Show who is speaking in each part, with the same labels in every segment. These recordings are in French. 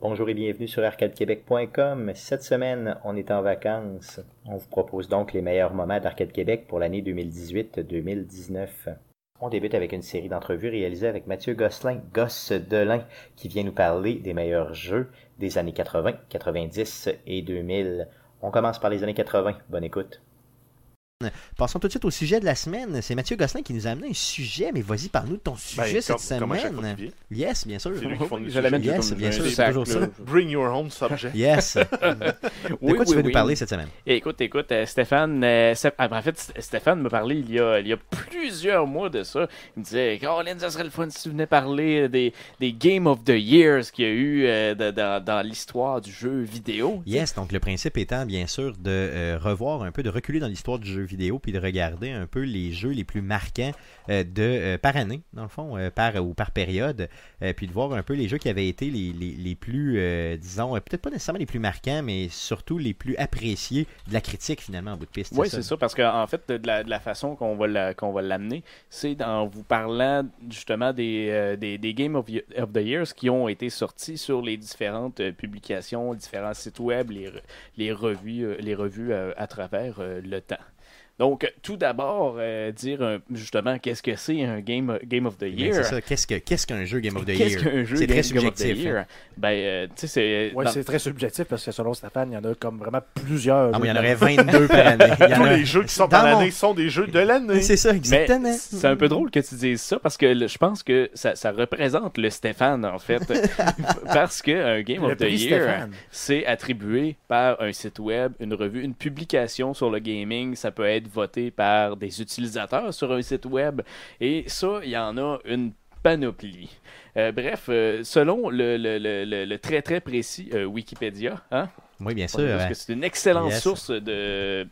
Speaker 1: Bonjour et bienvenue sur arcadequebec.com. Cette semaine, on est en vacances. On vous propose donc les meilleurs moments d'Arcade Québec pour l'année 2018-2019. On débute avec une série d'entrevues réalisées avec Mathieu Gosselin, Gosse Delin, qui vient nous parler des meilleurs jeux des années 80, 90 et 2000. On commence par les années 80. Bonne écoute.
Speaker 2: Passons tout de suite au sujet de la semaine. C'est Mathieu Gosselin qui nous a amené un sujet, mais vas-y, parle-nous de ton sujet
Speaker 3: Ben,
Speaker 2: cette
Speaker 3: comme- comme à chaque fois
Speaker 2: semaine.
Speaker 3: qu'il vient.
Speaker 2: Yes, bien sûr.
Speaker 3: C'est lui qui font
Speaker 4: Je l'amène
Speaker 2: Yes,
Speaker 4: tout le temps.
Speaker 2: bien sûr,
Speaker 4: J'ai
Speaker 2: c'est
Speaker 4: sac,
Speaker 2: toujours
Speaker 4: là.
Speaker 2: ça.
Speaker 3: Bring your own subject.
Speaker 2: Yes. De
Speaker 4: Oui,
Speaker 2: quoi tu
Speaker 4: oui,
Speaker 2: veux nous
Speaker 4: oui.
Speaker 2: parler cette semaine?
Speaker 4: Écoute, écoute, euh, Stéphane, euh, Stéph- ah, en fait, St- Stéphane me parlait il y, a, il y a plusieurs mois de ça. Il me disait, Colin, ça serait le fun si tu venais parler euh, des, des Game of the Years qu'il y a eu euh, de- dans, dans l'histoire du jeu vidéo.
Speaker 2: Yes, donc le principe étant bien sûr de euh, revoir un peu, de reculer dans l'histoire du jeu vidéo, puis de regarder un peu les jeux les plus marquants euh, de euh, par année, dans le fond, euh, par ou par période, euh, puis de voir un peu les jeux qui avaient été les, les- les plus, euh, disons, euh, peut-être pas nécessairement les plus marquants, mais surtout les plus appréciés de la critique finalement en bout de piste.
Speaker 4: Oui, c'est ça, parce qu'en en fait, de la, de la façon qu'on va la- qu'on va l'amener, c'est en vous parlant justement des, euh, des, des Game of, Ye- of the Years qui ont été sortis sur les différentes euh, publications, différents sites web, les, re- les revues, euh, les revues euh, à travers euh, le temps. Donc, euh, tout d'abord, euh, dire euh, justement qu'est-ce que c'est un game, game of the
Speaker 2: Ben, c'est
Speaker 4: Year.
Speaker 2: ça. Qu'est-ce que- qu'est-ce qu'un jeu Game of the
Speaker 4: Qu'est-ce
Speaker 2: Year?
Speaker 4: qu'un jeu
Speaker 2: C'est
Speaker 4: Game
Speaker 2: très
Speaker 4: Game of the
Speaker 2: subjectif, hein.
Speaker 4: Year? Ben, euh, tu sais, c'est.
Speaker 5: Ouais,
Speaker 4: dans-
Speaker 5: c'est très subjectif parce que selon Stéphane, il y en a comme vraiment plusieurs.
Speaker 2: Ah, mais il y en
Speaker 5: là.
Speaker 2: aurait 22 par année. Il y en
Speaker 3: Tous
Speaker 2: a-
Speaker 3: les jeux qui sortent dans
Speaker 2: Dans mon-
Speaker 3: l'année sont des jeux de l'année.
Speaker 2: C'est ça,
Speaker 4: Mais
Speaker 2: exactement.
Speaker 4: c'est un peu drôle que tu dises ça parce que le- je pense que ça, ça représente le Stéphane en fait. parce que un Game
Speaker 5: Le
Speaker 4: of the
Speaker 5: prix
Speaker 4: Year,
Speaker 5: Stéphane.
Speaker 4: c'est attribué par un site web, une revue, une publication sur le gaming. Ça peut être voté par des utilisateurs sur un site web. Et ça, il y en a une panoplie. Euh, bref, euh, selon le, le- le- le- le très très précis euh, Wikipédia, hein,
Speaker 2: Oui, bien sûr. hein.
Speaker 4: parce que c'est une excellente
Speaker 2: Yes.
Speaker 4: source de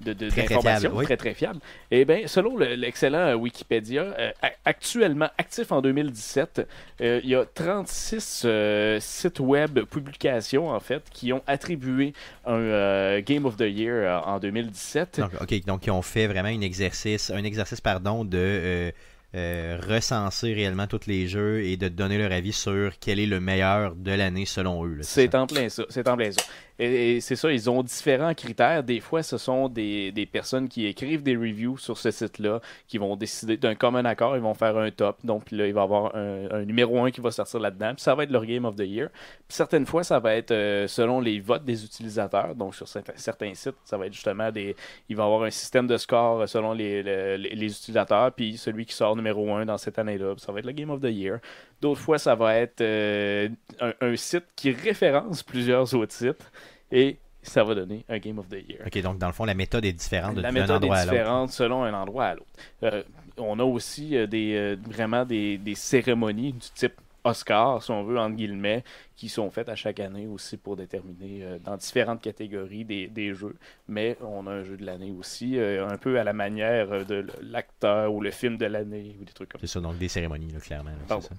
Speaker 4: de- de-
Speaker 2: Très, très
Speaker 4: d'informations,
Speaker 2: fiable, oui.
Speaker 4: très, très fiable. Eh bien, selon le- l'excellent euh, Wikipédia, euh, a- actuellement actif en 2017, euh, il y a 36 euh, sites web, publications en fait, qui ont attribué un euh, Game of the Year euh, en 2017.
Speaker 2: Donc, OK, donc ils ont fait vraiment un exercice, un exercice pardon, de euh, euh, recenser réellement tous les jeux et de donner leur avis sur quel est le meilleur de l'année selon eux. là, c'est
Speaker 4: C'est
Speaker 2: ça?
Speaker 4: en plein ça. C'est en plein ça. Et, et c'est ça, ils ont différents critères. Des fois, ce sont des, des personnes qui écrivent des reviews sur ce site-là, qui vont décider d'un commun accord, ils vont faire un top. Donc puis là, il va y avoir un, un numéro 1 qui va sortir là-dedans. Puis ça va être leur Game of the Year. Puis certaines fois, ça va être euh, selon les votes des utilisateurs. Donc sur certains, certains sites, ça va être justement des. Il va y avoir un système de score euh, selon les, le- les- les utilisateurs. Puis celui qui sort numéro 1 dans cette année-là, ça va être le Game of the Year. D'autres fois, ça va être euh, un, un site qui référence plusieurs autres sites et ça va donner un Game of the Year.
Speaker 2: OK, donc dans le fond, la méthode est différente de-
Speaker 4: La
Speaker 2: d'un
Speaker 4: méthode
Speaker 2: endroit
Speaker 4: est
Speaker 2: à l'autre.
Speaker 4: différente selon un endroit à l'autre. Euh, on a aussi euh, des, euh, vraiment des, des cérémonies du type Oscar, si on veut, entre guillemets, qui sont faites à chaque année aussi pour déterminer euh, dans différentes catégories des, des jeux. Mais on a un jeu de l'année aussi, euh, un peu à la manière euh, de l'acteur ou le film de l'année ou des trucs comme ça.
Speaker 2: C'est ça, donc des cérémonies, là, clairement. là, c'est
Speaker 4: Pardon.
Speaker 2: ça.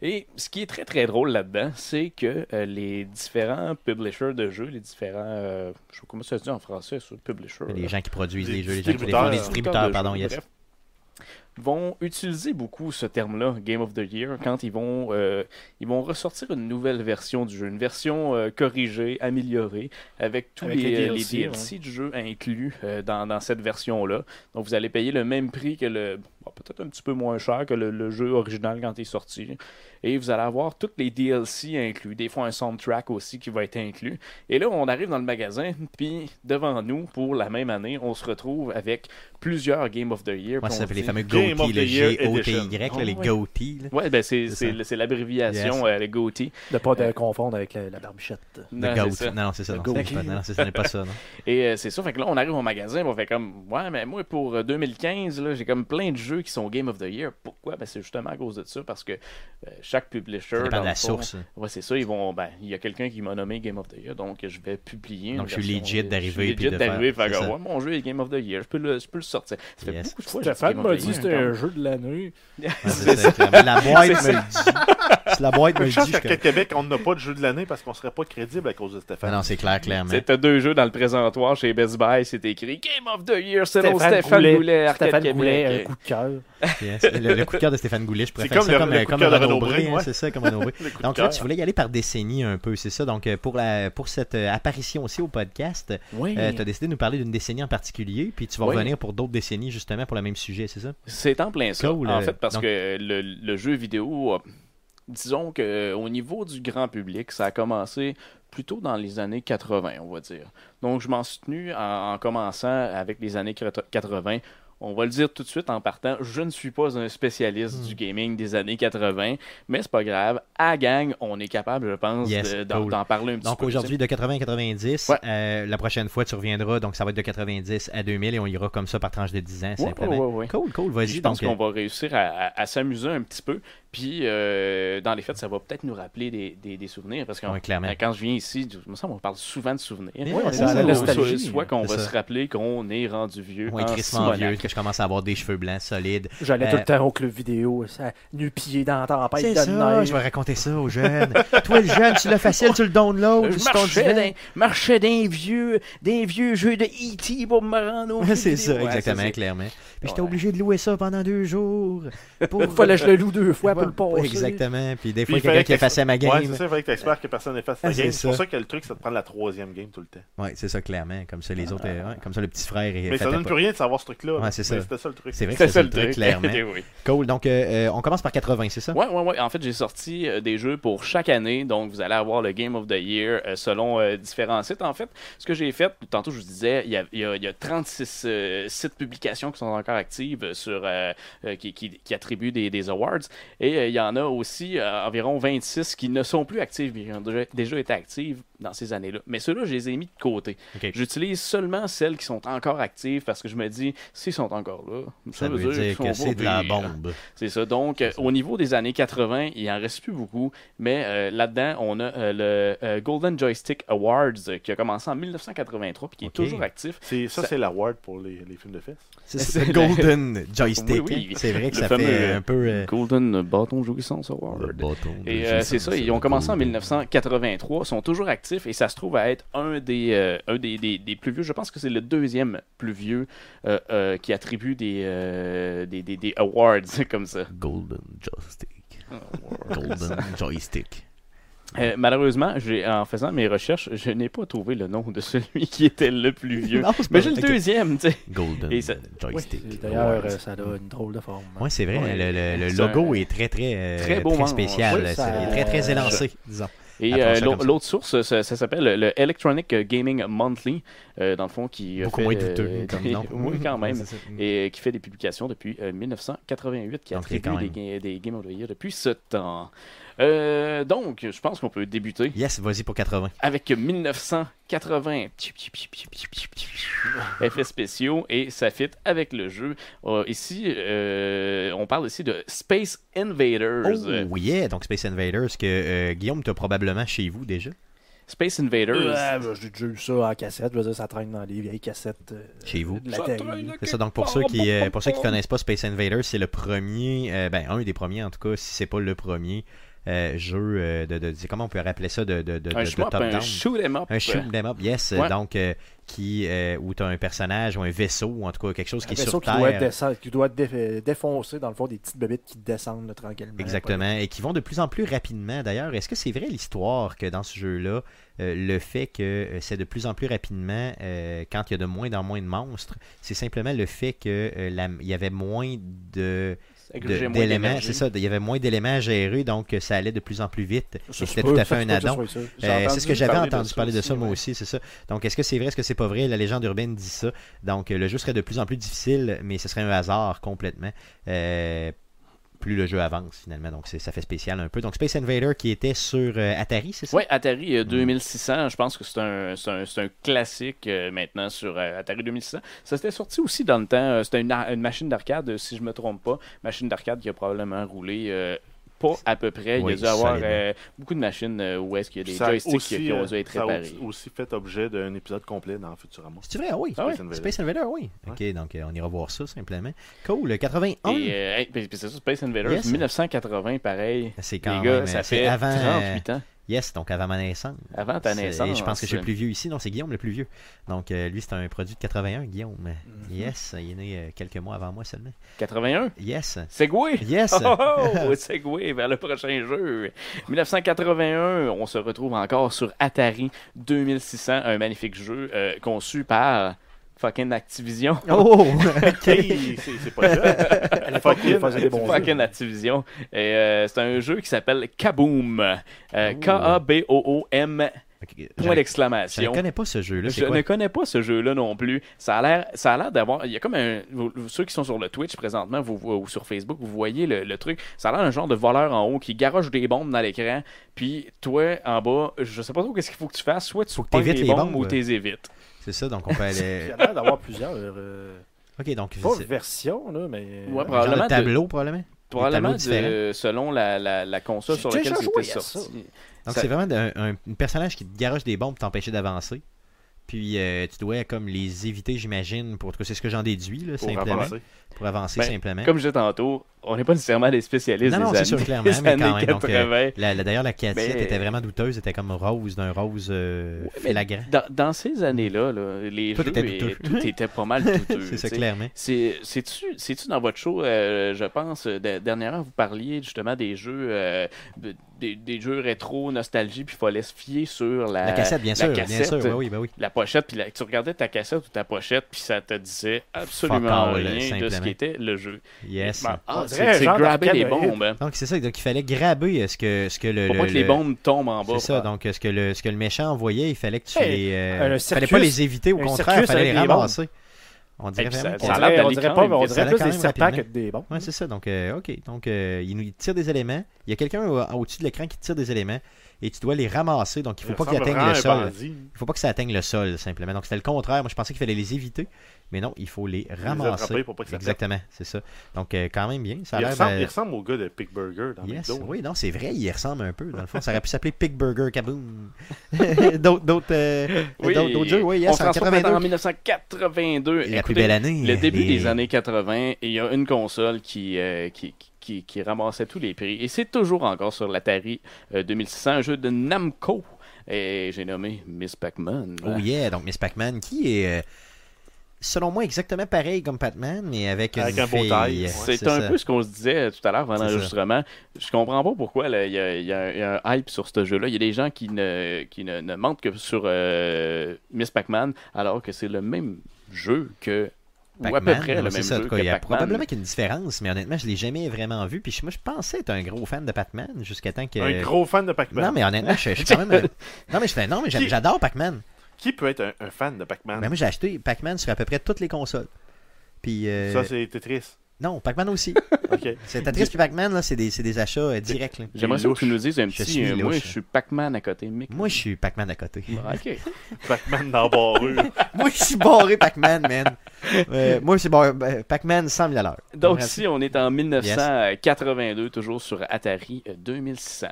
Speaker 4: Et ce qui est très très drôle là-dedans, c'est que euh, les différents publishers de jeux, les différents. euh, je sais pas comment ça se dit en français, ça, euh, publisher.
Speaker 2: Les
Speaker 4: là.
Speaker 2: gens qui produisent
Speaker 3: Des
Speaker 2: les jeux, les gens qui les font,
Speaker 3: distributeurs.
Speaker 2: les distributeurs,
Speaker 4: de
Speaker 2: pardon,
Speaker 4: jeux,
Speaker 2: yes.
Speaker 4: euh, bref, vont utiliser beaucoup ce terme-là, Game of the Year, quand ils vont, euh, ils vont ressortir une nouvelle version du jeu, une version euh, corrigée, améliorée, avec tous
Speaker 5: Avec
Speaker 4: les,
Speaker 5: les
Speaker 4: les DLC,
Speaker 5: DLC, ouais.
Speaker 4: du jeu inclus euh, dans, dans cette version-là. Donc vous allez payer le même prix que le, bon, peut-être un petit peu moins cher que le, le jeu original quand il est sorti, et vous allez avoir toutes les DLC inclus, des fois un soundtrack aussi qui va être inclus. Et là, on arrive dans le magasin, puis devant nous, pour la même année, on se retrouve avec plusieurs Game of the Year.
Speaker 2: Moi, ça
Speaker 4: puis on
Speaker 2: s'appelle les
Speaker 4: dit-
Speaker 2: fameux
Speaker 3: Game
Speaker 2: GOTY,
Speaker 3: of the
Speaker 2: le
Speaker 3: Year
Speaker 2: G-O-T-Y, là, les
Speaker 4: Edition.
Speaker 2: GOTY. là.
Speaker 4: Ouais, ben c'est,
Speaker 2: C'est
Speaker 4: c'est,
Speaker 2: ça.
Speaker 4: c'est l'abréviation, euh, le GOTY.
Speaker 5: De pas te confondre avec la, la barbichette.
Speaker 4: Ah Non,
Speaker 2: Le
Speaker 4: c'est
Speaker 2: goat.
Speaker 4: ça.
Speaker 2: Non, non, c'est ça.
Speaker 5: Le
Speaker 2: Non, c'est
Speaker 5: goat.
Speaker 2: pas- non, non, c'est- ce n'est pas ça. non.
Speaker 4: Et euh, c'est ça, fait que là, on arrive au magasin, on fait comme, ouais, mais moi, pour euh, 2015, là, j'ai comme plein de jeux qui sont Game of the Year. Pourquoi? Ben, c'est justement à cause de ça, parce que euh, chaque publisher.
Speaker 2: Ça dépend
Speaker 4: dans
Speaker 2: de la
Speaker 4: le fond-
Speaker 2: source.
Speaker 4: Ouais, c'est ça, ils vont, ben, il y a quelqu'un qui m'a nommé Game of the Year, donc je vais publier. une
Speaker 2: Donc, je suis
Speaker 4: version-
Speaker 2: legit d'arriver
Speaker 4: Je suis
Speaker 2: puis
Speaker 4: legit
Speaker 2: de
Speaker 4: d'arriver,
Speaker 2: faire-
Speaker 4: fait que,
Speaker 2: c'est ça.
Speaker 4: ouais, mon jeu est Game of the Year, je peux le, je peux le sortir. Ça fait
Speaker 2: Yes.
Speaker 4: beaucoup de fois que je dis
Speaker 5: Stéphane
Speaker 4: Game of
Speaker 5: m'a
Speaker 4: the
Speaker 5: dit
Speaker 4: Year.
Speaker 5: c'est un un jeu de l'année.
Speaker 2: Ouais, c'est ça, clairement. La boîte me le dit. Si la boîte me le
Speaker 3: Une
Speaker 2: dit,
Speaker 3: chance
Speaker 2: je
Speaker 3: qu'à
Speaker 2: suis comme-
Speaker 3: Québec, on n'a pas de jeu de l'année parce qu'on serait pas crédible à cause de
Speaker 2: Ah
Speaker 3: Stéphane.
Speaker 2: Non, c'est clair, clairement.
Speaker 4: C'était deux jeux dans le présentoir chez Best Buy, c'était écrit Game of the Year selon
Speaker 5: Stéphane
Speaker 4: Stéphane,
Speaker 5: Goulet.
Speaker 4: Goulet, Arcade
Speaker 5: Stéphane Goulet,
Speaker 4: Québec.
Speaker 5: un coup de cœur.
Speaker 2: Yes. Le, le coup de cœur de Stéphane Goulet, je préfère
Speaker 3: comme
Speaker 2: ça
Speaker 3: le-
Speaker 2: comme,
Speaker 3: le
Speaker 2: euh,
Speaker 3: coup
Speaker 2: comme
Speaker 3: de cœur de
Speaker 2: Renaud
Speaker 3: Renaud
Speaker 2: Bré,
Speaker 3: Bré,
Speaker 2: hein,
Speaker 3: ouais.
Speaker 2: c'est ça, comme Renaud Bré.
Speaker 3: Le coup de
Speaker 2: Donc là,
Speaker 3: cœur.
Speaker 2: tu voulais y aller par décennie un peu, c'est ça. Donc euh, pour, la, pour cette euh, apparition aussi au podcast,
Speaker 5: Oui.
Speaker 2: tu as décidé de nous parler d'une décennie en particulier, puis tu vas
Speaker 4: Oui.
Speaker 2: revenir pour d'autres décennies justement pour le même sujet, c'est ça?
Speaker 4: C'est en plein ça.
Speaker 2: Cool, euh,
Speaker 4: En fait, parce
Speaker 2: donc-
Speaker 4: que le, le jeu vidéo, euh, disons que euh, au niveau du grand public, ça a commencé plutôt dans les années 80, on va dire. Donc, je m'en suis tenu en, en commençant avec les années 80. On va le dire tout de suite en partant, je ne suis pas un spécialiste
Speaker 2: Hmm.
Speaker 4: du gaming des années 80, mais c'est pas grave. À gang, on est capable, je pense,
Speaker 2: Yes,
Speaker 4: de- d'en
Speaker 2: cool.
Speaker 4: d'en parler un petit
Speaker 2: Donc
Speaker 4: peu.
Speaker 2: aujourd'hui de 80 à 90,
Speaker 4: Ouais.
Speaker 2: euh, la prochaine fois tu reviendras, donc ça va être de 90 à 2000 et on ira comme ça par tranche de 10 ans
Speaker 4: Ouais,
Speaker 2: simplement.
Speaker 4: ouais, ouais.
Speaker 2: Cool, cool,
Speaker 4: Puis
Speaker 2: vas-y.
Speaker 4: Je pense
Speaker 2: Donc,
Speaker 4: qu'on va réussir à, à- à s'amuser un petit peu. Puis, euh, dans les fêtes, ça va peut-être nous rappeler des, des- des souvenirs. Parce que
Speaker 2: euh, Ouais, clairement.
Speaker 4: quand je viens ici, je- il me semble qu'on parle souvent de souvenirs.
Speaker 2: Mais
Speaker 5: on est
Speaker 2: c'est
Speaker 5: dans
Speaker 2: ça,
Speaker 5: la
Speaker 2: on-
Speaker 5: nostalgie.
Speaker 4: soit, soit qu'on
Speaker 2: C'est
Speaker 4: va
Speaker 2: ça.
Speaker 4: se rappeler qu'on est rendu vieux.
Speaker 2: Moi,
Speaker 4: en
Speaker 2: crissement
Speaker 4: Simonac.
Speaker 2: vieux, que je commence à avoir des cheveux blancs solides.
Speaker 5: J'allais
Speaker 2: Euh,
Speaker 5: tout le temps au club vidéo, ça, nu-pied dans la tempête
Speaker 2: C'est
Speaker 5: de
Speaker 2: ça,
Speaker 5: neige.
Speaker 2: je vais raconter ça aux jeunes. Toi, le jeune, tu le facile, tu le download.
Speaker 4: Je
Speaker 2: sur ton
Speaker 4: marchais
Speaker 2: divan.
Speaker 4: d'un, marchais d'un vieux, d'un vieux jeu de
Speaker 5: E
Speaker 4: E.T. pour me rendre au
Speaker 2: Ouais, C'est ça,
Speaker 4: vidéo. Ouais,
Speaker 2: exactement,
Speaker 4: c'est-
Speaker 2: clairement. Puis j'étais
Speaker 4: Ouais.
Speaker 2: obligé de louer ça pendant deux jours. Pour...
Speaker 5: Fallait que je le loue deux fois pour le
Speaker 2: Ouais,
Speaker 5: passer.
Speaker 2: Exactement. Puis des
Speaker 3: Puis
Speaker 2: fois,
Speaker 3: il fallait
Speaker 2: quelqu'un qui
Speaker 3: que-
Speaker 2: effaçait ma
Speaker 3: Ouais, c'est
Speaker 2: game.
Speaker 3: ça, il fallait que t'espères que personne n'efface
Speaker 2: Ah,
Speaker 3: ta
Speaker 2: c'est
Speaker 3: game. C'est pour
Speaker 2: ça.
Speaker 3: ça que le truc, c'est de prendre la troisième game tout le temps.
Speaker 2: Ouais, c'est ça, clairement. Comme ça, les autres, euh, ouais, comme ça, le petit frère est.
Speaker 3: Mais ça donne plus rien de savoir ce truc-là.
Speaker 2: Ouais, c'est ça.
Speaker 3: Mais C'était ça le truc.
Speaker 2: C'est vrai que
Speaker 4: C'était
Speaker 2: c'est
Speaker 4: ça
Speaker 2: le truc, clairement.
Speaker 4: Eh oui.
Speaker 2: Cool. Donc, euh, euh, on commence par 80, c'est ça?
Speaker 4: Ouais, ouais, ouais. En fait, j'ai sorti euh, des jeux pour chaque année. Donc, vous allez avoir le Game of the Year euh, selon euh, différents sites. En fait, ce que j'ai fait, tantôt, je vous disais, il y a, il y a- il y a 36 euh, sites publications qui sont encore actives sur, euh, euh, qui, qui- qui attribuent des, des awards. Et euh, il y en a aussi euh, environ 26 qui ne sont plus actives, mais qui ont déjà, déjà été actives dans ces années-là. Mais ceux-là, je les ai mis de côté.
Speaker 2: Ok.
Speaker 4: J'utilise seulement celles qui sont encore actives parce que je me dis, s'ils sont encore là,
Speaker 2: Ça veut dire
Speaker 4: qu'ils
Speaker 2: que
Speaker 4: sont
Speaker 2: c'est de la
Speaker 4: mauvais.
Speaker 2: bombe.
Speaker 4: C'est ça. Donc, euh, au niveau des années 80, il en reste plus beaucoup, mais euh, là-dedans, on a euh, le euh, Golden Joystick Awards euh, qui a commencé en 1983 puis qui
Speaker 2: Ok.
Speaker 4: est toujours actif.
Speaker 3: C'est- Ça,
Speaker 4: Ça-
Speaker 3: c'est la ward pour les, les films de fesses.
Speaker 2: C'est
Speaker 4: C'est
Speaker 2: le
Speaker 4: la-
Speaker 2: Golden Joystick.
Speaker 4: Oui, oui.
Speaker 2: hein. C'est vrai que
Speaker 4: Le
Speaker 2: ça
Speaker 4: fameux,
Speaker 2: fait
Speaker 4: euh,
Speaker 2: un peu. euh,
Speaker 4: Golden Bâton Jouissance
Speaker 2: le
Speaker 4: Award.
Speaker 2: bâton de
Speaker 4: Et euh,
Speaker 2: Jason,
Speaker 4: c'est ça, ils ont
Speaker 2: le
Speaker 4: commencé en
Speaker 2: Golden.
Speaker 4: 1983, sont toujours actifs et ça se trouve à être un des, euh, un des, des- des plus vieux. Je pense que c'est le deuxième plus vieux euh, euh, qui attribue des, euh, des, des- des awards comme ça.
Speaker 2: Golden Joystick.
Speaker 4: Oh,
Speaker 2: Golden Joystick.
Speaker 4: Euh, malheureusement, j'ai- en faisant mes recherches, je n'ai pas trouvé le nom de celui qui était le plus vieux.
Speaker 2: Non, c'est
Speaker 4: Mais
Speaker 2: pas
Speaker 4: j'ai le
Speaker 2: vrai.
Speaker 4: deuxième, tu sais.
Speaker 2: Golden
Speaker 4: Et ça-
Speaker 5: Oui,
Speaker 2: Joystick.
Speaker 5: D'ailleurs,
Speaker 2: Awards.
Speaker 5: euh, ça a une drôle de forme.
Speaker 2: Ouais, c'est vrai,
Speaker 4: Ouais.
Speaker 2: le, le- le
Speaker 4: C'est
Speaker 2: logo
Speaker 4: un-
Speaker 2: est très très, euh,
Speaker 4: Très beau hein, manche.
Speaker 2: spécial,
Speaker 5: Oui, ça-
Speaker 2: c'est- il est très très élancé, disons.
Speaker 4: Et
Speaker 2: Appelons
Speaker 4: euh,
Speaker 2: ça
Speaker 4: l'au-
Speaker 2: comme ça.
Speaker 4: l'autre source, ça, ça s'appelle euh, le Electronic Gaming Monthly, euh, dans le fond, qui a
Speaker 2: Beaucoup
Speaker 4: fait,
Speaker 2: moins
Speaker 4: euh,
Speaker 2: douteux comme
Speaker 4: des-
Speaker 2: nom.
Speaker 4: oui, quand même.
Speaker 2: Ouais, c'est ça.
Speaker 4: Et euh, qui fait des publications depuis euh, 1988, qui
Speaker 2: Donc, c'est
Speaker 4: attribue
Speaker 2: quand
Speaker 4: des, ga- des Game of the Year depuis ce temps. Euh, donc, je pense qu'on peut débuter
Speaker 2: Yes, vas-y pour 80.
Speaker 4: avec 1980. Effets spéciaux et ça fit avec le jeu. Euh, ici, euh, on parle ici de Space Invaders. Euh,
Speaker 2: Oh yeah, donc Space Invaders que euh, Guillaume t'as probablement chez vous déjà.
Speaker 4: Space Invaders.
Speaker 5: Ouais, ben, j'ai déjà eu ça en cassette. Je veux dire, ça traîne dans les vieilles cassettes euh,
Speaker 2: Chez vous.
Speaker 5: de la télé.
Speaker 2: C'est ça, donc pour ceux qui euh, pour ceux qui connaissent pas Space Invaders, c'est le premier, euh, ben un des premiers en tout cas, si c'est pas le premier euh, jeu euh, de, de, de- comment on peut rappeler ça de, de, de, de
Speaker 4: un shmup,
Speaker 2: top
Speaker 4: un
Speaker 2: down.
Speaker 4: shoot 'em up. euh,
Speaker 2: Un shoot 'em up, yes.
Speaker 4: Ouais.
Speaker 2: Donc, euh, qui, euh, où tu as un personnage ou un vaisseau, ou en tout cas quelque chose qui
Speaker 5: Un
Speaker 2: est
Speaker 5: vaisseau
Speaker 2: sur
Speaker 5: qui doit,
Speaker 2: Terre.
Speaker 5: descendre- qui doit dé- euh, défoncer, dans le fond, des petites bébêtes qui descendent là, tranquillement.
Speaker 2: Exactement, et qui vont de plus en plus rapidement d'ailleurs. Est-ce que c'est vrai l'histoire que dans ce jeu-là, euh, le fait que euh, c'est de plus en plus rapidement, euh, quand il y a de moins en moins de monstres, c'est simplement le fait que euh, la- il y avait moins de
Speaker 4: Ça
Speaker 2: de-
Speaker 4: grugeait moins
Speaker 2: d'éléments,
Speaker 4: d'énergie.
Speaker 2: c'est ça, il y avait moins d'éléments à gérer, donc euh, ça allait de plus en plus vite.
Speaker 5: Ça
Speaker 2: Et
Speaker 5: se
Speaker 2: C'était
Speaker 5: peut,
Speaker 2: tout à
Speaker 5: ça
Speaker 2: fait
Speaker 5: se
Speaker 2: un
Speaker 5: peut que ce
Speaker 2: add-on.
Speaker 5: soit ça.
Speaker 4: J'ai
Speaker 2: Euh, c'est ce que j'avais
Speaker 4: parler de
Speaker 2: entendu
Speaker 4: ça
Speaker 2: parler de
Speaker 4: aussi,
Speaker 2: ça moi
Speaker 4: ouais.
Speaker 2: aussi, c'est ça. Donc est-ce que c'est vrai, est-ce que c'est pas vrai La légende urbaine dit ça. Donc euh, le jeu serait de plus en plus difficile, mais ce serait un hasard complètement. Euh, plus le jeu avance finalement, donc c'est- ça fait spécial un peu. Donc Space Invader qui était sur euh, Atari, c'est ça
Speaker 4: Ouais, Atari euh, 2600, je pense que c'est un, c'est un, c'est un classique euh, maintenant sur euh, Atari 2600. Ça s'était sorti aussi dans le temps, euh, c'était une, ar- une machine d'arcade, euh, si je me trompe pas, machine d'arcade qui a probablement roulé euh, pas à peu près.
Speaker 2: Oui,
Speaker 4: il y a dû avoir
Speaker 2: solide.
Speaker 4: euh, beaucoup de machines euh, où est-ce qu'il y a des
Speaker 3: Ça a
Speaker 4: joysticks qui- qui ont
Speaker 3: euh,
Speaker 4: dû être
Speaker 3: ça a
Speaker 4: réparés.
Speaker 3: aussi fait objet d'un épisode complet dans Futurama.
Speaker 2: C'est vrai, ah oui.
Speaker 4: Ah ouais?
Speaker 3: Invaders.
Speaker 2: Space Invader, oui. Ok, donc euh, on ira voir ça simplement. Cool, 91.
Speaker 4: Et, euh, hey, puis- puis c'est ça, Space Invaders,
Speaker 2: Ah Yes.
Speaker 4: 1980, pareil.
Speaker 2: c'est quand
Speaker 4: euh, Les gars,
Speaker 2: même.
Speaker 4: ça
Speaker 2: c'est
Speaker 4: fait
Speaker 2: avant. euh,
Speaker 4: 38 ans.
Speaker 2: yes, donc avant ma naissance.
Speaker 4: Avant ta
Speaker 2: C'est-
Speaker 4: naissance. hein.
Speaker 2: Je pense que je suis le plus vieux ici. Non, c'est Guillaume le plus vieux. Donc, euh, lui, c'est un produit de 81, Guillaume.
Speaker 4: Mm-hmm.
Speaker 2: Yes, il est né euh, quelques mois avant moi seulement.
Speaker 4: 81.
Speaker 2: Yes.
Speaker 4: Segway!
Speaker 2: Yes.
Speaker 4: Oh, oh, oh, Segway vers le prochain jeu. 1981, on se retrouve encore sur Atari 2600, un magnifique jeu euh, conçu par fucking Activision.
Speaker 2: Oh!
Speaker 3: Hey, c'est c'est pas ça.
Speaker 5: il faisait des bons jeux.
Speaker 4: fucking Activision. Et euh, c'est un jeu qui s'appelle Kaboom. Euh, K-A-B-O-O-M.
Speaker 2: Ok,
Speaker 4: Point
Speaker 2: j'avais- Je ne
Speaker 4: d'exclamation.
Speaker 2: connais pas ce jeu-là.
Speaker 4: Je
Speaker 2: C'est
Speaker 4: ne
Speaker 2: quoi?
Speaker 4: connais pas ce jeu-là non plus. Ça a l'air, ça a l'air d'avoir. Il y a comme un. vous- vous- Ceux qui sont sur le Twitch présentement, vous, vous- ou sur Facebook, vous voyez le, le truc. Ça a l'air un genre de voleur en haut qui garoche des bombes dans l'écran. Puis toi, en bas, je sais pas trop qu'est-ce qu'il faut que tu fasses. Soit tu
Speaker 2: Faut que
Speaker 4: pognes
Speaker 2: t'évites
Speaker 4: les
Speaker 2: les
Speaker 4: bombes
Speaker 2: bombes.
Speaker 4: ou t'es évites.
Speaker 2: C'est ça, donc on peut
Speaker 5: Il y
Speaker 2: aller.
Speaker 5: en a l'air d'avoir plusieurs. euh,
Speaker 2: Ok, donc.
Speaker 5: pas
Speaker 2: c'est-
Speaker 5: version, là, mais. euh,
Speaker 4: Ouais,
Speaker 2: Genre
Speaker 4: Probablement
Speaker 2: de
Speaker 4: de-
Speaker 2: tableau, probablement.
Speaker 4: Probablement
Speaker 2: tableaux différents.
Speaker 4: de- selon la, la- la console
Speaker 5: J'ai
Speaker 4: sur laquelle
Speaker 5: déjà
Speaker 4: c'était
Speaker 5: joué à ça.
Speaker 4: sorti.
Speaker 2: Donc
Speaker 4: Ça-
Speaker 2: c'est vraiment un, un- un personnage qui te garoche des bombes pour t'empêcher d'avancer. Puis euh, tu dois comme les éviter, j'imagine. Pour en tout cas, c'est ce que j'en déduis, là,
Speaker 3: Pour
Speaker 2: simplement.
Speaker 3: avancer.
Speaker 2: Pour avancer
Speaker 4: Ben,
Speaker 2: simplement.
Speaker 4: Comme je disais tantôt, on n'est pas nécessairement des spécialistes
Speaker 2: Hein? Non, non,
Speaker 4: des
Speaker 2: c'est sûr,
Speaker 4: années,
Speaker 2: clairement,
Speaker 4: des
Speaker 2: mais quand
Speaker 4: années
Speaker 2: même, donc, euh,
Speaker 4: 80.
Speaker 2: La- la- D'ailleurs, la cassette
Speaker 4: Mais-
Speaker 2: était vraiment douteuse, était comme rose d'un rose euh,
Speaker 4: Ben, Ouais, mais
Speaker 2: flagrant.
Speaker 4: Dans, dans ces années-là, là, les
Speaker 2: Tout
Speaker 4: jeux
Speaker 2: était
Speaker 4: et-
Speaker 2: douteux.
Speaker 4: tout était pas mal douteux.
Speaker 2: c'est ça,
Speaker 4: tu sais. euh,
Speaker 2: clairement.
Speaker 4: C'est- C'est-tu c'est-tu dans votre show, euh, je pense, euh, de- dernièrement, vous parliez justement des jeux, euh, de- des, des jeux rétro, nostalgie, puis il fallait se fier sur la,
Speaker 2: La cassette, bien
Speaker 4: la
Speaker 2: sûr, bien
Speaker 4: cassette.
Speaker 2: sûr. Ben oui, ben oui.
Speaker 4: la pochette, puis la- tu regardais ta cassette ou ta pochette, puis ça te disait
Speaker 2: Fuck
Speaker 4: absolument
Speaker 2: all,
Speaker 4: rien de ce
Speaker 2: simplement.
Speaker 4: qui était le jeu.
Speaker 2: Yes.
Speaker 4: Ben, ah,
Speaker 5: On dirait
Speaker 4: c'est
Speaker 5: un
Speaker 4: c'est
Speaker 5: genre
Speaker 4: grabber les
Speaker 5: d'arcade
Speaker 4: bombes. hein.
Speaker 2: Donc c'est ça, donc il fallait graber euh, ce que, ce que le.
Speaker 4: Pour
Speaker 2: le-
Speaker 4: pas que les
Speaker 2: le-
Speaker 4: bombes tombent en bas.
Speaker 2: C'est ça, donc euh, ce que, le, ce que le méchant envoyait, il fallait que tu
Speaker 5: Hey,
Speaker 2: les. euh,
Speaker 5: euh, le
Speaker 2: fallait pas
Speaker 5: circus-
Speaker 2: les éviter, au
Speaker 5: un
Speaker 2: contraire, il
Speaker 5: circus
Speaker 2: fallait
Speaker 5: avec
Speaker 2: les
Speaker 5: des bombes.
Speaker 2: ramasser. On dirait
Speaker 4: Et puis,
Speaker 2: vraiment
Speaker 4: ça-
Speaker 5: On
Speaker 4: ça a
Speaker 2: qu'on-
Speaker 4: l'air
Speaker 5: dirait, on
Speaker 4: d'aller
Speaker 5: dirait
Speaker 4: quand
Speaker 5: pas, mais
Speaker 4: même
Speaker 5: on
Speaker 4: vite.
Speaker 2: Ça
Speaker 5: dirait
Speaker 2: allait
Speaker 5: plus
Speaker 2: quand
Speaker 5: des
Speaker 2: même
Speaker 5: serpents que
Speaker 2: rapidement.
Speaker 5: des bombes.
Speaker 2: Ouais, c'est ça. Donc, euh, OK. Donc, euh, il, nous, il tire des éléments. Il y a quelqu'un au- au-dessus de l'écran qui tire des éléments et tu dois les ramasser. Donc, il faut pas
Speaker 3: ressemble
Speaker 2: qu'ils atteignent
Speaker 3: vraiment
Speaker 2: le
Speaker 3: à un
Speaker 2: sol.
Speaker 3: bandit.
Speaker 2: Il faut pas que ça atteigne le sol, simplement. Donc, c'était le contraire. Moi, je pensais qu'il fallait les éviter. Mais non, il faut les ramasser.
Speaker 3: attraper pour pas que ça pète.
Speaker 2: Exactement, c'est ça. Donc, euh, quand même bien. Ça a
Speaker 3: Il
Speaker 2: l'air.
Speaker 3: ressemble,
Speaker 2: euh,
Speaker 3: il ressemble au gars de Pig Burger dans
Speaker 2: Yes,
Speaker 4: hein.
Speaker 3: McDo. hein.
Speaker 2: oui, non, c'est vrai, il y ressemble un peu. Dans le fond, ça aurait pu s'appeler Pig Burger Kaboom. d'autres, d'autres, euh,
Speaker 4: Oui,
Speaker 2: d'autres, d'autres jeux, oui, yes,
Speaker 4: on se
Speaker 2: en
Speaker 4: transforme
Speaker 2: 82.
Speaker 4: maintenant en 1982.
Speaker 2: La plus
Speaker 4: Écoutez,
Speaker 2: belle année.
Speaker 4: Le début
Speaker 2: les-
Speaker 4: des années 80, il y a une console qui, euh, qui, qui, qui ramassait tous les prix. Et c'est toujours encore sur l'Atari euh, 2600, un jeu de Namco. Et j'ai nommé Miss Pac-Man.
Speaker 2: Oh yeah, donc Miss Pac-Man qui est, euh, selon moi, exactement pareil comme Pac-Man, mais avec,
Speaker 3: Avec
Speaker 2: une
Speaker 3: un beau
Speaker 2: fille.
Speaker 3: taille, ouais.
Speaker 4: C'est
Speaker 2: ça.
Speaker 4: un peu ce qu'on se disait tout à l'heure pendant
Speaker 2: C'est ça.
Speaker 4: l'enregistrement. Je comprends pas pourquoi là, il y, a- il y a un- il y a un hype sur ce jeu-là. Il y a des gens qui ne, qui ne, ne mentent que sur euh, Miss Pac-Man, alors que c'est le même jeu que. ou à peu
Speaker 2: Pac-Man,
Speaker 4: près
Speaker 2: ouais,
Speaker 4: le
Speaker 2: c'est
Speaker 4: même
Speaker 2: ça, en
Speaker 4: jeu
Speaker 2: tout cas,
Speaker 4: que
Speaker 2: il y a
Speaker 4: Pac-Man.
Speaker 2: probablement qu'il y a une différence, mais honnêtement, je l'ai jamais vraiment vu. Puis je- moi, je pensais être un gros fan de Pac-Man jusqu'à temps que.
Speaker 3: Un gros fan de Pac-Man.
Speaker 2: euh, Non, mais honnêtement, je, je suis quand même. un- Non, mais je fais. Non, mais j'aime-
Speaker 3: Qui-
Speaker 2: j'adore Pac-Man.
Speaker 4: Ah
Speaker 3: Qui peut être un, un fan de Pac-Man
Speaker 2: Mais moi, j'ai acheté Pac-Man sur à peu près toutes les consoles. Puis. euh,
Speaker 3: Ça, c'est Tetris.
Speaker 2: Non, Pac-Man aussi.
Speaker 3: Ok.
Speaker 2: C'est Tetris puis Pac-Man, là, c'est des, c'est des achats euh, directs. là.
Speaker 4: J'aimerais ça que tu nous dises un
Speaker 2: Je
Speaker 4: petit.
Speaker 2: suis
Speaker 4: euh, moi,
Speaker 2: louche.
Speaker 4: je suis Pac-Man à côté. Mick.
Speaker 2: Moi, je suis Pac-Man à côté.
Speaker 4: Ah, ok.
Speaker 3: Pac-Man dans Barreux.
Speaker 2: Moi, je suis barré Pac-Man, man. Euh, moi, c'est barré euh, Pac-Man 100 000 à l'heure.
Speaker 4: Donc
Speaker 2: Bref.
Speaker 4: ici, on est en 1982, toujours sur Atari euh, 2600.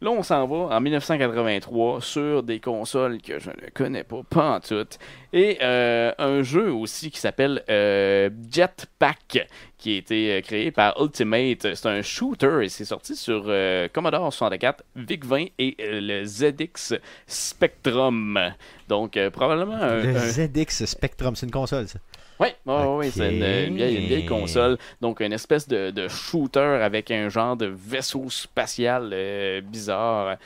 Speaker 4: Là, on s'en va en 1983 sur des consoles que je ne connais pas, pas en tout. Et euh, un jeu aussi qui s'appelle euh, Jetpack, qui a été euh, créé par Ultimate. C'est un shooter et c'est sorti sur euh, Commodore 64, VIC-20 et euh, le ZX Spectrum. Donc, euh, probablement un-
Speaker 2: Le
Speaker 4: un,
Speaker 2: ZX Spectrum, c'est une console, ça.
Speaker 4: oui, oui, oui,
Speaker 2: Ok.
Speaker 4: c'est une, une vieille, une vieille console. Donc, une espèce de, de shooter avec un genre de vaisseau spatial euh, bizarre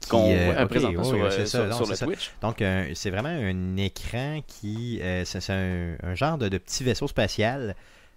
Speaker 2: Qui,
Speaker 4: qu'on
Speaker 2: euh,
Speaker 4: voit
Speaker 2: ok,
Speaker 4: présentement
Speaker 2: oui,
Speaker 4: sur,
Speaker 2: oui,
Speaker 4: euh,
Speaker 2: c'est ça,
Speaker 4: sur-
Speaker 2: non,
Speaker 4: sur
Speaker 2: c'est
Speaker 4: le
Speaker 2: ça. Euh,
Speaker 4: Twitch.
Speaker 2: Donc, un- c'est vraiment un écran qui. euh, c'est c'est un, un genre de, de petit vaisseau spatial.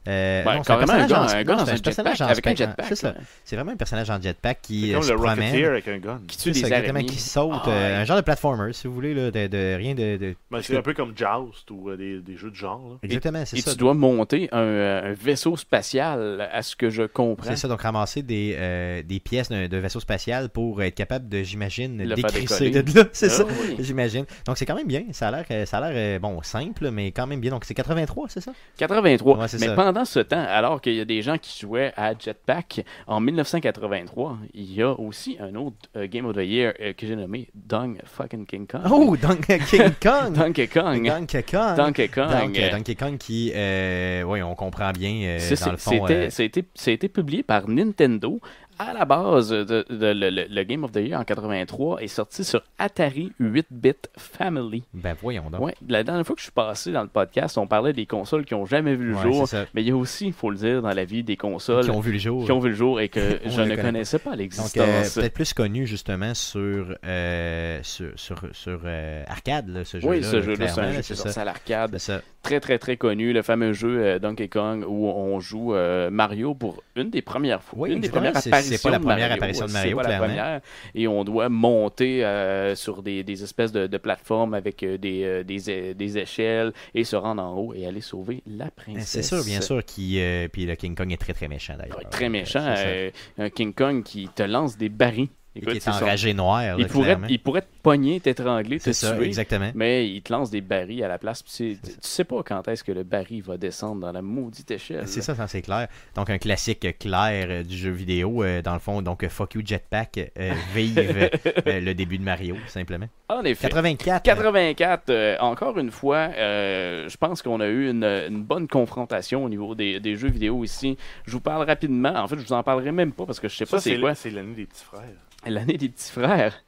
Speaker 2: Euh,
Speaker 4: Ben,
Speaker 2: non, c'est un
Speaker 4: carrément, un
Speaker 2: personnage en-
Speaker 4: gars, un gars
Speaker 2: non,
Speaker 4: dans
Speaker 2: c'est
Speaker 4: un
Speaker 2: personnage
Speaker 4: jetpack,
Speaker 2: en
Speaker 4: avec un
Speaker 2: spectre, hein.
Speaker 4: jetpack. euh,
Speaker 2: C'est ça.
Speaker 4: là,
Speaker 2: C'est vraiment un personnage en jetpack qui
Speaker 3: C'est
Speaker 2: euh,
Speaker 3: comme
Speaker 2: se
Speaker 3: le Rocketeer
Speaker 2: promène.
Speaker 3: avec un gun.
Speaker 4: Qui tue
Speaker 2: C'est ça,
Speaker 4: des
Speaker 2: exactement,
Speaker 4: araignées.
Speaker 2: qui saute. euh,
Speaker 4: Ah, ouais.
Speaker 2: un genre de platformer, si vous voulez, là, de, de rien de. de-
Speaker 3: Ben, c'est un peu comme Joust ou euh, des, des jeux de genre. là.
Speaker 2: Exactement, c'est
Speaker 4: Et
Speaker 2: ça.
Speaker 4: tu dois monter un, euh, un vaisseau spatial, à ce que je comprends.
Speaker 2: C'est ça, donc ramasser des, euh, des pièces d'un- d'un vaisseau spatial pour être capable de, j'imagine,
Speaker 4: Le faire
Speaker 2: décrisser
Speaker 4: décoller.
Speaker 2: de là. C'est
Speaker 4: Ah,
Speaker 2: ça,
Speaker 4: oui.
Speaker 2: j'imagine. Donc c'est quand même bien. Ça a l'air, euh, ça a l'air euh, bon, simple, mais quand même bien. Donc c'est 83, c'est ça
Speaker 4: 83.
Speaker 2: Ouais, c'est
Speaker 4: mais
Speaker 2: ça.
Speaker 4: pas pendant ce temps, alors qu'il y a des gens qui jouaient à Jetpack en 1983, il y a aussi un autre euh, Game of the Year euh, que j'ai nommé Dong fucking King Kong.
Speaker 2: Oh, Donkey Kong!
Speaker 4: Ah Donkey Kong!
Speaker 2: Donkey Kong!
Speaker 4: Donkey Kong!
Speaker 2: Donc, euh, Donkey Kong qui, euh, oui, on comprend bien, euh,
Speaker 4: Ça,
Speaker 2: dans
Speaker 4: c'est-
Speaker 2: le fond,
Speaker 4: C'était
Speaker 2: euh,
Speaker 4: ça a été- ça a été publié par Nintendo. À la base, de, de- le, le- le Game of the Year en 83 est sorti sur Atari 8-bit Family.
Speaker 2: ben voyons donc.
Speaker 4: Ouais, la dernière fois que je suis passé dans le podcast, on parlait des consoles qui n'ont jamais vu le
Speaker 2: Ouais,
Speaker 4: jour.
Speaker 2: c'est ça.
Speaker 4: Mais il y a aussi, il faut le dire, dans la vie des consoles
Speaker 2: Qui ont vu le jour.
Speaker 4: qui ont vu le jour et que
Speaker 2: On
Speaker 4: je
Speaker 2: les
Speaker 4: ne
Speaker 2: connaît
Speaker 4: connaissais pas
Speaker 2: Donc, euh,
Speaker 4: l'existence.
Speaker 2: peut-être plus connu justement sur, euh, sur, sur, sur, euh, arcade, là, ce jeu-là.
Speaker 4: oui, ce
Speaker 2: là,
Speaker 4: jeu-là, c'est un
Speaker 2: clairement, là,
Speaker 4: jeu qui est
Speaker 2: c'est
Speaker 4: sorti
Speaker 2: ça.
Speaker 4: à l'arcade.
Speaker 2: C'est ça.
Speaker 4: Très, très, très connu. Le fameux jeu euh, Donkey Kong où on joue euh, Mario pour une des premières fois.
Speaker 2: Oui,
Speaker 4: une des
Speaker 2: évidemment,
Speaker 4: premières
Speaker 2: c'est-
Speaker 4: apparitions.
Speaker 2: c'est pas la
Speaker 4: de
Speaker 2: première
Speaker 4: Mario,
Speaker 2: apparition de
Speaker 4: c'est
Speaker 2: Mario,
Speaker 4: pas la
Speaker 2: clairement.
Speaker 4: première. Et on doit monter euh, sur des, des espèces de, de plateformes avec euh, des, euh, des, é- des échelles et se rendre en haut et aller sauver la princesse.
Speaker 2: Eh, Ben, C'est sûr, bien sûr. Qui, euh, puis le King Kong est très très méchant d'ailleurs.
Speaker 4: Ouais, Ah, très méchant.
Speaker 2: C'est ça.
Speaker 4: euh, un King Kong qui te lance des barils.
Speaker 2: Et
Speaker 4: Écoute,
Speaker 2: qui est
Speaker 4: c'est son-
Speaker 2: enragé noir.
Speaker 4: il,
Speaker 2: là,
Speaker 4: pourrait,
Speaker 2: clairement.
Speaker 4: il pourrait te pogner, t'étrangler, te
Speaker 2: C'est ça,
Speaker 4: tuer,
Speaker 2: exactement.
Speaker 4: mais il te lance des barils à la place. puis c'est-
Speaker 2: C'est
Speaker 4: tu sais pas quand est-ce que le baril va descendre dans la maudite échelle.
Speaker 2: C'est ça, ça, c'est clair. Donc, un classique euh, clair euh, du jeu vidéo, euh, dans le fond. Donc, euh, fuck you, Jetpack, euh, vive euh, le début de Mario, simplement.
Speaker 4: En effet.
Speaker 2: 84.
Speaker 4: 84, euh, encore une fois, euh, je pense qu'on a eu une, une bonne confrontation au niveau des, des jeux vidéo ici. Je vous parle rapidement. En fait, je vous en parlerai même pas parce que je sais
Speaker 3: Ça,
Speaker 4: pas c'est
Speaker 3: c'est
Speaker 4: quoi.
Speaker 3: c'est l'année des petits frères.
Speaker 4: L'année des petits frères.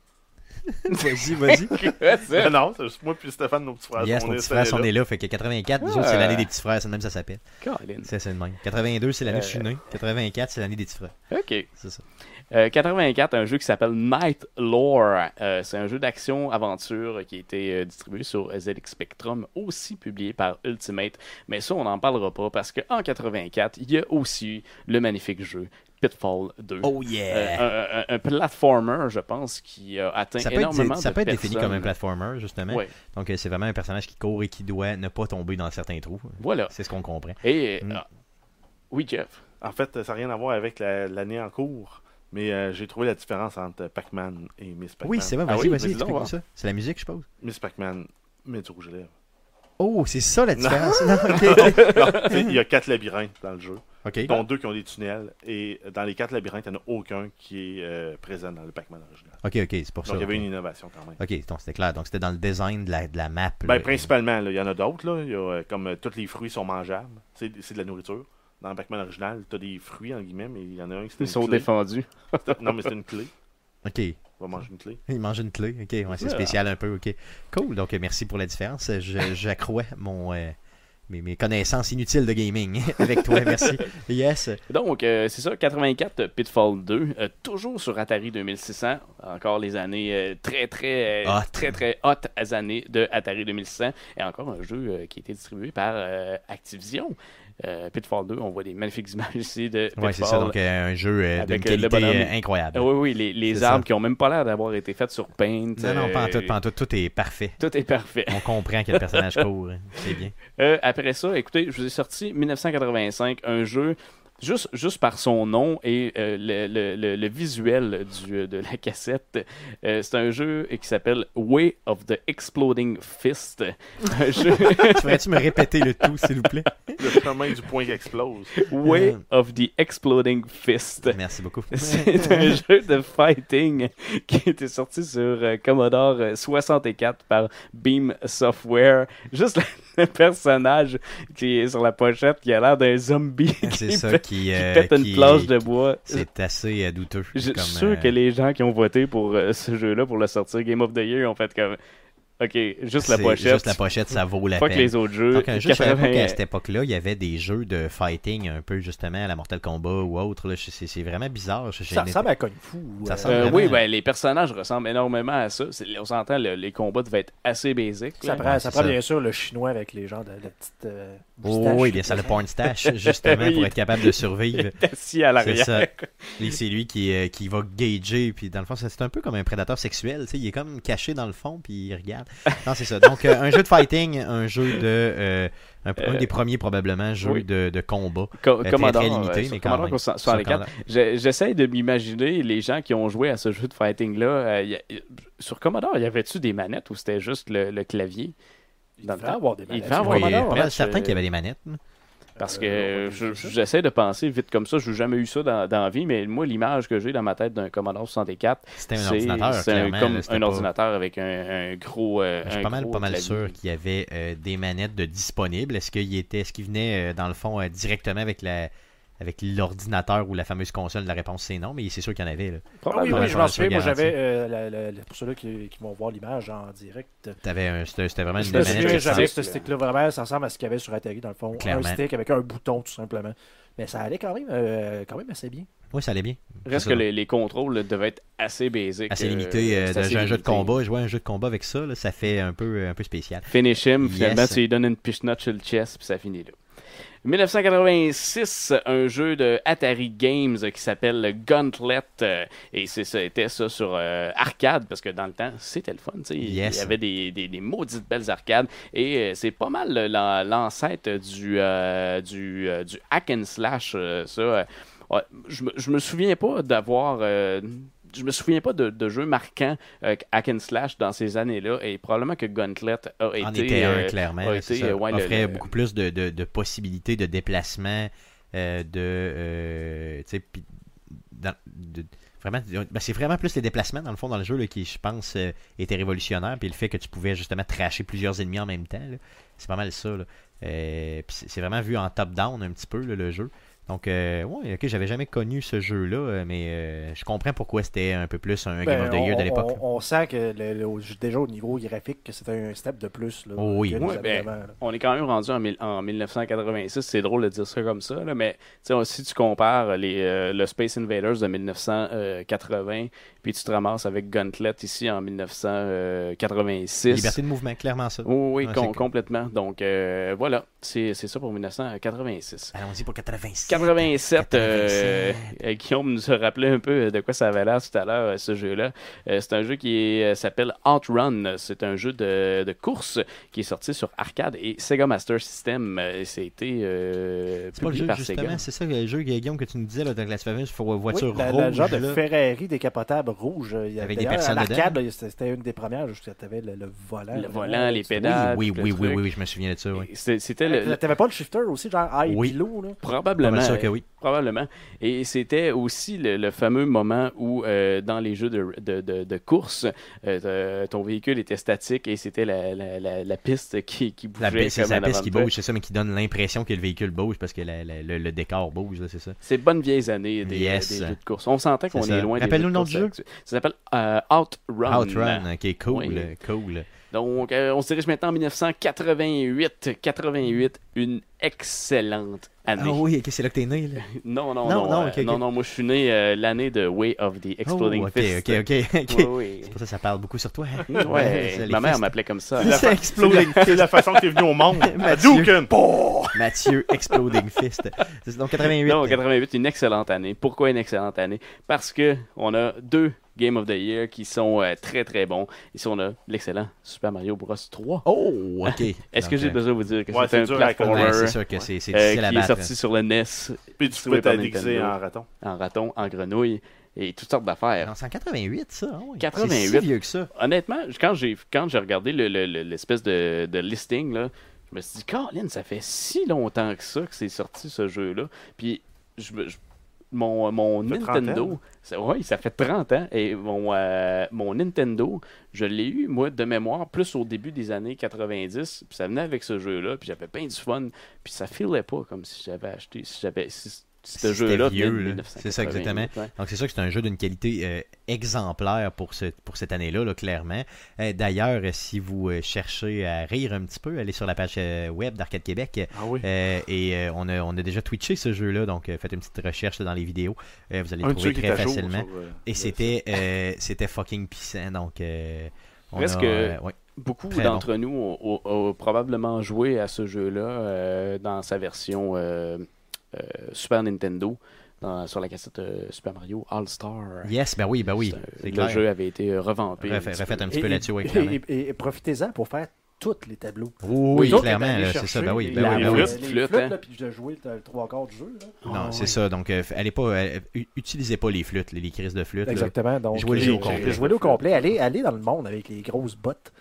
Speaker 2: Vas-y, vas-y.
Speaker 4: Quoi, ça?
Speaker 3: Ben non, c'est juste moi puis Stéphane, nos petits frères.
Speaker 2: Yes,
Speaker 3: on
Speaker 2: nos
Speaker 3: est
Speaker 2: petits frères
Speaker 3: celle-là.
Speaker 2: sont nés là. Fait que 84, nous
Speaker 4: Ah.
Speaker 2: autres, c'est l'année des petits frères. C'est de même que ça s'appelle.
Speaker 4: Colin.
Speaker 2: C'est c'est le même. 82, c'est l'année où je suis
Speaker 4: Euh.
Speaker 2: né. 84, c'est l'année des petits frères.
Speaker 4: OK.
Speaker 2: C'est ça.
Speaker 4: Euh, 84, un jeu qui s'appelle Night Lore. Euh, c'est un jeu d'action-aventure qui a été euh, distribué sur ZX Spectrum, aussi publié par Ultimate. Mais ça, on n'en parlera pas parce qu'en 84, il y a aussi le magnifique jeu Pitfall 2.
Speaker 2: Oh
Speaker 4: Euh,
Speaker 2: yeah!
Speaker 4: un, un- un platformer, je pense, qui a atteint
Speaker 2: ça peut
Speaker 4: énormément
Speaker 2: être, ça
Speaker 4: de
Speaker 2: peut être
Speaker 4: personnes.
Speaker 2: défini comme un platformer, justement.
Speaker 4: Ouais,
Speaker 2: Donc, euh, c'est vraiment un personnage qui court et qui doit ne pas tomber dans certains trous.
Speaker 4: voilà.
Speaker 2: C'est ce qu'on comprend.
Speaker 4: Et
Speaker 2: Mm.
Speaker 4: ah, oui, Jeff.
Speaker 3: En fait, ça n'a rien à voir avec la- l'année en cours, mais euh, j'ai trouvé la différence entre Pac-Man et Miss Pac-Man.
Speaker 2: Oui, c'est vrai.
Speaker 4: Ah
Speaker 2: Vas-y,
Speaker 4: oui,
Speaker 2: vas-y,
Speaker 4: vas-y donc,
Speaker 2: explique-nous
Speaker 4: va.
Speaker 2: ça. C'est la musique, je suppose.
Speaker 3: Miss Pac-Man, mais du rouge à lèvres.
Speaker 2: Oh, c'est ça la
Speaker 3: Non.
Speaker 2: différence. Non, ok.
Speaker 3: Non, tu sais, Il y a quatre labyrinthes dans le jeu,
Speaker 2: Ok.
Speaker 3: dont deux qui ont des tunnels, et dans les quatre labyrinthes, il n'y en a aucun qui est euh, présent dans le Pac-Man original.
Speaker 2: Ok, ok, c'est pour ça.
Speaker 3: Donc il y avait
Speaker 2: ok.
Speaker 3: une innovation quand même.
Speaker 2: Ok, donc c'était clair. Donc c'était dans le design de la, de la map.
Speaker 3: Ben,
Speaker 2: là.
Speaker 3: principalement, là, il y en a d'autres, là. Il y a, euh, comme euh, tous les fruits sont mangeables, c'est c'est de la nourriture. Dans le Pac-Man original, tu as des fruits, en guillemets, mais il y en a un qui
Speaker 4: Ils
Speaker 3: c'est
Speaker 4: sont
Speaker 3: une clé.
Speaker 4: défendus.
Speaker 3: Non, mais c'est une clé.
Speaker 2: Ok,
Speaker 3: On va manger une clé.
Speaker 2: il mange une clé. Ok, ouais, c'est
Speaker 4: Ouais.
Speaker 2: spécial un peu. Ok, cool. Donc euh, merci pour la différence. Je- J'accrois mon euh, mes, mes connaissances inutiles de gaming avec toi. Merci. Yes.
Speaker 4: Donc, euh, c'est ça, 84, Pitfall 2, euh, toujours sur Atari 2600. Encore les années euh, très, très, euh,
Speaker 2: Hot.
Speaker 4: très, très hautes années de Atari 2600. Et encore un jeu euh, qui a été distribué par euh, Activision. Euh, Pitfall 2, on voit des magnifiques images ici de Pitfall.
Speaker 2: Ouais, c'est ça. Donc euh, un jeu euh, d'une
Speaker 4: Avec, euh,
Speaker 2: qualité
Speaker 4: le bonhomme.
Speaker 2: euh, incroyable.
Speaker 4: Euh, oui, oui, les, les
Speaker 2: C'est
Speaker 4: arbres
Speaker 2: ça.
Speaker 4: qui ont même pas l'air d'avoir été faites sur Paint.
Speaker 2: Non, non, pas en
Speaker 4: euh,
Speaker 2: tout, pas en tout. Tout est parfait.
Speaker 4: Tout est parfait.
Speaker 2: On comprend que le personnage court. hein. C'est bien.
Speaker 4: Euh, après ça, écoutez, je vous ai sorti 1985, un jeu juste, juste par son nom et euh, le, le- le- le visuel du, de la cassette. Euh, c'est un jeu qui s'appelle Way of the Exploding Fist. Un jeu
Speaker 2: Tu Pourrais-tu me répéter le tout, s'il vous plaît
Speaker 3: Le chemin du point qui explose.
Speaker 4: Way of the Exploding Fist.
Speaker 2: Merci beaucoup.
Speaker 4: C'est un jeu de fighting qui était sorti sur euh, Commodore euh, 64 par Beam Software. Juste le, le personnage qui est sur la pochette qui a l'air d'un zombie
Speaker 2: Ah, C'est
Speaker 4: qui,
Speaker 2: ça
Speaker 4: pète,
Speaker 2: qui,
Speaker 4: qui
Speaker 2: euh,
Speaker 4: pète une
Speaker 2: qui-
Speaker 4: planche de bois. Je
Speaker 2: C'est assez euh, douteux.
Speaker 4: je suis
Speaker 2: comme,
Speaker 4: sûr
Speaker 2: euh,
Speaker 4: que les gens qui ont voté pour euh, ce jeu-là, pour le sortir Game of the Year, ont fait comme OK, juste la
Speaker 2: c'est-
Speaker 4: pochette.
Speaker 2: Juste la pochette, ça vaut la
Speaker 4: Pas que
Speaker 2: peine.
Speaker 4: les autres jeux.
Speaker 2: Donc, un jeu, je savais pas
Speaker 4: 80,
Speaker 2: qu'à cette époque-là, il y avait des jeux de fighting un peu justement à la Mortal Kombat ou autre. là. Je- C'est c'est vraiment bizarre. Je- je-
Speaker 5: Ça ressemble à Kung Fu.
Speaker 2: Ça
Speaker 5: euh,
Speaker 2: ressemble-
Speaker 4: euh,
Speaker 2: Vraiment.
Speaker 4: oui, ben, les personnages ressemblent énormément à ça. C'est- On s'entend, le- les combats devaient être assez basiques.
Speaker 5: Ça
Speaker 4: là.
Speaker 5: prend,
Speaker 2: Ouais,
Speaker 5: ça
Speaker 2: c'est
Speaker 5: prend
Speaker 2: ça.
Speaker 5: bien sûr le chinois avec les gens de la petite. euh,
Speaker 2: Oh
Speaker 5: moustache.
Speaker 2: oui, bien ça, le porn stash, justement,
Speaker 4: Oui.
Speaker 2: pour être capable de survivre.
Speaker 4: assis à
Speaker 2: C'est
Speaker 4: l'arrière.
Speaker 2: ça. Et C'est lui qui, euh, qui va gager, puis dans le fond, ça, c'est un peu comme un prédateur sexuel, tu sais, il est comme caché dans le fond, puis il regarde. Non, c'est ça. Donc, euh, un jeu de fighting, un jeu de... euh, un, un
Speaker 4: Euh,
Speaker 2: des premiers, probablement, jeux
Speaker 4: oui.
Speaker 2: de, de combat.
Speaker 4: Co-
Speaker 2: Euh,
Speaker 4: Commodore,
Speaker 2: très, très limité,
Speaker 4: euh, sur
Speaker 2: mais quand
Speaker 4: Commodore
Speaker 2: même.
Speaker 4: 64. J'ai- J'essaie de m'imaginer les gens qui ont joué à ce jeu de fighting-là. euh, y a- y- sur Commodore, y avait-tu des manettes ou c'était juste le, le clavier?
Speaker 5: Il
Speaker 4: Dans le
Speaker 5: devait
Speaker 4: temps.
Speaker 5: avoir des
Speaker 4: Il devait
Speaker 5: maladies.
Speaker 4: avoir
Speaker 2: Oui,
Speaker 4: Commodore,
Speaker 2: pas mal
Speaker 4: match,
Speaker 2: certain
Speaker 4: euh,
Speaker 2: qu'il y avait des manettes.
Speaker 4: Parce que
Speaker 5: Euh,
Speaker 4: euh,
Speaker 5: ouais,
Speaker 4: je-
Speaker 5: c'est ça.
Speaker 4: j'essaie de penser vite comme ça. Je n'ai jamais eu ça dans, dans la vie, mais moi, l'image que j'ai dans ma tête d'un Commodore 64,
Speaker 2: C'était un
Speaker 4: c'est-
Speaker 2: ordinateur,
Speaker 4: c'est un,
Speaker 2: clairement.
Speaker 4: comme
Speaker 2: là,
Speaker 4: un
Speaker 2: c'était pas-
Speaker 4: ordinateur avec un, un gros. euh,
Speaker 2: Je suis
Speaker 4: un
Speaker 2: pas mal,
Speaker 4: gros
Speaker 2: pas mal
Speaker 4: clavier.
Speaker 2: sûr qu'il y avait euh, des manettes de disponibles. Est-ce qu'il était, est-ce qu'il venait euh, dans le fond euh, directement avec la, avec l'ordinateur ou la fameuse console La réponse c'est non, mais c'est sûr qu'il y en avait. Là.
Speaker 5: Ah oui,
Speaker 4: Probablement.
Speaker 5: oui, je m'en
Speaker 2: Sur la
Speaker 5: souviens. Moi,
Speaker 2: garantie.
Speaker 5: j'avais, euh, la- la- la- pour ceux-là qui, qui vont voir l'image en direct,
Speaker 2: T'avais un- c'était, c'était vraiment
Speaker 5: je
Speaker 2: une
Speaker 5: me
Speaker 4: le
Speaker 2: manette.
Speaker 5: souviens,
Speaker 2: qui
Speaker 5: j'avais
Speaker 2: ressemblait-
Speaker 5: ce stick-là. Vraiment, ça ressemble à ce qu'il y avait sur Atari, dans le fond.
Speaker 2: Clairement.
Speaker 5: Un stick avec un bouton, tout simplement. Mais ça allait quand même, euh, quand même assez bien.
Speaker 2: Oui, ça allait bien.
Speaker 4: Reste
Speaker 2: C'est
Speaker 4: que
Speaker 2: ça.
Speaker 4: les, les contrôles là, devaient être assez basiques.
Speaker 2: Assez
Speaker 4: euh,
Speaker 2: limité. euh,
Speaker 4: c'est
Speaker 2: de-
Speaker 4: assez
Speaker 2: j'ai un jeu de
Speaker 4: limité.
Speaker 2: combat, jouer à un jeu de combat avec ça, là, ça fait un peu, un peu spécial.
Speaker 4: Finish him,
Speaker 2: Yes.
Speaker 4: finalement, tu lui donnes une pichenote sur le chest, puis ça finit là. 1986, un jeu de Atari Games euh, qui s'appelle Gauntlet. euh, Et c'est- c'était ça sur euh, arcade, parce que dans le temps, c'était le fun. tu sais.
Speaker 2: Yes.
Speaker 4: Il y avait des, des- des maudites belles arcades. Et euh, c'est pas mal euh, l'an- l'ancêtre du, euh, du, euh, du hack and slash, euh, ça. euh, Ouais, je, me, je me souviens pas d'avoir. euh, je me souviens pas de, de jeu marquant euh, hack and slash dans ces années-là. Et probablement que Gauntlet a été.
Speaker 2: en était un,
Speaker 4: euh,
Speaker 2: clairement.
Speaker 4: a
Speaker 2: là, c'est
Speaker 4: été,
Speaker 2: ça.
Speaker 4: euh, ouais, le-
Speaker 2: offrait
Speaker 4: le-
Speaker 2: beaucoup plus de, de- de possibilités de déplacement, euh, de, euh, tu sais, puis dans- de- Vraiment, ben, c'est vraiment plus les déplacements, dans le fond, dans le jeu, là, qui, je pense, euh, était révolutionnaire. Puis le fait que tu pouvais justement tracher plusieurs ennemis en même temps, là, c'est pas mal ça. là. Euh, puis c'est c'est vraiment vu en top-down un petit peu, là, le jeu. Donc, euh, ouais, ok, j'avais jamais connu ce jeu-là, euh, mais euh, je comprends pourquoi c'était un peu plus un Game
Speaker 5: Ben,
Speaker 2: of the Year de l'époque. là.
Speaker 5: on, on sent que le- le- au- déjà au niveau graphique, que c'était un step de plus. Là,
Speaker 2: Oh oui.
Speaker 5: que nous
Speaker 4: Ouais,
Speaker 5: avons
Speaker 4: ben,
Speaker 5: avant, là.
Speaker 4: on est quand même rendu en, mille- en 1986. C'est drôle de dire ça comme ça, là, mais tu sais, on- si tu compares les, euh, le Space Invaders de 1980, puis tu te ramasses avec Gauntlet ici en 1986.
Speaker 2: Liberté de mouvement, clairement ça.
Speaker 4: Oui, oui,
Speaker 2: Ouais,
Speaker 4: com-
Speaker 2: c'est-
Speaker 4: complètement. Donc euh, voilà, c'est c'est ça pour 1986.
Speaker 2: Allons-y pour 86.
Speaker 4: 87, euh, euh, Guillaume nous a rappelé un peu de quoi ça avait l'air tout à l'heure, euh, ce jeu-là. Euh, c'est un jeu qui est- euh, s'appelle Outrun. C'est un jeu de, de course qui est sorti sur arcade et Sega Master System. Euh, C'était euh,
Speaker 2: C'est pas le
Speaker 4: publié
Speaker 2: jeu,
Speaker 4: par Sega.
Speaker 2: justement, c'est ça le jeu, Guillaume, que tu nous disais, là, de la fameuse fo- voiture
Speaker 5: Oui, la-
Speaker 2: rouge.
Speaker 5: la genre de
Speaker 2: là.
Speaker 5: Ferrari décapotable rouge. euh, Il y a
Speaker 2: Avec des
Speaker 5: d'ailleurs,
Speaker 2: personnes
Speaker 5: à l'arcade, là, c'était c'était une des premières. Tu avais le, le volant.
Speaker 4: Le
Speaker 5: là,
Speaker 4: volant, les
Speaker 5: tu-
Speaker 4: pédales.
Speaker 2: oui,
Speaker 4: tout le
Speaker 2: oui, oui, oui,
Speaker 4: truc.
Speaker 2: oui, je me souviens de ça, oui.
Speaker 4: Et c'est- C'était le-
Speaker 5: T'avais
Speaker 4: le-
Speaker 5: t'avais pas le shifter aussi, genre high
Speaker 2: Oui.
Speaker 5: pilot. Là.
Speaker 2: Ah, Pas
Speaker 4: probablement. euh,
Speaker 2: mal sûr que oui.
Speaker 4: Probablement. Et c'était aussi le, le fameux moment où, euh, dans les jeux de, de, de- de course, euh, t- ton véhicule était statique et c'était la, la, la, la piste qui, qui bougeait.
Speaker 2: La piste, c'est
Speaker 4: comme
Speaker 2: la
Speaker 4: un
Speaker 2: piste qui
Speaker 4: avant-toi.
Speaker 2: bouge, c'est ça, mais qui donne l'impression que le véhicule bouge parce que la- la- le, le décor bouge, là, c'est ça.
Speaker 4: C'est bonnes vieilles années des,
Speaker 2: Yes.
Speaker 4: des jeux de course. On s'entend qu'on
Speaker 2: C'est ça.
Speaker 4: est loin des
Speaker 2: Rappelle-nous
Speaker 4: jeux de
Speaker 2: le nom du
Speaker 4: course actuels. Ça s'appelle euh, Outrun.
Speaker 2: Outrun, qui est cool,
Speaker 4: Oui.
Speaker 2: euh, cool.
Speaker 4: Donc, euh, on se dirige maintenant en 1988. 88, une excellente année.
Speaker 2: Ah oui, ok, c'est là que t'es né, là.
Speaker 4: Non,
Speaker 2: Non,
Speaker 4: non, non.
Speaker 2: non,
Speaker 4: euh,
Speaker 2: ok, ok.
Speaker 4: non, non, moi, je suis né euh, l'année de Way of the Exploding
Speaker 2: Oh, ok,
Speaker 4: Fist.
Speaker 2: ok, ok, ok.
Speaker 4: Oui, oui.
Speaker 2: C'est pour ça que ça parle beaucoup sur toi. hein.
Speaker 4: Ouais,
Speaker 2: c'est les
Speaker 4: ma mère
Speaker 2: fesses.
Speaker 4: m'appelait comme ça.
Speaker 2: C'est Exploding
Speaker 3: C'est la façon que t'es venu au monde.
Speaker 2: Mathieu.
Speaker 3: Hadouken!
Speaker 2: Mathieu Exploding Fist. C'est donc 88.
Speaker 4: Non, 88, une excellente année. Pourquoi une excellente année? Parce que on a deux Game of the Year qui sont euh, très très bons. Ici, on a l'excellent Super Mario Bros 3.
Speaker 2: Oh, ok.
Speaker 4: Est-ce que
Speaker 2: Donc,
Speaker 4: j'ai
Speaker 2: euh,
Speaker 4: besoin de vous dire que
Speaker 3: Ouais,
Speaker 4: c'est un
Speaker 3: c'est dur à
Speaker 4: platformer
Speaker 2: ouais,
Speaker 3: comprendre.
Speaker 2: c'est
Speaker 4: euh,
Speaker 2: sûr que c'est c'est
Speaker 4: qui
Speaker 2: difficile à
Speaker 4: est
Speaker 2: battre. hein.
Speaker 4: sorti sur le NES
Speaker 3: Puis tu
Speaker 4: Trouvé
Speaker 3: peux
Speaker 4: par
Speaker 3: t'aiguiser
Speaker 4: Nintendo.
Speaker 3: en raton.
Speaker 4: en raton, en grenouille et toutes sortes
Speaker 2: Non,
Speaker 4: d'affaires.
Speaker 2: C'est en 88, ça. ah ouais.
Speaker 4: 88.
Speaker 2: C'est si vieux que ça.
Speaker 4: Honnêtement, quand j'ai quand j'ai regardé le- le- le- l'espèce de, de listing là, je me suis dit, Colin, ça fait si longtemps que ça que c'est sorti ce jeu-là. Puis je, me- je- mon, mon
Speaker 3: Ça fait 30
Speaker 4: Nintendo,
Speaker 3: ans.
Speaker 4: ça, ouais, ça fait 30 ans. Et mon, euh, mon Nintendo, je l'ai eu, moi, de mémoire, plus au début des années 90. Puis ça venait avec ce jeu-là, puis j'avais bien du fun. Puis ça filait pas comme si j'avais acheté, si j'avais. si- si ce
Speaker 2: c'était
Speaker 4: jeu-là venait de
Speaker 2: vieux, là. C'est ça,
Speaker 4: 1988,
Speaker 2: exactement.
Speaker 4: ouais.
Speaker 2: Donc c'est sûr que c'est un jeu d'une qualité euh, exemplaire pour, ce- pour cette année-là, là, clairement. Euh, D'ailleurs, euh, si vous euh, cherchez à rire un petit peu, allez sur la page euh, web d'Arcade Québec.
Speaker 3: Ah oui.
Speaker 2: euh, et euh, on, a, on a déjà twitché ce jeu-là, donc euh, faites une petite recherche là, dans les vidéos. Euh, vous allez le
Speaker 3: Un de ceux
Speaker 2: trouver
Speaker 3: qui est
Speaker 2: très
Speaker 3: à jour.
Speaker 2: facilement.
Speaker 3: sur, euh,
Speaker 2: Et c'était euh, c'était fucking puissant, donc... euh, on
Speaker 4: Reste
Speaker 2: a,
Speaker 4: que-
Speaker 2: euh, ouais.
Speaker 4: Beaucoup
Speaker 2: Très
Speaker 4: d'entre nous ont, ont- ont probablement joué à ce jeu-là euh, dans sa version euh, euh, Super Nintendo, dans- sur la cassette euh, Super Mario All-Star.
Speaker 2: Yes, ben oui, ben oui.
Speaker 4: C'est un-
Speaker 2: C'est
Speaker 4: le
Speaker 2: clair.
Speaker 4: jeu avait été euh, revampé. un
Speaker 2: Refait-
Speaker 4: petit
Speaker 2: refaites
Speaker 4: peu.
Speaker 2: un petit peu là-dessus, oui, clairement.
Speaker 5: Et, et- et profitez-en pour faire tous les tableaux.
Speaker 2: Oui,
Speaker 5: Nous autres, on est
Speaker 2: clairement,
Speaker 5: allé
Speaker 2: là, c'est
Speaker 5: chercher
Speaker 2: ça, ben oui.
Speaker 5: les-
Speaker 2: ben oui,
Speaker 4: les
Speaker 2: ben oui.
Speaker 4: flûtes.
Speaker 5: les
Speaker 4: Flûte, hein.
Speaker 5: là, puis j'ai joué le trois quarts du jeu. là.
Speaker 2: Non, c'est ça. Donc, euh, allez pas, euh, u- utilisez pas les flûtes, les, les crises de flûtes. là.
Speaker 5: Exactement. Donc,
Speaker 2: Jouez-les
Speaker 5: euh,
Speaker 2: au complet.
Speaker 5: Jouez-le au complet. Allez, allez dans le monde avec les grosses bottes.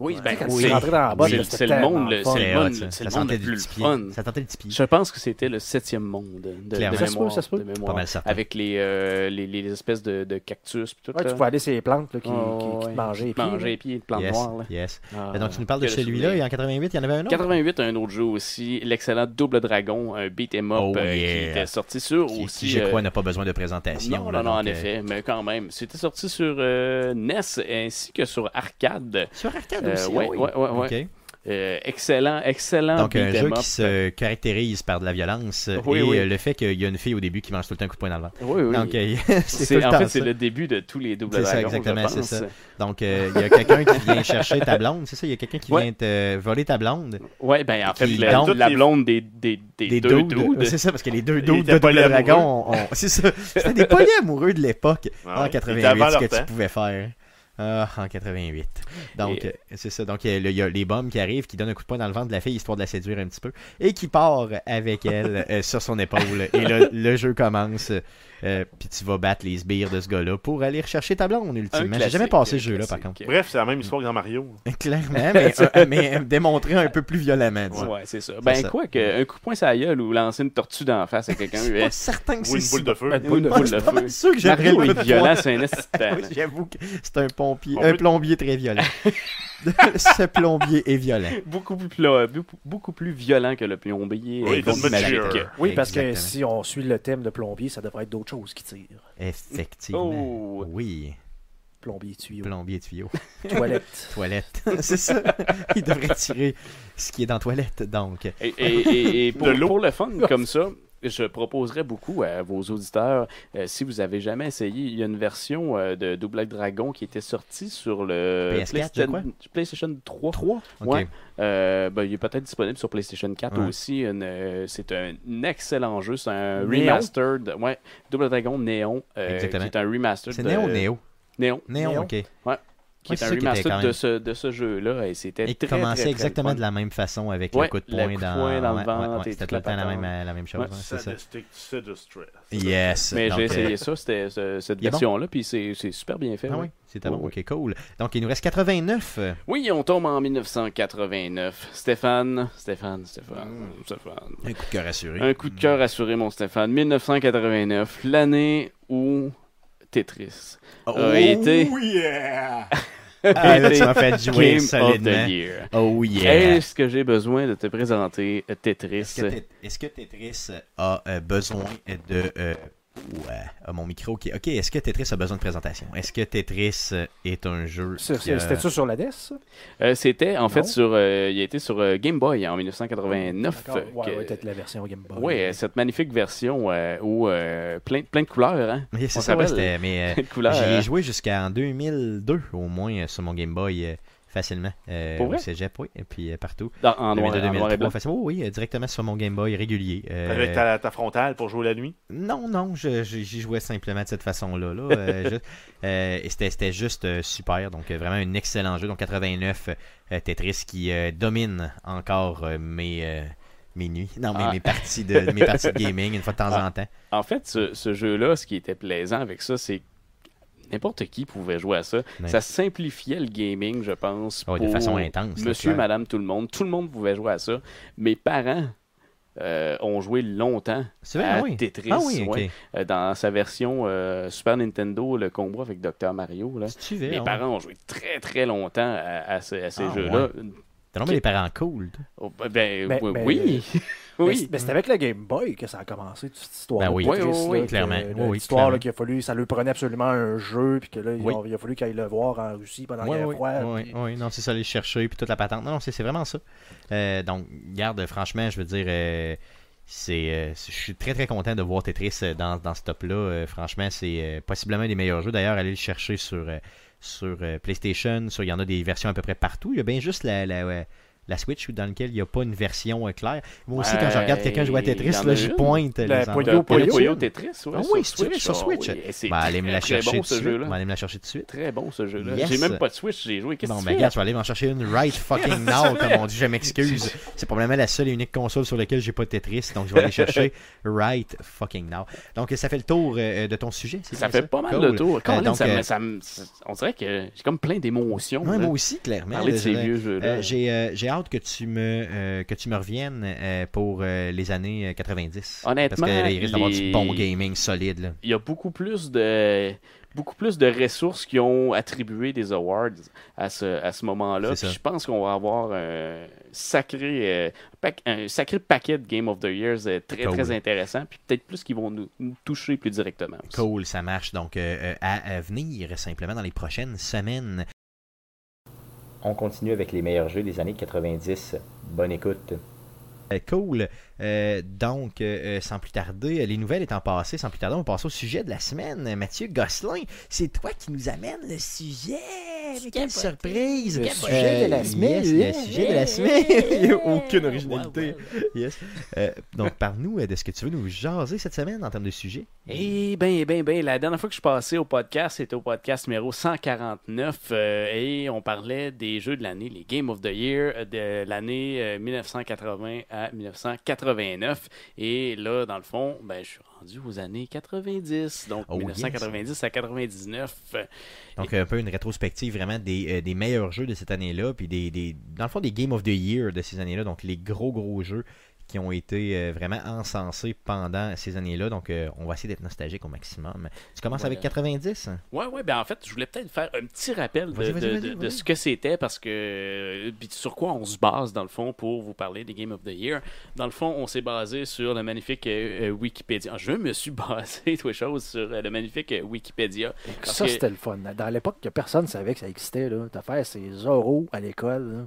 Speaker 4: Oui, ben,
Speaker 5: Quand
Speaker 2: Oui.
Speaker 5: tu
Speaker 4: c'est-
Speaker 5: rentrais dans la boîte,
Speaker 4: c'est-
Speaker 5: c'était
Speaker 4: c'est le monde,
Speaker 5: tellement
Speaker 4: le-
Speaker 5: fun.
Speaker 4: c'est le
Speaker 2: Ouais,
Speaker 4: monde,
Speaker 2: ouais,
Speaker 4: le-
Speaker 2: ça-
Speaker 4: c'est
Speaker 2: ça
Speaker 4: le monde
Speaker 2: sentait
Speaker 4: le
Speaker 2: du
Speaker 4: plus
Speaker 2: petit pied.
Speaker 4: fun.
Speaker 2: Ça tentait le petit pied.
Speaker 4: Je pense que c'était le septième monde de, de
Speaker 2: Clairement.
Speaker 5: Ça se peut,
Speaker 4: mémoire.
Speaker 5: ça se peut.
Speaker 4: de mémoire.
Speaker 2: Pas mal certain.
Speaker 4: Avec les, euh, les, les espèces de, de cactus. Puis tout,
Speaker 5: Ouais,
Speaker 4: là.
Speaker 5: tu pouvais aller sur les plantes là, qui, qui- qui
Speaker 4: Ouais,
Speaker 5: te mangeaient.
Speaker 4: Qui te mangeaient les pieds, le plan
Speaker 2: Yes,
Speaker 4: noir. là.
Speaker 2: yes.
Speaker 4: Ah,
Speaker 2: Euh, Donc, tu nous parles de
Speaker 4: quel
Speaker 2: celui-là,
Speaker 4: souvenir.
Speaker 2: et en 88, il y en avait un autre.
Speaker 4: 88 un autre jeu aussi, l'excellent Double Dragon, un beat 'em up
Speaker 2: Oh,
Speaker 4: euh,
Speaker 2: yeah.
Speaker 4: qui était sorti sur
Speaker 2: Qui,
Speaker 4: aussi.
Speaker 2: qui, je
Speaker 4: euh,
Speaker 2: crois, n'a pas besoin de présentation.
Speaker 4: non,
Speaker 2: là,
Speaker 4: non, non, en
Speaker 2: donc, euh,
Speaker 4: effet, mais quand même. C'était sorti sur euh, NES ainsi que sur arcade.
Speaker 2: Sur arcade
Speaker 4: Euh,
Speaker 2: aussi.
Speaker 4: ouais,
Speaker 2: ah oui.
Speaker 4: ouais, ouais, ouais. Ah,
Speaker 2: Ok.
Speaker 4: Euh, excellent, excellent
Speaker 2: Donc, un
Speaker 4: beat 'em
Speaker 2: jeu
Speaker 4: up.
Speaker 2: qui se caractérise par de la violence
Speaker 4: Oui,
Speaker 2: et
Speaker 4: oui.
Speaker 2: euh, le fait qu'il y a une fille au début qui mange tout le temps un coup de poing dans le ventre.
Speaker 4: Oui, oui.
Speaker 2: Donc, euh,
Speaker 4: C'est-
Speaker 2: c'est tout le
Speaker 4: en
Speaker 2: temps
Speaker 4: fait,
Speaker 2: ça.
Speaker 4: c'est le début de tous les doubles
Speaker 2: C'est ça,
Speaker 4: dragons.
Speaker 2: exactement,
Speaker 4: je
Speaker 2: c'est
Speaker 4: pense.
Speaker 2: ça. Donc, euh, il y a quelqu'un qui vient chercher ta blonde, c'est ça? Il y a quelqu'un qui
Speaker 4: Ouais.
Speaker 2: vient te voler ta blonde.
Speaker 4: Ouais, ben en fait,
Speaker 2: Qui
Speaker 4: la,
Speaker 2: donc-
Speaker 4: la blonde des, des, des, deux
Speaker 2: dudes.
Speaker 4: dudes.
Speaker 2: C'est ça, parce que les deux doudes
Speaker 3: étaient
Speaker 2: de Double
Speaker 3: polyamoureux.
Speaker 2: Dragon, on- c'est ça. C'était des polyamoureux de l'époque,
Speaker 3: Ah
Speaker 2: en
Speaker 3: ouais,
Speaker 2: 88,
Speaker 3: c'était avant
Speaker 2: ce
Speaker 3: leur
Speaker 2: que tu
Speaker 3: temps.
Speaker 2: pouvais faire. Ah, en 88. Donc,
Speaker 4: Et-
Speaker 2: euh, c'est ça. Donc, euh, le- il y a les bombes qui arrivent, qui donnent un coup de poing dans le ventre de la fille, histoire de la séduire un petit peu, et qui part avec elle euh, sur son épaule. Et là, le jeu commence. euh, Puis tu vas battre les sbires de ce gars-là pour aller rechercher ta blonde,
Speaker 4: Un
Speaker 2: ultimement. J'ai
Speaker 4: classique,
Speaker 2: jamais passé ce
Speaker 4: un
Speaker 2: jeu-là, par contre.
Speaker 4: classique.
Speaker 3: Bref, c'est la même histoire que dans Mario.
Speaker 2: Clairement, mais, euh, mais démontré un peu plus violemment. disons.
Speaker 4: Ouais, c'est ça. Ben
Speaker 2: ça.
Speaker 4: quoi, que, un coup de poing sur la gueule ou lancer une tortue d'en face à quelqu'un,
Speaker 2: C'est
Speaker 4: euh,
Speaker 2: pas certain que
Speaker 3: Ou
Speaker 2: c'est
Speaker 3: une boule
Speaker 2: si-
Speaker 3: de feu.
Speaker 4: ou une boule
Speaker 2: Pas
Speaker 4: de feu.
Speaker 2: mal sûr que j'aimerais
Speaker 4: Mario
Speaker 2: le
Speaker 4: est
Speaker 2: coup de
Speaker 4: violent,
Speaker 2: poing.
Speaker 4: c'est un assistant.
Speaker 2: Oui, J'avoue que c'est un pompier,
Speaker 3: On
Speaker 2: un
Speaker 3: peut-
Speaker 2: plombier très violent. Ce plombier est violent.
Speaker 4: beaucoup, plus, pla- beaucoup- beaucoup plus violent que le plombier.
Speaker 3: Oui,
Speaker 4: euh,
Speaker 3: Don
Speaker 4: magique.
Speaker 3: Mature.
Speaker 5: Oui, parce que
Speaker 2: Exactement.
Speaker 5: si on suit le thème de plombier, ça devrait être d'autres choses qui tirent.
Speaker 2: Effectivement.
Speaker 4: Oh!
Speaker 2: Oui,
Speaker 5: Plombier, tuyau,
Speaker 2: plombier tuyau,
Speaker 5: toilette.
Speaker 2: toilette. c'est ça. Il devrait tirer ce qui est dans toilette, donc.
Speaker 4: Et, et- et- et pour,
Speaker 3: De l'eau.
Speaker 4: pour le fun, comme ça, je proposerais beaucoup à vos auditeurs, euh, si vous avez jamais essayé, il y a une version euh, de Double Black Dragon qui était sortie sur le
Speaker 2: PS4, je crois.
Speaker 4: PlayStation, PlayStation 3. 3?
Speaker 2: Ok.
Speaker 4: Ouais. Euh, ben, il est peut-être disponible sur PlayStation 4
Speaker 2: Ouais.
Speaker 4: aussi. Une, euh, c'est un excellent jeu. C'est un
Speaker 5: Néon.
Speaker 4: remastered. Ouais, Double Dragon Néon. euh, qui
Speaker 2: Exactement.
Speaker 4: est un remaster
Speaker 2: C'est
Speaker 4: de
Speaker 2: Néo, Néo.
Speaker 4: Néon,
Speaker 2: Néo,
Speaker 5: Néo.
Speaker 2: ok.
Speaker 4: qui
Speaker 2: Ouais,
Speaker 4: est
Speaker 2: c'est
Speaker 4: un
Speaker 2: ça qui était quand
Speaker 4: remaster
Speaker 2: même-
Speaker 4: de ce, de ce jeu-là. Et c'était
Speaker 2: Et qui
Speaker 4: très, très,
Speaker 2: commençait
Speaker 4: très
Speaker 2: exactement
Speaker 4: fun.
Speaker 2: de la même façon avec
Speaker 4: Ouais,
Speaker 2: le coup de
Speaker 4: le
Speaker 2: poing
Speaker 4: coup de
Speaker 2: dans,
Speaker 4: poing dans le
Speaker 2: ouais,
Speaker 4: ventre
Speaker 2: ouais,
Speaker 4: et
Speaker 2: C'était
Speaker 4: toute
Speaker 2: tout le
Speaker 4: la
Speaker 2: temps la
Speaker 4: patente.
Speaker 2: même, la même chose.
Speaker 4: Ouais,
Speaker 2: hein, c'est ça.
Speaker 3: Sadistic Sedustress.
Speaker 2: Yes.
Speaker 4: Mais
Speaker 2: donc,
Speaker 4: j'ai
Speaker 2: euh,
Speaker 4: essayé ça, c'était ce- cette
Speaker 2: il est bon?
Speaker 4: version-là, puis c'est c'est super bien fait.
Speaker 2: Ah
Speaker 4: oui.
Speaker 2: oui, c'était bon,
Speaker 4: Oui,
Speaker 2: ok, cool. Donc il nous reste 89. euh,
Speaker 4: Oui, on tombe en 1989. Stéphane, Stéphane, Stéphane,
Speaker 2: Mm.
Speaker 4: Stéphane.
Speaker 2: Un coup de cœur assuré.
Speaker 4: Un coup de cœur assuré, mon Stéphane. 1989, l'année où Tetris
Speaker 2: Oh,
Speaker 4: a été
Speaker 2: Ah, là, tu m'as fait jouer
Speaker 4: Game of the
Speaker 2: solidement.
Speaker 4: Year.
Speaker 2: Oh yeah.
Speaker 4: Est-ce que j'ai besoin de te présenter euh, Tetris
Speaker 2: Est-ce que, Tet- est-ce que Tetris a euh, besoin de... euh, ouais, ah, mon micro qui... Ok, est-ce que Tetris a besoin de présentation? Est-ce que Tetris euh, est un jeu...
Speaker 5: C'est-
Speaker 2: qui a-
Speaker 5: c'est- C'était ça sur la E NES? ça?
Speaker 4: Euh, C'était en fait
Speaker 5: Non.
Speaker 4: sur, euh, il a été sur euh, Game Boy en 1989.
Speaker 5: D'accord. Ouais,
Speaker 4: que-
Speaker 5: ouais, peut-être la version Game Boy.
Speaker 4: Ouais, euh, cette magnifique version euh, où euh, plein, plein de couleurs, hein?
Speaker 2: Oui, c'est
Speaker 4: on
Speaker 2: ça, ouais,
Speaker 4: s'appelle-
Speaker 2: c'était- mais
Speaker 4: Plein de
Speaker 2: euh,
Speaker 4: couleurs.
Speaker 2: j'y
Speaker 4: hein?
Speaker 2: ai joué jusqu'en 2002 au moins euh, sur mon Game Boy euh, facilement. Euh,
Speaker 4: Pour
Speaker 2: au
Speaker 4: vrai?
Speaker 2: cégep, oui, et puis euh, partout.
Speaker 4: Dans- en,
Speaker 2: 2002,
Speaker 4: noir, en noir
Speaker 2: 2003,
Speaker 4: et blanc.
Speaker 2: facilement. Oh, oui, euh, directement sur mon Game Boy régulier. Euh,
Speaker 3: Avec ta, ta frontale pour jouer la nuit.
Speaker 2: Non, non, je- je- j'y jouais simplement de cette façon-là. là, euh, juste- euh, et c'était c'était juste euh, super. Donc, euh, vraiment un excellent jeu. Donc, 89 euh, Tetris qui euh, domine encore euh, mes, euh, mes nuits. Non, mes,
Speaker 4: Ah.
Speaker 2: mes parties de, mes parties de gaming une fois de temps en temps.
Speaker 4: En fait, ce, ce jeu-là, ce qui était plaisant avec ça, c'est que n'importe qui pouvait jouer à ça.
Speaker 2: Ouais.
Speaker 4: Ça simplifiait le gaming, je pense.
Speaker 2: Ouais, de
Speaker 4: pour
Speaker 2: façon intense. là,
Speaker 4: Monsieur,
Speaker 2: clair.
Speaker 4: madame, tout le monde. Tout le monde pouvait jouer à ça. Mes parents euh, ont joué longtemps
Speaker 2: C'est vrai,
Speaker 4: à
Speaker 2: ah oui.
Speaker 4: Tetris.
Speaker 2: Ah oui, ok.
Speaker 4: ouais. Euh, dans sa version euh, Super Nintendo, le combo avec Dr. Mario. Là.
Speaker 2: Si tu veux. hein.
Speaker 4: Mes
Speaker 2: on-
Speaker 4: parents ont joué très très longtemps à, à ce- à ces
Speaker 2: Ah,
Speaker 4: jeux-là.
Speaker 2: T'as nommé les parents cool. toi.
Speaker 4: Oh, ben,
Speaker 5: Mais-
Speaker 4: oui,
Speaker 5: mais-
Speaker 4: oui.
Speaker 5: Mais
Speaker 4: oui.
Speaker 5: c'est- Mais c'est avec la Game Boy que ça a commencé, toute cette histoire.
Speaker 2: Ben oui.
Speaker 4: Oui, oui, oui,
Speaker 2: clairement. Oui, oui,
Speaker 5: L'histoire
Speaker 2: clairement.
Speaker 5: qu'il a fallu, ça lui prenait absolument un jeu, puis que là, il
Speaker 2: Oui.
Speaker 5: a- il a fallu qu'il aille le voir en Russie pendant
Speaker 2: Oui,
Speaker 5: la guerre
Speaker 2: oui,
Speaker 5: froide.
Speaker 2: oui,
Speaker 5: puis-
Speaker 2: oui, non, c'est ça, aller chercher, puis toute la patente. Non, non, c'est c'est vraiment ça. Euh, donc, garde, franchement, je veux dire, euh, c'est, euh, c'est- je suis très, très content de voir Tetris euh, dans, dans ce top-là. Euh, franchement, c'est euh, possiblement un des meilleurs jeux. D'ailleurs, allez le chercher sur, euh, sur euh, PlayStation. sur- Il y en a des versions à peu près partout. Il y a bien juste la, la, ouais, la Switch ou dans lequel il n'y a pas une version euh, claire. Moi aussi, quand je regarde quelqu'un jouer à Tetris, là, je pointe les
Speaker 5: Puyo
Speaker 2: endroits.
Speaker 5: Puyo.
Speaker 4: Puyo Ben, Tetris, ouais,
Speaker 2: Ah
Speaker 4: sur
Speaker 2: oui, si tu veux,
Speaker 4: Switch,
Speaker 2: sur
Speaker 4: ah
Speaker 2: Switch.
Speaker 4: oui, et c'est
Speaker 2: Ben, allez me la
Speaker 4: très
Speaker 2: chercher
Speaker 4: bon,
Speaker 2: tout de
Speaker 4: ce
Speaker 2: suite.
Speaker 4: jeu-là.
Speaker 2: Ben, allez me la chercher tout de suite.
Speaker 4: très bon ce jeu-là.
Speaker 2: Yes.
Speaker 4: J'ai même pas de Switch, j'ai joué. Qu'est-ce
Speaker 2: Non,
Speaker 4: que
Speaker 2: mais
Speaker 4: tu fais?
Speaker 2: ben, regarde, je vais aller m'en chercher une right fucking now, comme on dit, je m'excuse. C'est probablement la seule et unique console sur laquelle j'ai pas de Tetris, donc je vais aller chercher right fucking now. Donc, ça fait le tour euh, de ton sujet, c'est
Speaker 4: Ça
Speaker 2: bien
Speaker 4: fait pas mal
Speaker 2: Cool.
Speaker 4: le tour. Colin,
Speaker 2: Euh, donc,
Speaker 4: ça me-
Speaker 2: euh,
Speaker 4: ça me- ça- on dirait que j'ai comme plein d'émotions.
Speaker 2: ouais,
Speaker 4: là.
Speaker 2: moi aussi, clairement.
Speaker 4: hein. Parler de
Speaker 2: là,
Speaker 4: ces
Speaker 2: je-
Speaker 4: vieux jeux-là.
Speaker 2: euh, j'ai, euh, j'ai hâte que tu me, euh, que tu me reviennes euh, pour euh, les années euh, 90.
Speaker 4: Honnêtement,
Speaker 2: Parce que là, il risque d'avoir
Speaker 4: les-
Speaker 2: du bon gaming solide. Là.
Speaker 4: il y a beaucoup plus de beaucoup plus de ressources qui ont attribué des awards à ce, à ce moment-là.
Speaker 2: C'est ça.
Speaker 4: Puis Je pense qu'on va avoir un sacré, euh, pac- un sacré paquet de Game of the Years euh, très,
Speaker 2: Cool.
Speaker 4: très intéressant. Puis peut-être plus qu'ils vont nous, nous toucher plus directement. aussi.
Speaker 2: Cool, ça marche. Donc, euh, euh, à, à venir, simplement, dans les prochaines semaines.
Speaker 1: On continue avec les meilleurs jeux des années 90. Bonne écoute.
Speaker 2: Euh, cool. Euh, donc, euh, euh, sans plus tarder, les nouvelles étant passées, sans plus tarder, on passe au sujet de la semaine. Mathieu Gosselin, c'est toi qui nous amène le sujet. Mais quelle surprise!
Speaker 5: Le sujet de la semaine.
Speaker 2: Euh, yes, le sujet de la semaine. Il n'y a aucune originalité. Yes. Euh, donc, parle-nous euh, de ce que tu veux nous jaser cette semaine en termes de sujet.
Speaker 4: Eh bien, eh bien, bien, la dernière fois que je suis passé au podcast, c'était au podcast numéro 149 euh, et on parlait des jeux de l'année, les Game of the Year euh, de l'année euh, 1980 à 1989. Et là, dans le fond, ben, je suis rendu aux années 90, donc
Speaker 2: Oh, yes.
Speaker 4: 1990 à 99. Euh,
Speaker 2: Donc, un peu une rétrospective vraiment des, euh, des meilleurs jeux de cette année-là, puis des, des, dans le fond, des Game of the Year de ces années-là, donc les gros, gros jeux qui ont été euh, vraiment encensés pendant ces années-là. Donc, euh, on va essayer d'être nostalgique au maximum. Tu commences
Speaker 4: Voilà.
Speaker 2: avec 90? hein?
Speaker 4: Ouais, ouais, ben en fait, je voulais peut-être faire un petit rappel de,
Speaker 2: Vas-y, vas-y,
Speaker 4: de-
Speaker 2: vas-y,
Speaker 4: de- de
Speaker 2: vas-y.
Speaker 4: ce que c'était parce que euh, puis sur quoi on se base dans le fond pour vous parler des Game of the Year. Dans le fond, on s'est basé sur le magnifique euh, euh, Wikipédia. Je me suis basé, toi chose, sur euh, le magnifique euh, Wikipédia. Parce
Speaker 5: Ça,
Speaker 4: que-
Speaker 5: c'était le fun. Dans l'époque que personne ne savait que ça existait, là, t'as fait ces oraux à l'école, là.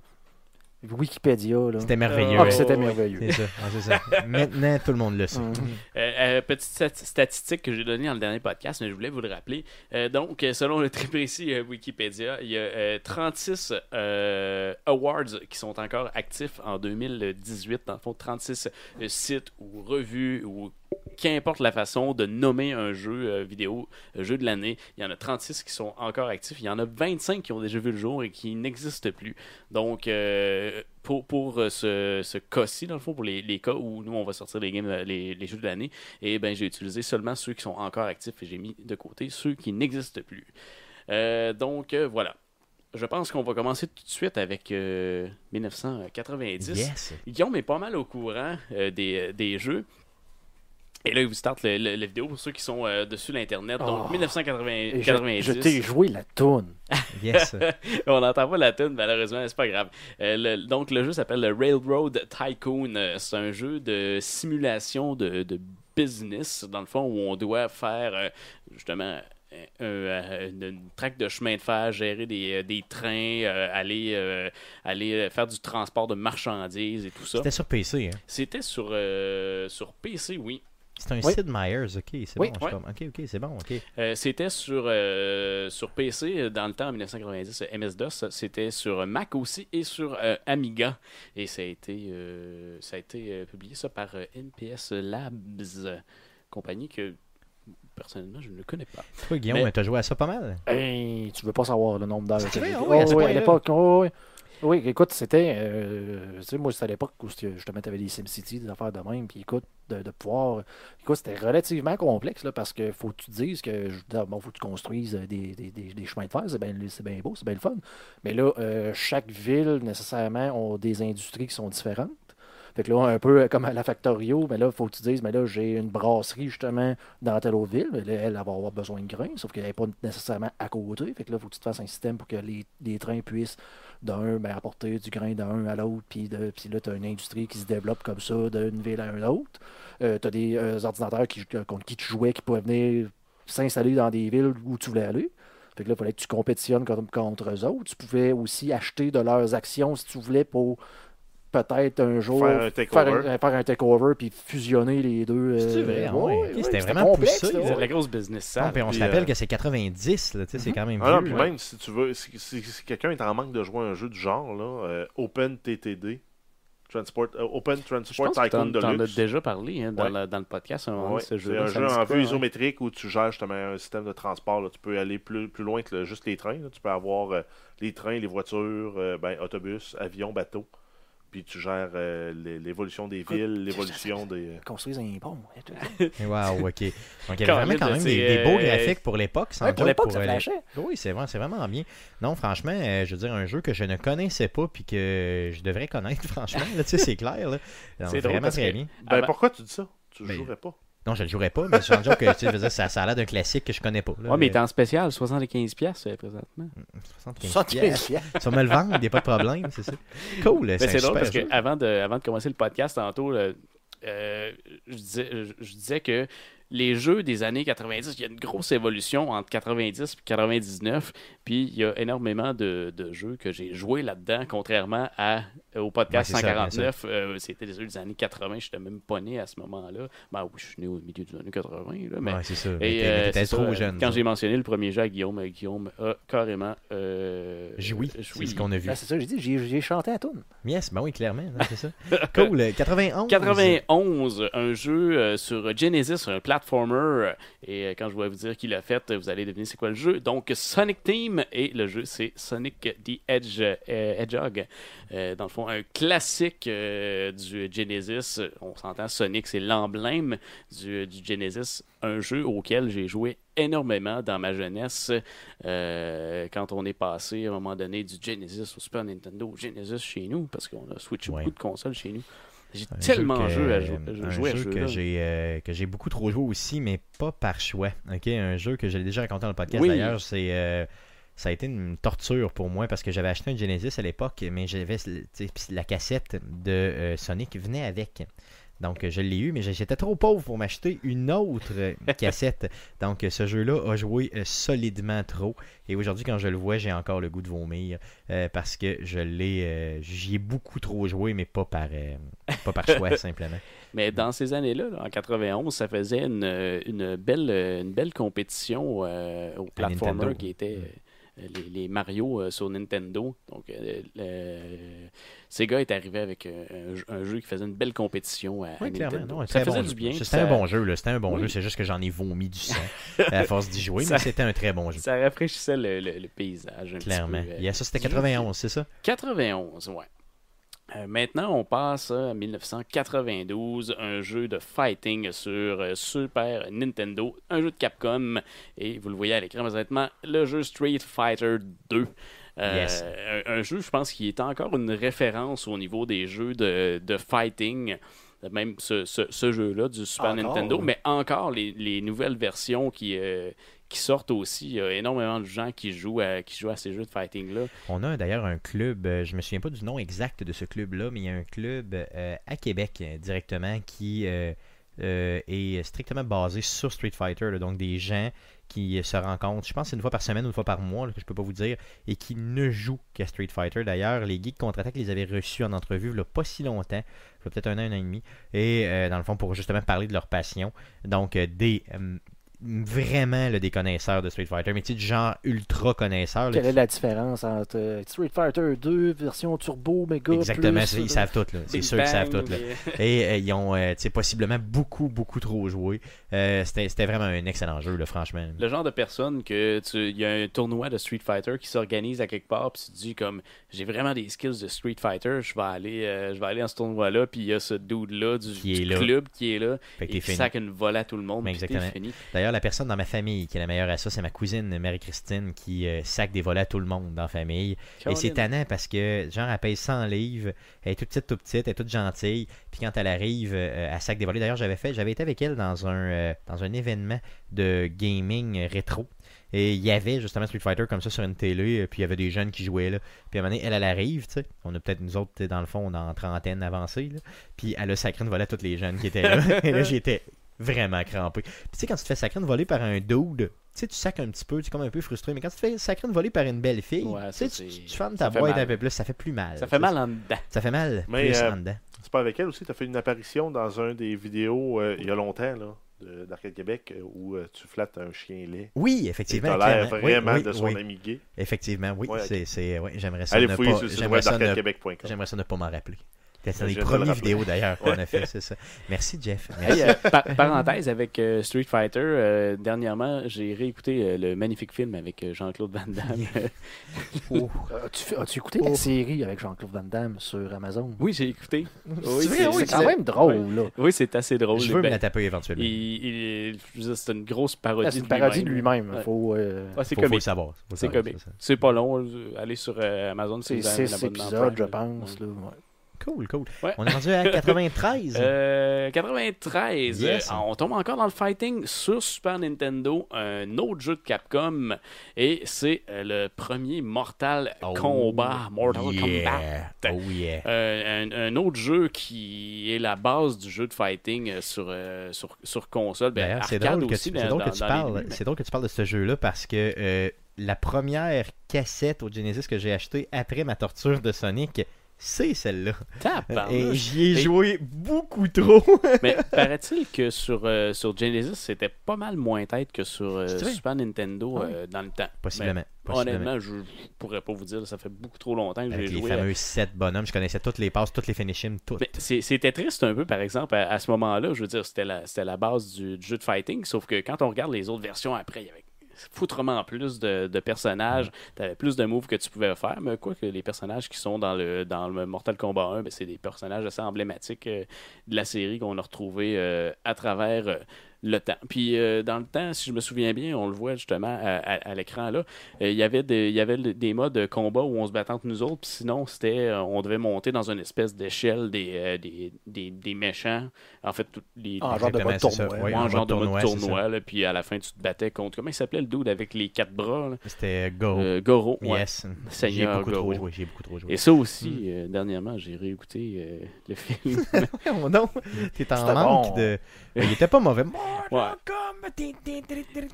Speaker 5: Wikipédia, là.
Speaker 2: C'était
Speaker 5: Ah,
Speaker 2: merveilleux.
Speaker 5: que
Speaker 4: ouais.
Speaker 5: c'était
Speaker 4: Oh, oui.
Speaker 5: merveilleux.
Speaker 2: C'est ça, ah, c'est ça. Maintenant, tout le monde le sait.
Speaker 5: Mm.
Speaker 4: Euh, euh, petite stat- statistique que j'ai donnée dans le dernier podcast, mais je voulais vous le rappeler. Euh, donc, euh, selon le très précis euh, Wikipédia, il y a euh, 36 euh, awards qui sont encore actifs en 2018. Dans le fond, 36 euh, sites ou revues ou qu'importe la façon de nommer un jeu euh, vidéo, euh, jeu de l'année. Il y en a 36 qui sont encore actifs. Il y en a 25 qui ont déjà vu le jour et qui n'existent plus. Donc, euh, pour, pour euh, ce, ce cas-ci, dans le fond, pour les, les cas où nous, on va sortir les, games, euh, les, les jeux de l'année, et ben, j'ai utilisé seulement ceux qui sont encore actifs et j'ai mis de côté ceux qui n'existent plus. Euh, donc, euh, voilà. Je pense qu'on va commencer tout de suite avec euh, 1990.
Speaker 2: Yes.
Speaker 4: Guillaume est pas mal au courant euh, des, des jeux. Et là, il vous start le- le- la vidéo pour ceux qui sont euh, dessus l'Internet. Donc,
Speaker 5: Oh. Et je-
Speaker 4: 1990.
Speaker 5: Je t'ai joué la toune.
Speaker 2: Yes.
Speaker 4: On n'entend pas la tune, malheureusement, c'est pas grave. Euh, le- donc, le jeu s'appelle le Railroad Tycoon. Euh, C'est un jeu de simulation de, de business, dans le fond, où on doit faire euh, justement euh, euh, une, une traque de chemin de fer, gérer des, euh, des trains, euh, aller, euh, aller euh, faire du transport de marchandises et tout ça.
Speaker 2: C'était sur PC. Hein?
Speaker 4: C'était sur, euh, sur PC, oui.
Speaker 2: C'est un
Speaker 5: Oui.
Speaker 2: Sid Meier's. OK, c'est
Speaker 5: Oui,
Speaker 2: bon. je suis
Speaker 4: ouais.
Speaker 2: comme, OK, OK, c'est bon. OK.
Speaker 4: Euh, c'était sur, euh, sur PC euh, dans le temps, en 1990, euh, MS-DOS. C'était sur Mac aussi et sur euh, Amiga. Et ça a été, euh, ça a été euh, publié ça par euh, NPS Labs, euh, compagnie que personnellement je ne connais pas.
Speaker 2: Toi, Guillaume,
Speaker 4: Mais-
Speaker 2: t'as joué à ça pas mal?
Speaker 5: Hey, tu veux pas savoir le nombre d'heures que
Speaker 2: C'est vrai,
Speaker 5: j'ai joué.
Speaker 2: ah oui, à ce
Speaker 5: oui, à
Speaker 2: point-là.
Speaker 5: l'époque. oh, oui. Oui, écoute, c'était. euh, tu sais, moi, c'était à l'époque où c'était- justement, t'avais des SimCity, des affaires de même. Puis écoute, de, de pouvoir. Écoute, c'était relativement complexe, là, parce que faut que tu te dises que. je- Bon, faut que tu construises euh, des, des- des- des chemins de fer, c'est bien c'est bien beau, c'est bien le fun. Mais là, euh, chaque ville, nécessairement, a des industries qui sont différentes. Fait que là, un peu euh, comme à la Factorio, mais là, faut que tu dises, mais là, j'ai une brasserie, justement, dans telle autre ville. Mais là, elle, elle va avoir besoin de grains, sauf qu'elle n'est pas nécessairement à côté. Fait que là, faut que tu te fasses un système pour que les, les trains puissent, d'un, ben, apporter du grain d'un à l'autre. Puis de- puis là, tu as une industrie qui se développe comme ça, d'une ville à une autre. tu as des euh, ordinateurs qui, contre qui tu jouais qui pouvaient venir s'installer dans des villes où tu voulais aller. Fait que là, il fallait que tu compétitionnes contre, contre eux autres. Tu pouvais aussi acheter de leurs actions si tu voulais pour peut-être un jour
Speaker 3: Faire un takeover.
Speaker 5: faire un- faire un takeover puis fusionner les deux. euh,
Speaker 2: C'est vrai, Ah ouais. Ok, c'était vraiment poussé,
Speaker 5: là,
Speaker 4: C'est
Speaker 5: ouais.
Speaker 4: la grosse business
Speaker 2: Non,
Speaker 4: ça.
Speaker 2: puis on se
Speaker 3: puis,
Speaker 2: rappelle
Speaker 3: euh,
Speaker 2: que c'est 90, là, tu sais, c'est quand même
Speaker 3: Ah non,
Speaker 2: vieux,
Speaker 3: puis
Speaker 2: Mm-hmm. ouais.
Speaker 3: même si tu veux, si, si- si quelqu'un est en manque de jouer à un jeu du genre, là, euh, Open TTD, Transport, euh, Open
Speaker 4: Je
Speaker 3: Transport
Speaker 4: pense que
Speaker 3: Tycoon
Speaker 4: t'en t'en as
Speaker 3: Deluxe.
Speaker 4: déjà parlé hein, dans,
Speaker 3: Ouais.
Speaker 4: le, dans le podcast. à un moment,
Speaker 3: Ouais, c'est
Speaker 4: ce jeu-là,
Speaker 3: un
Speaker 4: ça
Speaker 3: jeu
Speaker 4: me dit
Speaker 3: en
Speaker 4: quoi,
Speaker 3: vue
Speaker 4: hein.
Speaker 3: isométrique où tu gères justement un système de transport. là. Tu peux aller plus, plus loin que le- juste les trains. là. Tu peux avoir euh, les trains, les voitures, euh, ben, autobus, avions, bateaux. Puis tu gères euh, l'é- l'évolution des villes, l'évolution des. euh,
Speaker 5: Construisent un pont. et tout.
Speaker 2: Wow, ok. Donc, il y avait
Speaker 4: Quand
Speaker 2: vraiment
Speaker 4: même,
Speaker 2: quand même des,
Speaker 4: c'est,
Speaker 2: des beaux
Speaker 4: euh,
Speaker 2: graphiques pour l'époque. sans
Speaker 5: Ouais, pour
Speaker 2: doute,
Speaker 5: l'époque, ça
Speaker 2: euh,
Speaker 5: flashait.
Speaker 2: Oui, c'est vraiment, c'est vraiment bien. Non, franchement, euh, je veux dire, un jeu que je ne connaissais pas puis que je devrais connaître, franchement. là, tu sais, c'est clair. là. Donc,
Speaker 4: C'est drôle
Speaker 2: vraiment
Speaker 4: parce
Speaker 2: très
Speaker 4: que-
Speaker 2: bien.
Speaker 3: Ben,
Speaker 4: Ah ben-
Speaker 3: pourquoi tu dis ça Tu
Speaker 2: Ben,
Speaker 3: jouerais pas.
Speaker 2: Non, je ne le jouerai pas, mais sans dire que tu sais, je veux dire, ça, ça a l'air d'un classique que je connais pas. là.
Speaker 4: Ouais, mais il est en spécial, 75$ euh, présentement.
Speaker 2: 75 pièces. Tu vas me le vendre, il n'y a pas de problème, c'est ça. Cool,
Speaker 4: Mais
Speaker 2: Ben, c'est un
Speaker 4: c'est drôle
Speaker 2: super
Speaker 4: parce
Speaker 2: jeu.
Speaker 4: que avant de, avant de commencer le podcast, tantôt, euh, euh, je, disais, je- je disais que les jeux des années 90, il y a une grosse évolution entre 90 et 99. Puis il y a énormément de, de jeux que j'ai joués là-dedans, contrairement à, euh, au podcast
Speaker 2: Ouais, c'est ça,
Speaker 4: 149. euh, C'était des jeux des années 80, je n'étais même pas né à ce moment-là. Ben oui, je suis né au milieu des années 80, là, mais
Speaker 2: Ouais, c'est ça.
Speaker 4: Et,
Speaker 2: Mais
Speaker 4: euh,
Speaker 2: t'es- t'es
Speaker 4: c'est
Speaker 2: trop
Speaker 4: ça,
Speaker 2: jeune.
Speaker 4: Quand
Speaker 2: ça.
Speaker 4: j'ai mentionné le premier jeu à Guillaume, euh, Guillaume a carrément euh,
Speaker 2: Joui, c'est ce qu'on a vu.
Speaker 5: Ben, c'est ça, j'ai dit, j'ai j'ai chanté à tune.
Speaker 2: Yes, ben oui, clairement, là, c'est ça. Cool, euh, 91.
Speaker 4: 91, un jeu euh, sur Genesis, un platformer. Et euh, quand je vais vous dire qui l'a fait, vous allez deviner c'est quoi le jeu. Donc Sonic Team et le jeu c'est Sonic the Edge euh, Hedgehog. Euh, dans le fond, un classique euh, du Genesis. On s'entend Sonic, c'est l'emblème du, du Genesis. Un jeu auquel j'ai joué énormément dans ma jeunesse. Euh, quand on est passé à un moment donné du Genesis au Super Nintendo, au Genesis chez nous, parce qu'on a switché
Speaker 2: Ouais.
Speaker 4: beaucoup de consoles chez nous. J'ai
Speaker 2: Un
Speaker 4: tellement
Speaker 2: que-
Speaker 4: jeu à jou-
Speaker 2: un
Speaker 4: jouer à
Speaker 2: jeu
Speaker 4: ce
Speaker 2: que
Speaker 4: jeu-là.
Speaker 2: j'ai euh, que j'ai beaucoup trop joué aussi, mais pas par choix. Ok, un jeu que j'ai déjà raconté dans le podcast
Speaker 4: Oui.
Speaker 2: d'ailleurs, c'est euh, ça a été une torture pour moi parce que j'avais acheté un Genesis à l'époque, mais j'avais tu sais, puis la cassette de euh, Sonic venait avec. Donc euh, je l'ai eu, mais j'étais trop pauvre pour m'acheter une autre euh, cassette. Donc euh, ce jeu-là a joué euh, solidement trop. Et aujourd'hui, quand je le vois, j'ai encore le goût de vomir euh, parce que je l'ai, euh, j'y ai beaucoup trop joué, mais pas par, euh, pas par choix simplement.
Speaker 4: Mais dans ces années-là, là, en 91, ça faisait une, euh, une belle, euh, une belle compétition euh, aux platformers
Speaker 2: Nintendo.
Speaker 4: qui étaient euh, les, les Mario euh, sur Nintendo. Donc, euh, le- Sega est arrivé avec euh, un, jeu- un jeu qui faisait une belle compétition à, à
Speaker 2: Oui, clairement.
Speaker 4: Nintendo.
Speaker 2: non, un
Speaker 4: ça
Speaker 2: très bon
Speaker 4: faisait
Speaker 2: jeu.
Speaker 4: du bien.
Speaker 2: C'était
Speaker 4: ça-
Speaker 2: un bon jeu, là. C'était un bon
Speaker 4: Oui.
Speaker 2: jeu. C'est juste que j'en ai vomi du sang à force d'y jouer, mais
Speaker 4: Ça-
Speaker 2: c'était un très bon jeu.
Speaker 4: Ça rafraîchissait le, le- le paysage un petit
Speaker 2: Clairement.
Speaker 4: peu, euh,
Speaker 2: Il y a ça, c'était
Speaker 4: du jeu.
Speaker 2: 91, c'est ça?
Speaker 4: 91, ouais. Euh, maintenant, on passe à 1992, un jeu de fighting sur euh, Super Nintendo, un jeu de Capcom, et vous le voyez à l'écran, mais honnêtement, le jeu Street Fighter 2. Euh,
Speaker 2: Yes.
Speaker 4: un, un jeu, je pense, qui est encore une référence au niveau des jeux de, de fighting. euh, Même ce, ce- ce jeu-là du Super
Speaker 5: Encore,
Speaker 4: Nintendo,
Speaker 5: oui.
Speaker 4: mais encore les, les nouvelles versions qui, euh, qui sortent aussi. Il y a énormément de gens qui jouent à, qui jouent à ces jeux de fighting-là.
Speaker 2: On a d'ailleurs un club, euh, je me souviens pas du nom exact de ce club-là, mais il y a un club euh, à Québec euh, directement qui euh, euh, est strictement basé sur Street Fighter. là. donc des gens qui euh, se rencontrent, je pense que c'est une fois par semaine ou une fois par mois, là, que je peux pas vous dire, et qui ne jouent qu'à Street Fighter. D'ailleurs, les geeks contre-attaque les avaient reçus en entrevue il y a pas si longtemps, il y a peut-être un an, un an et demi, et euh, dans le fond pour justement parler de leur passion. Donc euh, des... euh, vraiment là, des connaisseurs de Street Fighter, mais tu sais, du genre ultra connaisseurs. là,
Speaker 5: Quelle est la différence entre euh, Street Fighter 2, version turbo, méga,
Speaker 2: Exactement,
Speaker 5: plus,
Speaker 2: c'est- ils savent tout, là. C'est
Speaker 4: Big
Speaker 2: sûr qu'ils savent
Speaker 4: Bang,
Speaker 2: tout, là.
Speaker 4: euh,
Speaker 2: Et euh, ils ont, euh, tu sais, possiblement beaucoup, beaucoup trop joué. Euh, C'était c'était vraiment un excellent jeu, là, franchement.
Speaker 4: Le genre de personne que tu. Il y a un tournoi de Street Fighter qui s'organise à quelque part, puis tu te dis comme j'ai vraiment des skills de Street Fighter, je vais aller, euh, je vais aller dans ce tournoi-là, puis il y a ce dude-là du,
Speaker 2: Qui est
Speaker 4: du
Speaker 2: là.
Speaker 4: club qui est là,
Speaker 2: Fait que
Speaker 4: et
Speaker 2: t'es
Speaker 4: qui
Speaker 2: fini.
Speaker 4: sac une volée à tout le monde,
Speaker 2: Mais
Speaker 4: puis t'es
Speaker 2: exactement.
Speaker 4: fini.
Speaker 2: D'ailleurs, la personne dans ma famille qui est la meilleure à ça, c'est ma cousine Marie-Christine qui euh, sac des volets à tout le monde dans la famille. Et c'est
Speaker 4: Caroline.
Speaker 2: tannant parce que, genre, elle paye 100 livres, elle est toute petite, toute petite, elle est toute gentille. Puis quand elle arrive, euh, elle sac des volets. D'ailleurs, j'avais fait, j'avais été avec elle dans un, euh, dans un événement de gaming euh, rétro. Et il y avait justement Street Fighter comme ça sur une télé, euh, puis il y avait des jeunes qui jouaient là. Puis à un moment donné, elle, elle arrive, tu sais. On a peut-être nous autres, tu sais, dans le fond, on est en trentaine avancée, là. Puis elle a sacré une volée à toutes les jeunes qui étaient là. Et là, j'étais vraiment crampé. Puis tu sais, quand tu te fais sacrer une volée par un dude tu sais, tu sacs un petit peu, tu es comme un peu frustré, mais quand tu te fais sacrer une volée par une belle fille,
Speaker 6: Ouais,
Speaker 2: tu, sais,
Speaker 6: ça,
Speaker 2: tu-
Speaker 6: c'est-
Speaker 2: tu fermes
Speaker 6: ça
Speaker 2: ta
Speaker 6: fait
Speaker 2: boîte
Speaker 6: mal.
Speaker 2: un peu plus, ça fait plus mal.
Speaker 4: Ça
Speaker 2: tu sais.
Speaker 4: fait mal en dedans.
Speaker 2: Ça fait mal
Speaker 3: Mais,
Speaker 2: plus
Speaker 3: euh,
Speaker 2: en dedans.
Speaker 3: C'est pas avec elle aussi, tu as fait une apparition dans un des vidéos euh, il y a longtemps là, de- d'Arcade Québec euh, où euh, tu flattes un chien laid.
Speaker 2: Oui,
Speaker 3: Tu
Speaker 2: effectivement.
Speaker 3: as l'air
Speaker 2: clairement. Oui,
Speaker 3: vraiment
Speaker 2: oui,
Speaker 3: de son
Speaker 2: oui.
Speaker 3: ami gay.
Speaker 2: Effectivement, oui.
Speaker 3: Ouais, ok.
Speaker 2: c'est, c'est- ouais, j'aimerais ça
Speaker 3: Allez
Speaker 2: ne
Speaker 3: fouiller
Speaker 2: pas,
Speaker 3: sur le site
Speaker 2: j'aimerais
Speaker 3: web
Speaker 2: ça ne
Speaker 3: d'arcadequebec.com.
Speaker 2: J'aimerais ça ne pas m'en rappeler. C'est dans
Speaker 3: Je
Speaker 2: les
Speaker 3: viens de le
Speaker 2: premières
Speaker 3: rappeler.
Speaker 2: vidéos d'ailleurs qu'on a fait, c'est ça. Merci Jeff. Merci.
Speaker 6: Hey, euh, par- parenthèse avec euh, Street Fighter, euh, dernièrement, j'ai réécouté euh, le magnifique film avec euh, Jean-Claude Van Damme.
Speaker 5: As-tu, euh, as-tu écouté la série avec Jean-Claude Van Damme sur Amazon?
Speaker 6: oui, j'ai écouté. Oui,
Speaker 2: C'est vrai, oui,
Speaker 5: C'est quand même drôle, là.
Speaker 6: Oui, c'est assez
Speaker 4: oh,
Speaker 6: drôle.
Speaker 2: je veux me
Speaker 6: Ben,
Speaker 2: la taper éventuellement.
Speaker 6: il- il- je veux dire, C'est une grosse parodie.
Speaker 5: C'est une parodie de lui-même.
Speaker 6: Ouais.
Speaker 5: Faut, euh,
Speaker 6: Ouais, c'est
Speaker 2: Faut, faut le
Speaker 6: comique.
Speaker 2: savoir. Faut le
Speaker 6: C'est
Speaker 2: savoir,
Speaker 6: comique.
Speaker 2: ça.
Speaker 6: C'est pas long. euh, Allez sur euh, Amazon.
Speaker 5: c'est
Speaker 6: si vous avez un
Speaker 5: six
Speaker 6: abonnement
Speaker 5: épisodes, je
Speaker 6: Prime.
Speaker 5: pense. Là, ouais.
Speaker 2: Cool, cool.
Speaker 6: Ouais.
Speaker 2: On est rendu à 93.
Speaker 4: Euh, 93,
Speaker 2: Yes.
Speaker 4: euh, on tombe encore dans le fighting sur Super Nintendo, un autre jeu de Capcom, et c'est euh, le premier Mortal
Speaker 2: Oh,
Speaker 4: Kombat. Mortal Kombat.
Speaker 2: yeah. Oh yeah.
Speaker 4: Euh, un, un autre jeu qui est la base du jeu de fighting euh, sur, euh, sur, sur console. Ben,
Speaker 2: D'ailleurs, c'est
Speaker 4: arcade
Speaker 2: drôle, que
Speaker 4: aussi,
Speaker 2: tu,
Speaker 4: dans-
Speaker 2: c'est drôle que
Speaker 4: dans-
Speaker 2: tu
Speaker 4: dans les ben.
Speaker 2: parles,
Speaker 4: débuts, mais-
Speaker 2: c'est drôle que tu parles de ce jeu-là parce que euh, la première cassette au Genesis que j'ai achetée après ma torture de Sonic, c'est celle-là. Et
Speaker 4: Tabarnouche.
Speaker 2: j'y ai
Speaker 4: Et- Ben,
Speaker 2: joué beaucoup trop.
Speaker 4: Mais paraît-il que sur, euh, sur Genesis, c'était pas mal moins tête que sur euh,
Speaker 2: C'est vrai.
Speaker 4: Super Nintendo
Speaker 2: Ah oui.
Speaker 4: euh, dans le temps.
Speaker 2: Possiblement.
Speaker 4: Mais
Speaker 2: possiblement.
Speaker 4: honnêtement, je je pourrais pas vous dire. Ça fait beaucoup trop longtemps que j'ai
Speaker 2: Avec les
Speaker 4: joué. à- Ben,
Speaker 2: fameux 7 bonhommes, je connaissais toutes les passes, toutes les finishims, toutes.
Speaker 4: Mais c'est- C'était triste un peu, par exemple, à, à ce moment-là. Je veux dire, c'était la, c'était la base du, du jeu de fighting. Sauf que quand on regarde les autres versions après, il y avait foutrement plus de, de
Speaker 2: Mm.
Speaker 4: personnages. Tu avais plus de moves que tu pouvais faire. Mais quoi que les personnages qui sont dans le, dans le Mortal Kombat 1, ben, c'est des personnages assez emblématiques euh, de la série qu'on a retrouvés euh, à travers. euh, le temps. Puis euh, dans le temps, si je me souviens bien, on le voit justement à, à- à l'écran là, euh, il y avait des, il y avait le- des modes de combat où on se battait entre nous autres, puis sinon c'était euh, on devait monter dans une espèce d'échelle des, euh, des, des, des méchants, en fait tout- les
Speaker 5: Ah, genre de
Speaker 2: Exactement,
Speaker 5: mode
Speaker 2: c'est ça.
Speaker 5: tournoi.
Speaker 2: Oui,
Speaker 4: en
Speaker 2: en
Speaker 4: genre
Speaker 2: mode
Speaker 4: de mode
Speaker 2: tournoi, c'est
Speaker 4: tournoi, là, puis à la fin tu te battais contre comment il s'appelait le dude avec les quatre bras là?
Speaker 2: C'était Go.
Speaker 4: Euh, Goro, ouais.
Speaker 2: yes. J'ai
Speaker 4: Seigneur
Speaker 2: beaucoup trop
Speaker 4: Goro.
Speaker 2: joué. J'ai beaucoup trop joué.
Speaker 4: Et ça aussi, euh, dernièrement, j'ai réécouté euh, le film.
Speaker 2: Oh non, t'es en
Speaker 5: C'était
Speaker 2: manque
Speaker 5: bon.
Speaker 2: de. Mais Il était pas mauvais.
Speaker 4: Ouais.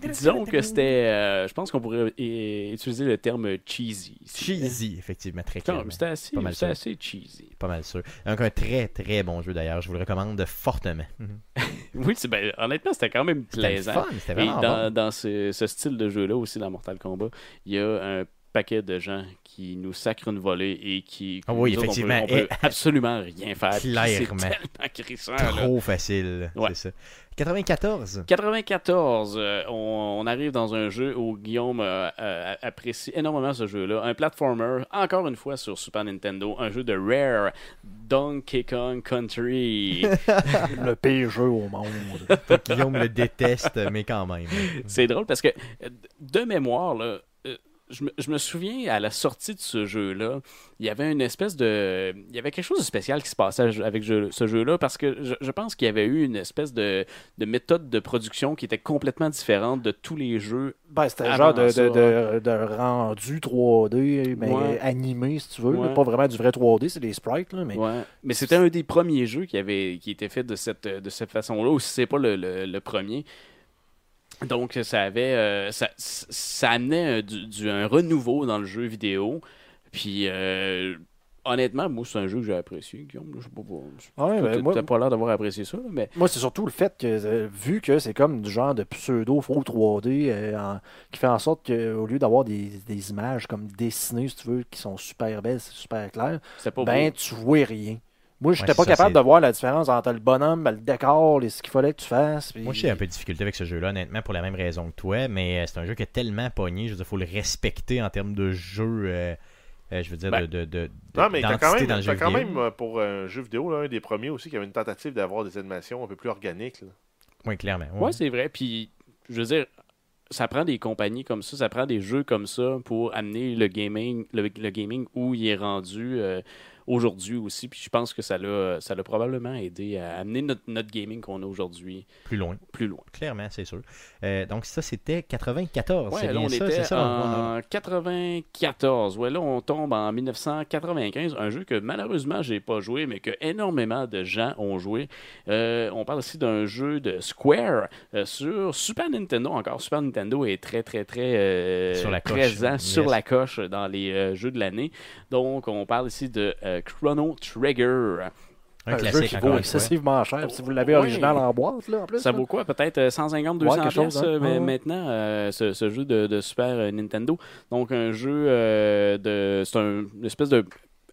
Speaker 4: Disons que c'était. euh, je pense qu'on pourrait euh, utiliser le terme cheesy. ici.
Speaker 2: Cheesy, effectivement, très
Speaker 4: Non,
Speaker 2: clairement.
Speaker 4: mais c'était assez,
Speaker 2: Pas mal
Speaker 4: c'était
Speaker 2: sûr.
Speaker 4: assez cheesy.
Speaker 2: Pas mal sûr. Donc, un très très bon jeu d'ailleurs. Je vous le recommande fortement.
Speaker 4: Oui, c'est- ben, honnêtement, c'était quand même
Speaker 2: C'était le
Speaker 4: Mhm. plaisant.
Speaker 2: fun, c'était
Speaker 4: Et
Speaker 2: vraiment
Speaker 4: dans,
Speaker 2: bon.
Speaker 4: dans ce, ce style de jeu-là aussi, dans Mortal Kombat, il y a un paquet de gens qui nous sacrent une volée et qui.
Speaker 2: Ah oui,
Speaker 4: nous autres, on peut-
Speaker 2: effectivement.
Speaker 4: On peut,
Speaker 2: Et-
Speaker 4: absolument rien faire. Puis
Speaker 2: Clairement.
Speaker 4: C'est tellement crissant, là.
Speaker 2: Trop facile,
Speaker 4: Ouais.
Speaker 2: c'est ça. 94.
Speaker 4: 94, euh, on, on arrive dans un jeu où Guillaume euh, euh, apprécie énormément ce jeu-là. Un platformer, encore une fois sur Super Nintendo, un jeu de Rare, Donkey Kong Country.
Speaker 5: Le pire jeu au monde.
Speaker 2: Guillaume le déteste, mais quand même.
Speaker 4: C'est drôle parce que euh, de mémoire, là, euh, je, me, je me souviens à la sortie de ce jeu-là, il y avait une espèce de. Il y avait quelque chose de spécial qui se passait avec je- ce jeu-là parce que je, je pense qu'il y avait eu une espèce de, de méthode de production qui était complètement différente de tous les jeux.
Speaker 5: Ben, c'était
Speaker 4: Avant
Speaker 5: genre de,
Speaker 4: ça,
Speaker 5: de, de, de rendu 3D, mais
Speaker 4: Ouais.
Speaker 5: animé, si tu veux. là.
Speaker 4: Ouais.
Speaker 5: Pas vraiment du vrai 3D, c'est des sprites, là, mais
Speaker 4: Ouais. Mais c'était un des premiers jeux qui, avait, qui était fait de cette, de cette façon-là, ou si c'est pas le, le- le premier. Donc, ça avait. euh, ça, ça amenait euh, du, du- un renouveau dans le jeu vidéo. Puis, euh, honnêtement, moi, c'est un jeu que j'ai apprécié, Guillaume. là. Je sais pas. pour-
Speaker 5: Ouais,
Speaker 4: Toi,
Speaker 5: ben,
Speaker 4: t'as-
Speaker 5: moi-
Speaker 4: t'as pas l'air d'avoir apprécié ça, là, mais.
Speaker 5: Moi, c'est surtout le fait que, euh, vu que c'est comme du genre de pseudo faux 3D, euh, en- qui fait en sorte qu'au lieu d'avoir des, des images comme dessinées, si tu veux, qui sont super belles, c'est super claires,
Speaker 4: C'était pas
Speaker 5: ben,
Speaker 4: beau.
Speaker 5: tu vois rien. Moi, j'étais
Speaker 2: Ouais,
Speaker 5: pas
Speaker 2: ça,
Speaker 5: capable
Speaker 2: c'est-
Speaker 5: de voir la différence entre le bonhomme, ben, le décor, les- ce qu'il fallait que tu fasses. puis-
Speaker 2: Moi, j'ai un peu de difficulté avec ce jeu-là, honnêtement, pour la même raison que toi, mais euh, c'est un jeu qui est tellement pogné, je veux dire, faut le respecter en termes de jeu, euh, euh, je veux dire,
Speaker 4: Ben,
Speaker 2: de, de, de-
Speaker 3: Non, mais t'as quand
Speaker 2: d'identité
Speaker 3: même,
Speaker 2: dans le
Speaker 3: t'as
Speaker 2: jeu
Speaker 3: quand
Speaker 2: vidéo.
Speaker 3: même euh, pour un jeu vidéo, là, un des premiers aussi, qui avait une tentative d'avoir des animations un peu plus organiques. là.
Speaker 2: Oui, clairement. ouais.
Speaker 4: Ouais, c'est vrai. Puis, je veux dire, ça prend des compagnies comme ça, ça prend des jeux comme ça pour amener le gaming, le, le gaming où il est rendu euh, aujourd'hui aussi. Puis je pense que ça l'a, ça l'a probablement aidé à amener notre, notre gaming qu'on a aujourd'hui
Speaker 2: plus loin.
Speaker 4: plus loin.
Speaker 2: Clairement, c'est sûr. Euh, donc ça, c'était 94. c'est
Speaker 4: Ouais, là,
Speaker 2: bien
Speaker 4: on
Speaker 2: ça,
Speaker 4: était
Speaker 2: c'est ça.
Speaker 4: en 94. Ouais, là, on tombe en 1995, un jeu que malheureusement, j'ai pas joué, mais que énormément de gens ont joué. Euh, on parle aussi d'un jeu de Square euh, sur Super Nintendo encore. Super Nintendo est très, très, très euh,
Speaker 2: Sur la coche.
Speaker 4: présent sur
Speaker 2: Yes.
Speaker 4: la coche dans les euh, jeux de l'année. Donc, on parle ici de euh, Chrono Trigger.
Speaker 2: Un,
Speaker 5: jeu
Speaker 2: classique
Speaker 5: qui
Speaker 2: encore
Speaker 5: vaut
Speaker 2: une fois.
Speaker 5: excessivement cher. Si vous l'avez
Speaker 4: Ouais.
Speaker 5: original en boîte, là, en plus.
Speaker 4: Ça
Speaker 5: là.
Speaker 4: vaut quoi? Peut-être euh, 150,
Speaker 5: Ouais,
Speaker 4: 200
Speaker 5: quelque chose,
Speaker 4: piastres,
Speaker 5: hein.
Speaker 4: mais
Speaker 5: Ouais.
Speaker 4: maintenant, euh, ce, ce jeu de, de Super euh, Nintendo. Donc, un jeu euh, de... C'est un une espèce de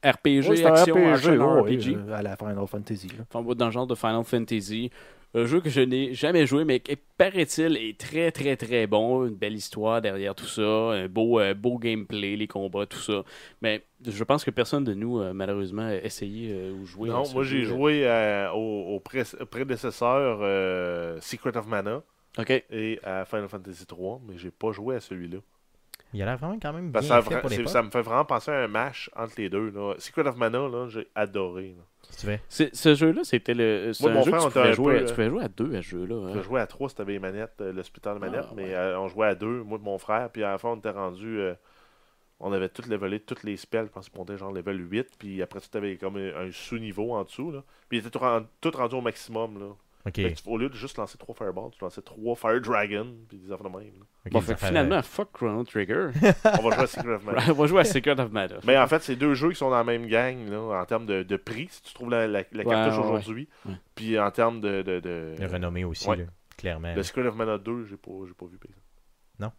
Speaker 4: RPG,
Speaker 5: Ouais, c'est un
Speaker 4: action,
Speaker 5: RPG,
Speaker 4: action
Speaker 5: ouais,
Speaker 4: RPG.
Speaker 5: euh, à la Final Fantasy. là.
Speaker 4: Enfin, dans le genre de Final Fantasy. Un jeu que je n'ai jamais joué, mais qui, paraît-il, est très, très, très bon. Une belle histoire derrière tout ça. Un beau, euh, beau gameplay, les combats, tout ça. Mais je pense que personne de nous, euh, malheureusement, a essayé euh, ou joué. à
Speaker 3: non,
Speaker 4: ce
Speaker 3: moi j'ai
Speaker 4: jeu.
Speaker 3: joué à- au, au pré- prédécesseur euh, Secret of Mana
Speaker 4: OK.
Speaker 3: et à Final Fantasy 3, mais j'ai pas joué à celui-là.
Speaker 2: Il a l'air vraiment quand même bien
Speaker 3: Parce que Ben, ça,
Speaker 2: fait
Speaker 3: vra-
Speaker 2: pour
Speaker 3: c'est-
Speaker 2: l'époque.
Speaker 3: ça me fait vraiment penser à un match entre les deux. Là. Secret of Mana, là, j'ai adoré. Là.
Speaker 2: C'est vrai.
Speaker 4: C'est- Ce jeu-là, c'était le. euh, C'est
Speaker 3: Moi,
Speaker 4: un
Speaker 3: mon
Speaker 4: jeu
Speaker 3: frère,
Speaker 4: que
Speaker 3: on
Speaker 4: tu
Speaker 3: était
Speaker 4: pouvais,
Speaker 3: un
Speaker 4: jouer,
Speaker 3: peu, euh,
Speaker 4: tu pouvais jouer à deux à ce jeu-là. hein.
Speaker 3: Je jouais à trois, c'était les manettes, euh, l'hospital de manettes,
Speaker 4: Ah,
Speaker 3: mais
Speaker 4: ouais.
Speaker 3: euh, on jouait à deux, moi et mon frère, puis à la fin, on était rendu. euh, on avait tout levelé, toutes les spells, je pense qu'on était genre level 8, puis après, tu avais comme un, un sous-niveau en dessous, là. Puis ils étaient tout, ren- tout rendus au maximum, là.
Speaker 2: OK.
Speaker 3: Fait que tu- au lieu de juste lancer trois Fireballs, tu lançais trois Fire Dragon, puis des affaires de même. là.
Speaker 2: ok,
Speaker 4: Bon,
Speaker 2: ça
Speaker 4: fait que
Speaker 2: fait-
Speaker 4: finalement, fuck Chrono Trigger.
Speaker 3: On va jouer à Secret of Mana.
Speaker 4: On va jouer à Secret of Mana.
Speaker 3: Mais en fait, c'est deux jeux qui sont dans la même gang là, en termes de, de prix, si tu trouves la, la- la cartouche
Speaker 4: ouais, ouais.
Speaker 3: aujourd'hui.
Speaker 4: Ouais.
Speaker 3: Puis en termes de. de, de-
Speaker 2: Le renommé aussi,
Speaker 3: euh, Ouais.
Speaker 2: là, clairement.
Speaker 3: le Secret of Mana 2, j'ai pas, j'ai pas vu. par exemple.
Speaker 2: Non?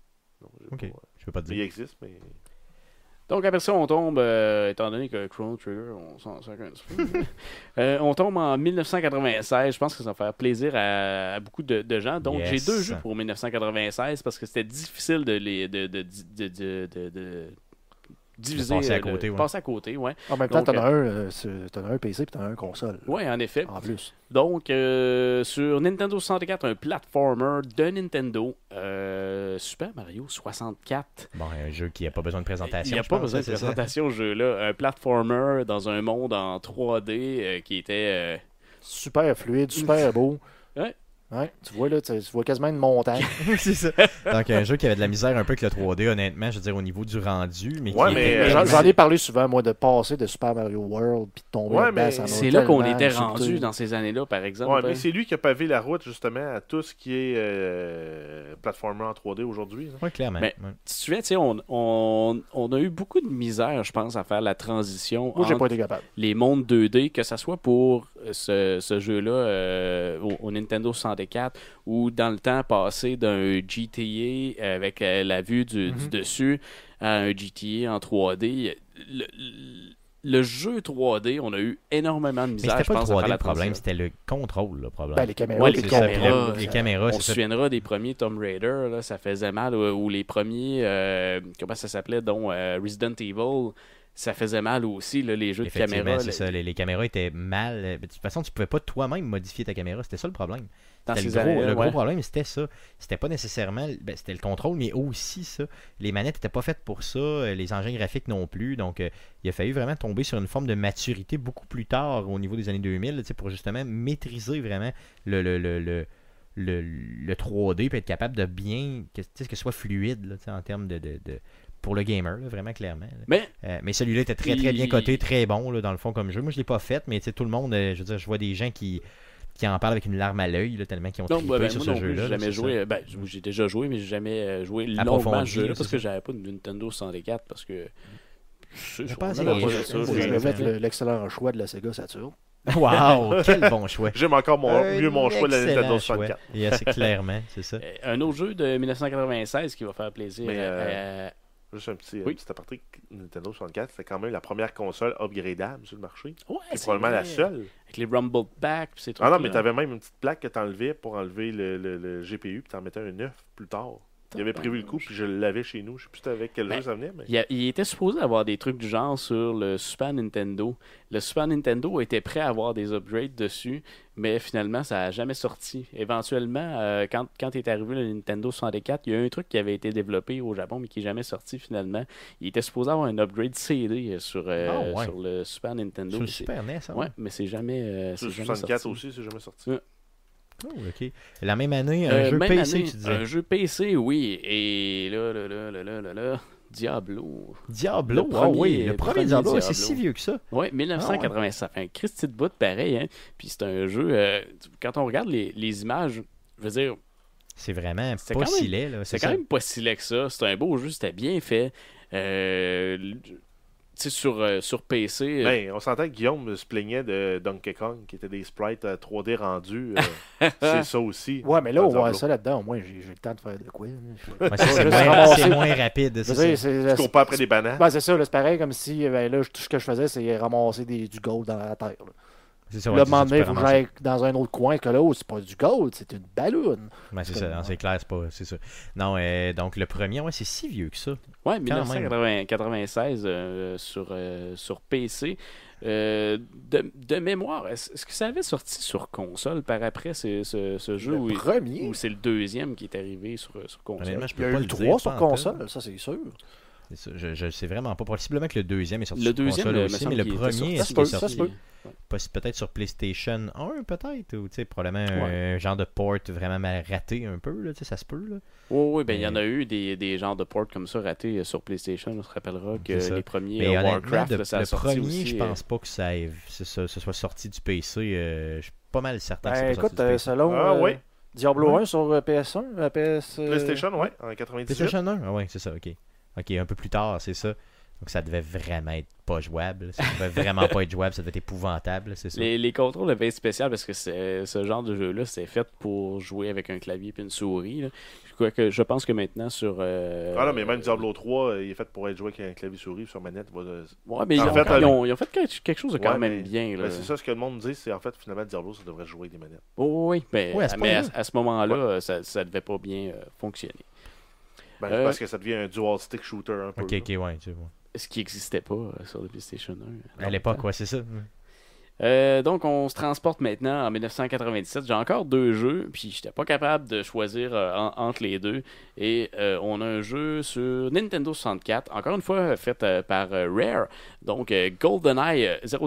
Speaker 3: Non, j'ai
Speaker 2: Ok.
Speaker 3: pas- euh,
Speaker 2: Je peux pas te
Speaker 3: Il
Speaker 2: dire.
Speaker 3: existe, mais.
Speaker 4: Donc après ça, on tombe, euh, étant donné que Chrono Trigger, on s'en sort un petit peu. Euh, on tombe en 1996. Je pense que ça va faire plaisir à, à beaucoup de, de gens. Donc
Speaker 2: Yes.
Speaker 4: j'ai deux jeux pour 1996 parce que c'était difficile de les de, de, de, de, de- de- de diviser.
Speaker 2: passer à
Speaker 4: euh,
Speaker 2: côté, ouais.
Speaker 4: passer à côté, ouais.
Speaker 5: En même temps,
Speaker 4: Ah, ben, Donc,
Speaker 5: t'en as un, euh, sur- t'en as un PC puis t'en as un console.
Speaker 4: Ouais, en
Speaker 2: Ah,
Speaker 4: effet.
Speaker 5: En plus.
Speaker 4: Donc, euh, sur Nintendo 64, un platformer de Nintendo, euh, Super Mario 64.
Speaker 2: Bon, un jeu qui a pas besoin de présentation.
Speaker 4: Il n'y a
Speaker 2: je
Speaker 4: pas
Speaker 2: pense,
Speaker 4: besoin
Speaker 2: hein,
Speaker 4: de
Speaker 2: c'est ça?
Speaker 4: présentation au jeu-là. Un platformer dans un monde en 3D euh, qui était.
Speaker 5: Super fluide, super beau.
Speaker 4: Ouais.
Speaker 5: Ouais, tu vois là, tu tu vois quasiment une montagne.
Speaker 2: Oui, c'est ça. Donc, un jeu qui avait de la misère un peu avec le 3D, honnêtement, je veux dire, au niveau du rendu. Mais
Speaker 3: Ouais,
Speaker 2: qui
Speaker 3: mais,
Speaker 2: était-
Speaker 3: euh,
Speaker 5: J'en j'en ai parlé souvent, moi, de passer de Super Mario World puis de tomber
Speaker 3: Ouais,
Speaker 5: dedans,
Speaker 3: mais
Speaker 4: euh,
Speaker 5: ça m'a
Speaker 4: C'est là qu'on
Speaker 5: tellement
Speaker 4: était
Speaker 5: subtil.
Speaker 4: rendu dans ces années-là, par exemple. hein.
Speaker 3: Ouais, mais c'est lui qui a pavé la route, justement, à tout ce qui est euh, platformer en 3D aujourd'hui. là.
Speaker 2: Ouais, clairement.
Speaker 4: Mais-
Speaker 2: ouais.
Speaker 4: Tu te souviens, tu sais, on, on- on a eu beaucoup de misère, je pense, à faire la transition
Speaker 5: Moi, j'ai
Speaker 4: entre
Speaker 5: pas été capable.
Speaker 4: les mondes 2D, que ce soit pour euh, ce, ce jeu-là euh, au, au Nintendo 64 ou dans le temps passé d'un GTA avec euh, la vue du, du dessus à un GTA en 3D. Le, le- le jeu 3D, on a eu énormément de
Speaker 2: Mais
Speaker 4: misère,
Speaker 2: c'était
Speaker 4: je
Speaker 2: pas le
Speaker 4: pense, à faire
Speaker 2: 3D
Speaker 4: la
Speaker 2: le problème,
Speaker 4: transition.
Speaker 2: c'était le contrôle le problème.
Speaker 5: Ben, les caméras, euh,
Speaker 4: Ouais,
Speaker 5: puis
Speaker 4: les
Speaker 2: C'est
Speaker 5: le
Speaker 2: ça,
Speaker 5: contrôle,
Speaker 4: caméras,
Speaker 2: puis la- les
Speaker 5: ça-
Speaker 2: caméras,
Speaker 4: On se
Speaker 2: c'est ça.
Speaker 4: souviendra des premiers Tomb Raider, là, ça faisait mal, ou, ou les premiers, euh, comment ça s'appelait, dont euh, Resident Evil, ça faisait mal aussi, là, les jeux de
Speaker 2: Effectivement,
Speaker 4: caméra.
Speaker 2: c'est
Speaker 4: là,
Speaker 2: ça. Les, les caméras étaient mal. euh, De toute façon, tu pouvais pas toi-même modifier ta caméra. C'était ça le problème.
Speaker 4: dans
Speaker 2: C'était
Speaker 4: ces
Speaker 2: Ben, le gros,
Speaker 4: années-là,
Speaker 2: le gros
Speaker 4: ouais.
Speaker 2: problème, c'était ça. C'était pas nécessairement. ben, c'était le contrôle, mais aussi ça. Les manettes n'étaient pas faites pour ça. euh, Les engins graphiques non plus. Donc, euh, il a fallu vraiment tomber sur une forme de maturité beaucoup plus tard au niveau des années 2000 tu sais, pour justement maîtriser vraiment le. le, le, le- le- le 3D puis être capable de bien que, tu sais, que ce soit fluide là, tu sais, en termes de, de- de- pour le gamer là, vraiment clairement là.
Speaker 4: Mais
Speaker 2: Euh, mais celui-là était très très bien coté, très bon là, dans le fond comme jeu. Moi je l'ai pas fait, mais tu sais, tout le monde, euh, je veux dire, je vois des gens qui, qui en parlent avec une larme à l'œil là, tellement qu'ils ont
Speaker 4: Non,
Speaker 2: trippé
Speaker 4: bah, ben,
Speaker 2: sur
Speaker 4: moi
Speaker 2: ce
Speaker 4: non plus,
Speaker 2: jeu-là.
Speaker 4: j'ai
Speaker 2: là,
Speaker 4: jamais
Speaker 2: c'est ça.
Speaker 4: joué. Ben, j- j'ai déjà joué, mais j'ai jamais euh, joué longuement à
Speaker 2: Approfondi,
Speaker 4: ce jeu-là
Speaker 2: là,
Speaker 4: parce
Speaker 2: c'est
Speaker 4: que j'avais pas de Nintendo 64 parce que. Je
Speaker 2: pas assez
Speaker 5: Non,
Speaker 2: les
Speaker 5: non,
Speaker 2: jeux,
Speaker 5: Je
Speaker 2: c'est
Speaker 5: je
Speaker 2: ça.
Speaker 5: fait le- l'excellent choix de la Sega Saturn.
Speaker 2: Wow, quel bon choix.
Speaker 3: J'aime encore mon,
Speaker 2: Un
Speaker 3: mieux mon choix de la Nintendo
Speaker 2: Euh, excellent choix.
Speaker 3: 64.
Speaker 2: Yeah, c'est clairement, c'est ça.
Speaker 4: Euh, Un autre jeu de 1996 qui va faire plaisir.
Speaker 3: Mais,
Speaker 4: euh,
Speaker 3: Juste un petit,
Speaker 4: Oui.
Speaker 3: petit aparté. Nintendo 64, c'était quand même la première console upgradable sur le marché.
Speaker 4: ouais,
Speaker 3: C'est
Speaker 4: Ah, c'est
Speaker 3: probablement la
Speaker 4: vrai.
Speaker 3: seule.
Speaker 4: Avec les Rumble Pack, pis ces
Speaker 3: Ah
Speaker 4: trucs-là.
Speaker 3: non, mais t'avais même une petite plaque que t'enlevais pour enlever le, le- le GPU, puis t'en mettais un 9 plus tard. Il avait prévu le coup, puis je l'avais chez nous. Je sais plus avec quel
Speaker 4: Ben,
Speaker 3: jeu ça venait, mais.
Speaker 4: Il, a- il était supposé avoir des trucs du genre sur le Super Nintendo. Le Super Nintendo était prêt à avoir des upgrades dessus, mais finalement, ça n'a jamais sorti. Éventuellement, euh, quand, quand est arrivé le Nintendo 64, il y a eu un truc qui avait été développé au Japon, mais qui n'est jamais sorti finalement. Il était supposé avoir un upgrade CD sur, euh,
Speaker 2: Ah, ouais.
Speaker 4: sur le Super Nintendo.
Speaker 2: Sur le
Speaker 4: mais c'est-
Speaker 2: Super NES, hein?
Speaker 4: Ouais, mais c'est jamais. euh,
Speaker 3: Sur
Speaker 4: c'est jamais
Speaker 3: 64
Speaker 4: sorti.
Speaker 3: aussi, c'est jamais sorti.
Speaker 2: Oh, ok. La même année, un
Speaker 4: Euh,
Speaker 2: jeu
Speaker 4: même
Speaker 2: PC,
Speaker 4: année,
Speaker 2: tu disais.
Speaker 4: Un jeu PC, oui. Et là, là, là, là, là, là, là, Diablo.
Speaker 2: Diablo,
Speaker 4: le
Speaker 2: ah
Speaker 4: premier-
Speaker 2: oui, le
Speaker 4: le
Speaker 2: premier
Speaker 4: premier
Speaker 2: Diablo, c'est
Speaker 4: Diablo.
Speaker 2: si vieux que ça.
Speaker 4: Oui, 1980. Ça fait un Christy de bout pareil. Hein? Puis c'est un jeu. euh, tu- quand on regarde les, les images, je veux dire,
Speaker 2: C'est vraiment
Speaker 4: C'est
Speaker 2: pas
Speaker 4: quand
Speaker 2: si
Speaker 4: même-
Speaker 2: laid, là.
Speaker 4: c'est
Speaker 2: ça.
Speaker 4: quand même pas si laid que ça. C'est un beau jeu, c'était bien fait. Euh, l- tu sais, sur, euh, sur PC. euh,
Speaker 3: Ben, on s'entend que Guillaume se plaignait de Donkey Kong, qui était des sprites à 3D rendus. euh, c'est ça aussi.
Speaker 5: Ouais, mais là,
Speaker 3: Dans
Speaker 5: on
Speaker 3: Diablo.
Speaker 5: voit ça là-dedans. Au moins, j'ai j'ai le temps de faire de quoi. là.
Speaker 2: Ouais, c'est- c'est
Speaker 5: Juste
Speaker 2: moins,
Speaker 5: ramasser.
Speaker 2: c'est moins rapide.
Speaker 5: Je
Speaker 2: c'est
Speaker 5: veux dire,
Speaker 2: ça.
Speaker 5: c'est-
Speaker 3: Tu cours pas après des bananes.
Speaker 5: Ben, c'est ça, là, c'est pareil comme si ben, là, je- tout ce que je faisais, c'est ramasser des- du gold dans la terre. Là,
Speaker 2: C'est ça,
Speaker 5: Là,
Speaker 2: ouais,
Speaker 5: à un
Speaker 2: c'est
Speaker 5: moment
Speaker 2: ça, tu
Speaker 5: donné, il
Speaker 2: peux
Speaker 5: faut que
Speaker 2: ramasser.
Speaker 5: j'aille dans un autre coin que là, oh, c'est pas du gold, c'est une balloune.
Speaker 2: Ouais, c'est ça, non, c'est clair, c'est pas. C'est ça. Non, euh, donc le premier, ouais, c'est si vieux que ça.
Speaker 4: Ouais,
Speaker 2: Quand même.
Speaker 4: 1996 euh, sur, euh, sur PC. Euh, de, de mémoire, est-ce est-ce que ça avait sorti sur console par après ce, ce- ce jeu
Speaker 5: Le
Speaker 4: ou-
Speaker 5: premier.
Speaker 4: ou c'est le deuxième qui est arrivé sur, sur console?
Speaker 2: Honnêtement, Ben, je
Speaker 5: il y a
Speaker 2: peux
Speaker 5: eu
Speaker 2: pas le
Speaker 5: le
Speaker 2: dire,
Speaker 5: 3 sur
Speaker 2: pas en tout.
Speaker 5: console, ça, c'est sûr.
Speaker 2: C'est ça, Je, je sais vraiment pas. Possiblement que le deuxième est sorti
Speaker 4: Le
Speaker 2: sur
Speaker 4: deuxième,
Speaker 2: console
Speaker 4: euh, me
Speaker 2: aussi,
Speaker 4: semble
Speaker 2: mais le
Speaker 4: qu'il était
Speaker 2: premier
Speaker 5: Ça
Speaker 2: est
Speaker 5: se peut,
Speaker 2: sorti,
Speaker 5: ça se peut.
Speaker 2: possi- peut-être sur PlayStation 1, peut-être, ou tu sais, probablement un genre de port vraiment mal raté un peu, là, tu sais, ça se peut. Là.
Speaker 4: Oui, oui, ben, il y en a eu des, des genres de ports comme ça ratés euh, sur PlayStation. On se rappellera que
Speaker 2: C'est ça.
Speaker 4: les premiers
Speaker 2: Mais
Speaker 4: euh,
Speaker 2: honnêtement,
Speaker 4: Warcraft,
Speaker 2: de-
Speaker 4: là, ça a
Speaker 2: le
Speaker 4: sorti
Speaker 2: premier,
Speaker 4: aussi,
Speaker 2: je
Speaker 4: euh,
Speaker 2: pense pas que ça, ait- c'est ça- ce soit sorti du PC. euh, je suis pas mal certain que
Speaker 5: Ben,
Speaker 2: c'est pas
Speaker 5: écoute,
Speaker 2: sorti du
Speaker 5: euh,
Speaker 2: PC.
Speaker 5: selon
Speaker 3: Ah,
Speaker 5: euh,
Speaker 3: ouais.
Speaker 5: Diablo
Speaker 2: Ouais.
Speaker 5: 1 sur euh, PS1, euh, PS. euh,
Speaker 3: PlayStation, ouais, en 98.
Speaker 2: PlayStation 1 Ah ouais, c'est ça, ok. Ok, un peu plus tard, c'est ça. Donc ça devait vraiment être pas jouable. Ça devait vraiment pas être jouable, ça devait être épouvantable, c'est ça.
Speaker 4: Les, les contrôles avaient été spécial parce que c'est- ce genre de jeu-là, c'est fait pour jouer avec un clavier et une souris. là. Quoique, je pense que maintenant sur. euh,
Speaker 3: Ah non, mais même Diablo 3, euh, il est fait pour être joué avec un clavier souris sur manette. va de-
Speaker 4: Ouais, mais ils
Speaker 3: En
Speaker 4: ont,
Speaker 3: fait,
Speaker 4: quand-
Speaker 3: euh,
Speaker 4: ils ont- ils ont fait quelque quelque chose de quand
Speaker 3: Ouais,
Speaker 4: même
Speaker 3: mais-
Speaker 4: bien. Là.
Speaker 3: Ben, c'est ça ce que le monde dit, c'est en fait, finalement, Diablo, ça devrait se jouer avec des manettes.
Speaker 4: Oh, oui, mais,
Speaker 2: Ouais, à ce
Speaker 4: mais à,
Speaker 2: point-là.
Speaker 4: à ce moment-là, euh, ça, ça devait pas bien euh, fonctionner.
Speaker 3: Ben,
Speaker 4: Euh,
Speaker 3: Parce que ça devient un dual stick shooter un peu.
Speaker 2: Ok,
Speaker 3: là.
Speaker 2: ok, ouais. tu vois.
Speaker 4: Ce qui n'existait pas euh, sur le PlayStation 1.
Speaker 2: À l'époque, ouais, c'est ça.
Speaker 4: Euh, donc, on se transporte maintenant en 1997. J'ai encore deux jeux, puis j'étais pas capable de choisir euh, en- entre les deux. Et euh, on a un jeu sur Nintendo 64, encore une fois euh, fait euh, par euh, Rare. Donc, euh, GoldenEye euh, 007.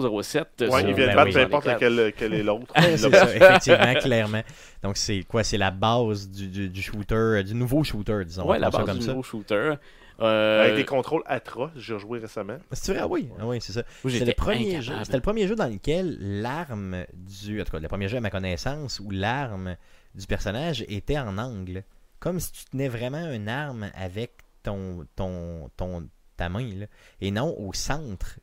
Speaker 4: euh,
Speaker 3: Ouais,
Speaker 4: sur-
Speaker 3: il vient
Speaker 2: ben
Speaker 3: de battre
Speaker 2: oui.
Speaker 3: peu importe
Speaker 4: 64.
Speaker 3: lequel, lequel est l'autre.
Speaker 2: Ouais,
Speaker 3: Il
Speaker 2: c'est
Speaker 3: l'a-
Speaker 2: ça, effectivement, clairement. Donc c'est quoi C'est la base du, du, du shooter, euh, du nouveau shooter, disons.
Speaker 4: Ouais, la
Speaker 2: appelons ça
Speaker 4: base du nouveau shooter.
Speaker 3: Avec
Speaker 4: Euh,
Speaker 3: des contrôles atroces, j'ai rejoué récemment.
Speaker 2: C'est vrai, ah oui, ah oui c'est ça.
Speaker 4: Moi,
Speaker 2: C'était
Speaker 4: j'étais
Speaker 2: le, premier jeu,
Speaker 4: incapable.
Speaker 2: c'était le premier jeu dans lequel l'arme du. En tout cas, le premier jeu à ma connaissance où l'arme du personnage était en angle. Comme si tu tenais vraiment une arme avec ton, ton, ton, ta main, là, et non au centre.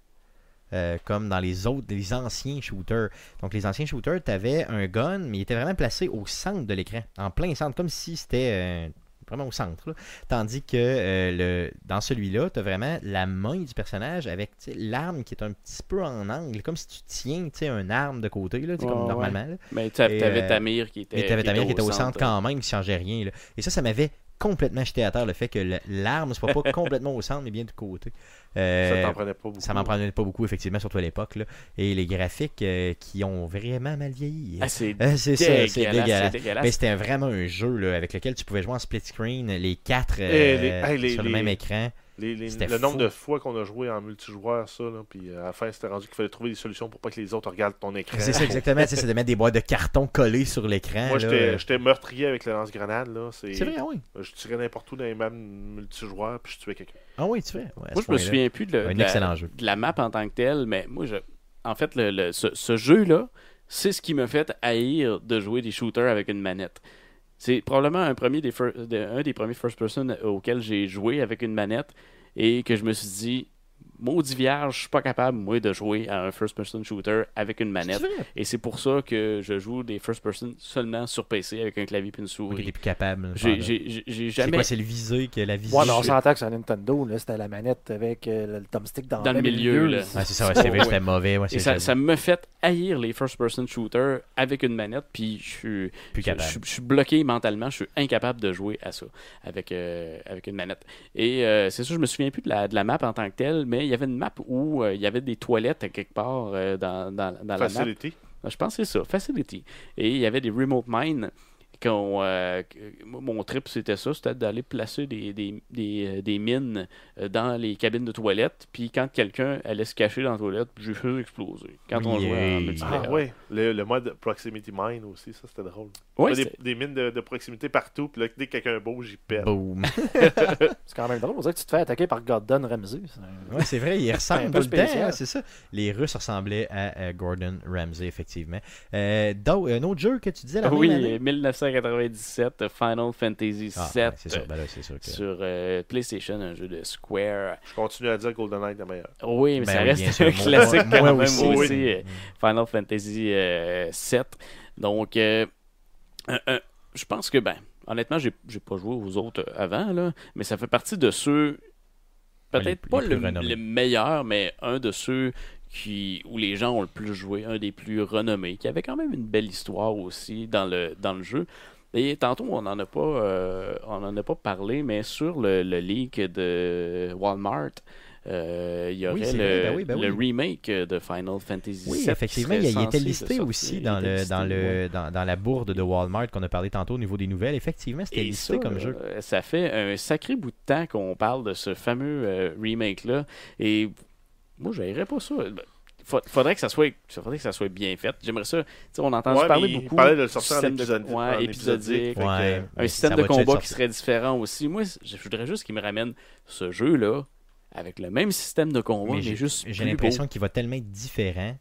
Speaker 2: euh, comme dans les autres, les anciens shooters. Donc, les anciens shooters, t'avais un gun, mais il était vraiment placé au centre de l'écran, en plein centre, comme si c'était euh, vraiment au centre. là. Tandis que euh, le, dans celui-là, tu as vraiment la main du personnage avec tu sais, l'arme qui est un petit peu en angle, comme si tu tiens tu sais, une arme de côté, là, tu sais,
Speaker 4: Ouais,
Speaker 2: comme
Speaker 4: ouais.
Speaker 2: normalement. là.
Speaker 4: mais t'a-
Speaker 2: et,
Speaker 4: t'avais
Speaker 2: euh,
Speaker 4: ta mire qui était.
Speaker 2: Mais t'avais ta mère qui était au centre
Speaker 4: hein.
Speaker 2: quand même, qui changeait rien. là. Et ça, ça m'avait complètement jeté à terre le fait que le- l'arme soit pas complètement au centre, mais bien du côté. Euh,
Speaker 3: Ça t'en prenait pas beaucoup.
Speaker 2: ça
Speaker 4: Mm.
Speaker 2: m'en prenait pas beaucoup, effectivement, surtout à l'époque. là. Et les graphiques euh, qui ont vraiment mal vieilli.
Speaker 4: Ah, c'est
Speaker 2: Euh, c'est ça,
Speaker 4: dégueulasse.
Speaker 2: c'est
Speaker 4: C'est
Speaker 2: dégueulasse.
Speaker 4: dégueulasse.
Speaker 2: Mais c'était vraiment un jeu là, avec lequel tu pouvais jouer en split screen, les quatre euh,
Speaker 3: Eh, les- hey, les-
Speaker 2: sur le
Speaker 3: les-
Speaker 2: même écran.
Speaker 3: Les- les-
Speaker 2: C'était
Speaker 3: le nombre
Speaker 2: fou.
Speaker 3: de fois qu'on a joué en multijoueur, ça, là, puis euh, à la fin, c'était rendu qu'il fallait trouver des solutions pour pas que les autres regardent ton écran.
Speaker 2: C'est ça exactement, tu sais, c'est de mettre des boîtes de carton collées sur l'écran.
Speaker 3: Moi,
Speaker 2: là. euh,
Speaker 3: j'étais j'étais meurtrier avec le lance-grenade, là. C'est-
Speaker 2: C'est vrai, ah oui.
Speaker 3: Je tirais n'importe où dans les maps multijoueurs, puis je tuais quelqu'un.
Speaker 2: Ah oui, tu vois. ouais, à ce
Speaker 4: Moi, je me
Speaker 2: point-là.
Speaker 4: souviens plus de, le-
Speaker 2: Un
Speaker 4: de la-
Speaker 2: excellent jeu.
Speaker 4: de la map en tant que telle, mais moi, je, en fait, le, le- ce, ce jeu-là, c'est ce qui me fait haïr de jouer des shooters avec une manette. C'est probablement un, premier des fir- de- un des premiers first-person auxquels j'ai joué avec une manette et que je me suis dit, Maudit vierge, je suis pas capable, moi, de jouer à un first-person shooter avec une manette.
Speaker 2: vrai?
Speaker 4: Et c'est pour ça que je joue des first-person seulement sur PC avec un clavier et une
Speaker 2: Ok,
Speaker 4: souris.
Speaker 2: t'es plus capable.
Speaker 4: J'ai-
Speaker 2: pardon.
Speaker 4: J'ai j'ai- j'ai
Speaker 2: C'est
Speaker 4: jamais.
Speaker 2: quoi, c'est le visé que la visée?
Speaker 5: Ouais, mais on s'entend que sur Nintendo, là, c'était la manette avec euh, le thumbstick dans,
Speaker 4: Dans le milieu, là.
Speaker 2: Ouais, Ah, c'est ça, ouais, c'est vrai,
Speaker 4: Oh, Ouais.
Speaker 2: c'était mauvais. Ouais,
Speaker 4: Et
Speaker 2: c'est
Speaker 4: ça,
Speaker 2: ça,
Speaker 4: ça me fait haïr les first-person shooters avec une manette, puis je suis,
Speaker 2: plus
Speaker 4: je,
Speaker 2: capable.
Speaker 4: je- je suis bloqué mentalement, je suis incapable de jouer à ça avec, euh, avec une manette. Et euh, c'est sûr, je me souviens plus de la, de la map en tant que telle, mais il y avait une map où euh, il y avait des toilettes à quelque part euh, dans, dans, dans la map.
Speaker 3: Facilité.
Speaker 4: Je pense que c'est ça, Facility. Et il y avait des remote mines. qu'on, euh, que- moi, mon trip, c'était ça, c'était d'aller placer des, des, des, euh, des mines euh, dans les cabines de toilettes. Puis quand quelqu'un allait se cacher dans la toilette, j'ai fait exploser. Quand on
Speaker 2: Oui,
Speaker 4: jouait en
Speaker 2: hey.
Speaker 4: multiplayer.
Speaker 3: Ah ouais, le, le mode Proximity Mine aussi, ça c'était drôle.
Speaker 4: Ouais,
Speaker 3: T'as des,
Speaker 4: c'était-
Speaker 3: des mines de, de proximité partout, puis là, dès que quelqu'un bouge, j'y pète.
Speaker 2: Boom.
Speaker 5: C'est quand même drôle. On dirait que tu te fais attaquer par Gordon Ramsay. C'est-
Speaker 2: Ouais, c'est vrai, il ressemble
Speaker 5: Un
Speaker 2: tout
Speaker 5: peu
Speaker 2: le temps,
Speaker 5: spécial.
Speaker 2: hein, c'est ça. Les Russes ressemblaient à euh, Gordon Ramsay, effectivement. Euh, donc, un autre jeu que tu disais la même
Speaker 4: oui, euh,
Speaker 2: année?
Speaker 4: 1997, Final Fantasy VII
Speaker 2: Ah, ouais, c'est sûr,
Speaker 4: euh,
Speaker 2: ben là, c'est sûr que...
Speaker 4: sur euh, PlayStation, un jeu de Square.
Speaker 3: Je continue à dire GoldenEye est le meilleur.
Speaker 4: Oui, mais
Speaker 2: Ben
Speaker 4: ça
Speaker 2: oui, bien
Speaker 4: reste
Speaker 2: sûr,
Speaker 4: un
Speaker 2: moi-
Speaker 4: classique
Speaker 2: moi
Speaker 4: quand même
Speaker 2: aussi.
Speaker 4: aussi, euh, Final Fantasy euh, 7. Donc, euh, euh, euh, je pense que, ben, honnêtement, j'ai j'ai pas joué aux autres euh, avant, là, mais ça fait partie de ceux,
Speaker 2: Les-
Speaker 4: peut-être
Speaker 2: les
Speaker 4: pas
Speaker 2: plus
Speaker 4: le,
Speaker 2: renommés.
Speaker 4: le meilleur, mais un de ceux qui, où les gens ont le plus joué, un des plus renommés, qui avait quand même une belle histoire aussi dans le, dans le jeu. Et tantôt, on n'en a, pas, euh, on en a pas parlé, mais sur le, le leak de Walmart, euh, il y aurait
Speaker 2: Oui, c'est
Speaker 4: le,
Speaker 2: vrai, ben oui, ben
Speaker 4: le
Speaker 2: oui.
Speaker 4: remake de Final Fantasy VII.
Speaker 2: Oui,
Speaker 4: qui
Speaker 2: effectivement, il,
Speaker 4: serait
Speaker 2: il était
Speaker 4: censé de
Speaker 2: listé
Speaker 4: sortir.
Speaker 2: aussi
Speaker 4: Il
Speaker 2: dans,
Speaker 4: était
Speaker 2: le,
Speaker 4: listé,
Speaker 2: dans,
Speaker 4: ouais.
Speaker 2: le, dans, dans la bourde de Walmart qu'on a parlé tantôt au niveau des nouvelles. Effectivement, c'était
Speaker 4: Et
Speaker 2: listé
Speaker 4: ça,
Speaker 2: comme jeu.
Speaker 4: euh, ça fait un sacré bout de temps qu'on parle de ce fameux euh, remake-là. Et moi, je pas ça. Ben, fa- Faudrait que ça soit, faudrait que ça soit bien fait. J'aimerais ça. tu sais, On entend
Speaker 3: Ouais, mais
Speaker 4: parler
Speaker 3: il
Speaker 4: beaucoup.
Speaker 3: parlait de le sortir en
Speaker 4: système de-
Speaker 3: épisode-
Speaker 4: ouais,
Speaker 3: en
Speaker 4: épisodique.
Speaker 3: épisodique. fait
Speaker 2: Ouais,
Speaker 3: que-
Speaker 4: un
Speaker 2: mais
Speaker 4: système
Speaker 2: ça
Speaker 4: de
Speaker 2: va-tu être
Speaker 4: combat qui
Speaker 2: sorti?
Speaker 4: serait différent aussi. Moi, je voudrais juste qu'ils me ramènent ce jeu-là avec le même système de combat,
Speaker 2: Mais
Speaker 4: mais,
Speaker 2: j'ai-
Speaker 4: juste.
Speaker 2: J'ai
Speaker 4: plus
Speaker 2: l'impression qu'il va tellement être différent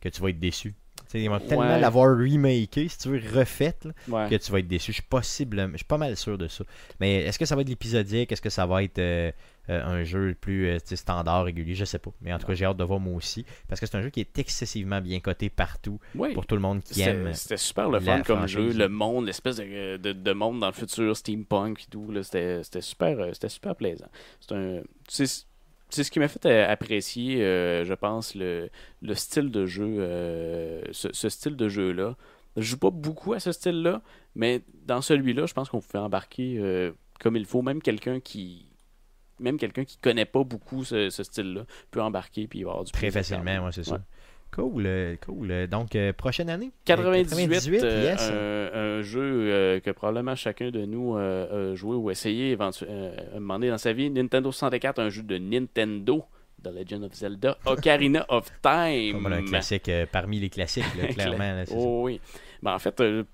Speaker 2: que tu vas être déçu. Tu sais, ils vont
Speaker 4: Ouais.
Speaker 2: tellement l'avoir remaké, si tu veux, refaite, là,
Speaker 4: beau. Ouais.
Speaker 2: que tu vas être déçu. Je suis, possible, je suis pas mal sûr de ça. Mais est-ce que ça va être l'épisodique Est-ce que ça va être euh, euh, un jeu plus euh, tu sais, standard, régulier Je sais pas. Mais en tout cas, j'ai hâte de voir moi aussi. Parce que c'est un jeu qui est excessivement bien coté partout
Speaker 4: Ouais.
Speaker 2: pour tout le monde qui aime.
Speaker 4: C'était c'était super le
Speaker 2: la
Speaker 4: fun comme
Speaker 2: franchise.
Speaker 4: jeu, le monde, l'espèce de, de- de monde dans le futur, steampunk et tout. là, C'était c'était super, euh, c'était super plaisant. C'est un- C'est c'est ce qui m'a fait euh, apprécier, euh, je pense, le, le style de jeu, euh, ce, ce style de jeu-là. Je joue pas beaucoup à ce style-là, mais dans celui-là, je pense qu'on pouvait embarquer euh, comme il faut. Même quelqu'un qui même quelqu'un qui connaît pas beaucoup ce, ce style-là peut embarquer puis il va avoir du
Speaker 2: Très
Speaker 4: plaisir
Speaker 2: facilement,
Speaker 4: quand même.
Speaker 2: ouais, c'est
Speaker 4: Ouais.
Speaker 2: ça. Cool, euh, cool. Euh, Donc, euh, prochaine année? Euh,
Speaker 4: 98,
Speaker 2: 98,
Speaker 4: euh,
Speaker 2: yes.
Speaker 4: un, un jeu euh, que probablement chacun de nous euh, a joué ou essayé éventuellement un moment donné dans sa vie. Nintendo 64, un jeu de Nintendo, The Legend of Zelda, Ocarina of Time.
Speaker 2: Comme un classique, euh, parmi les classiques, là, clairement. là, c'est ça.
Speaker 4: Oh oui. Ben, en fait, euh,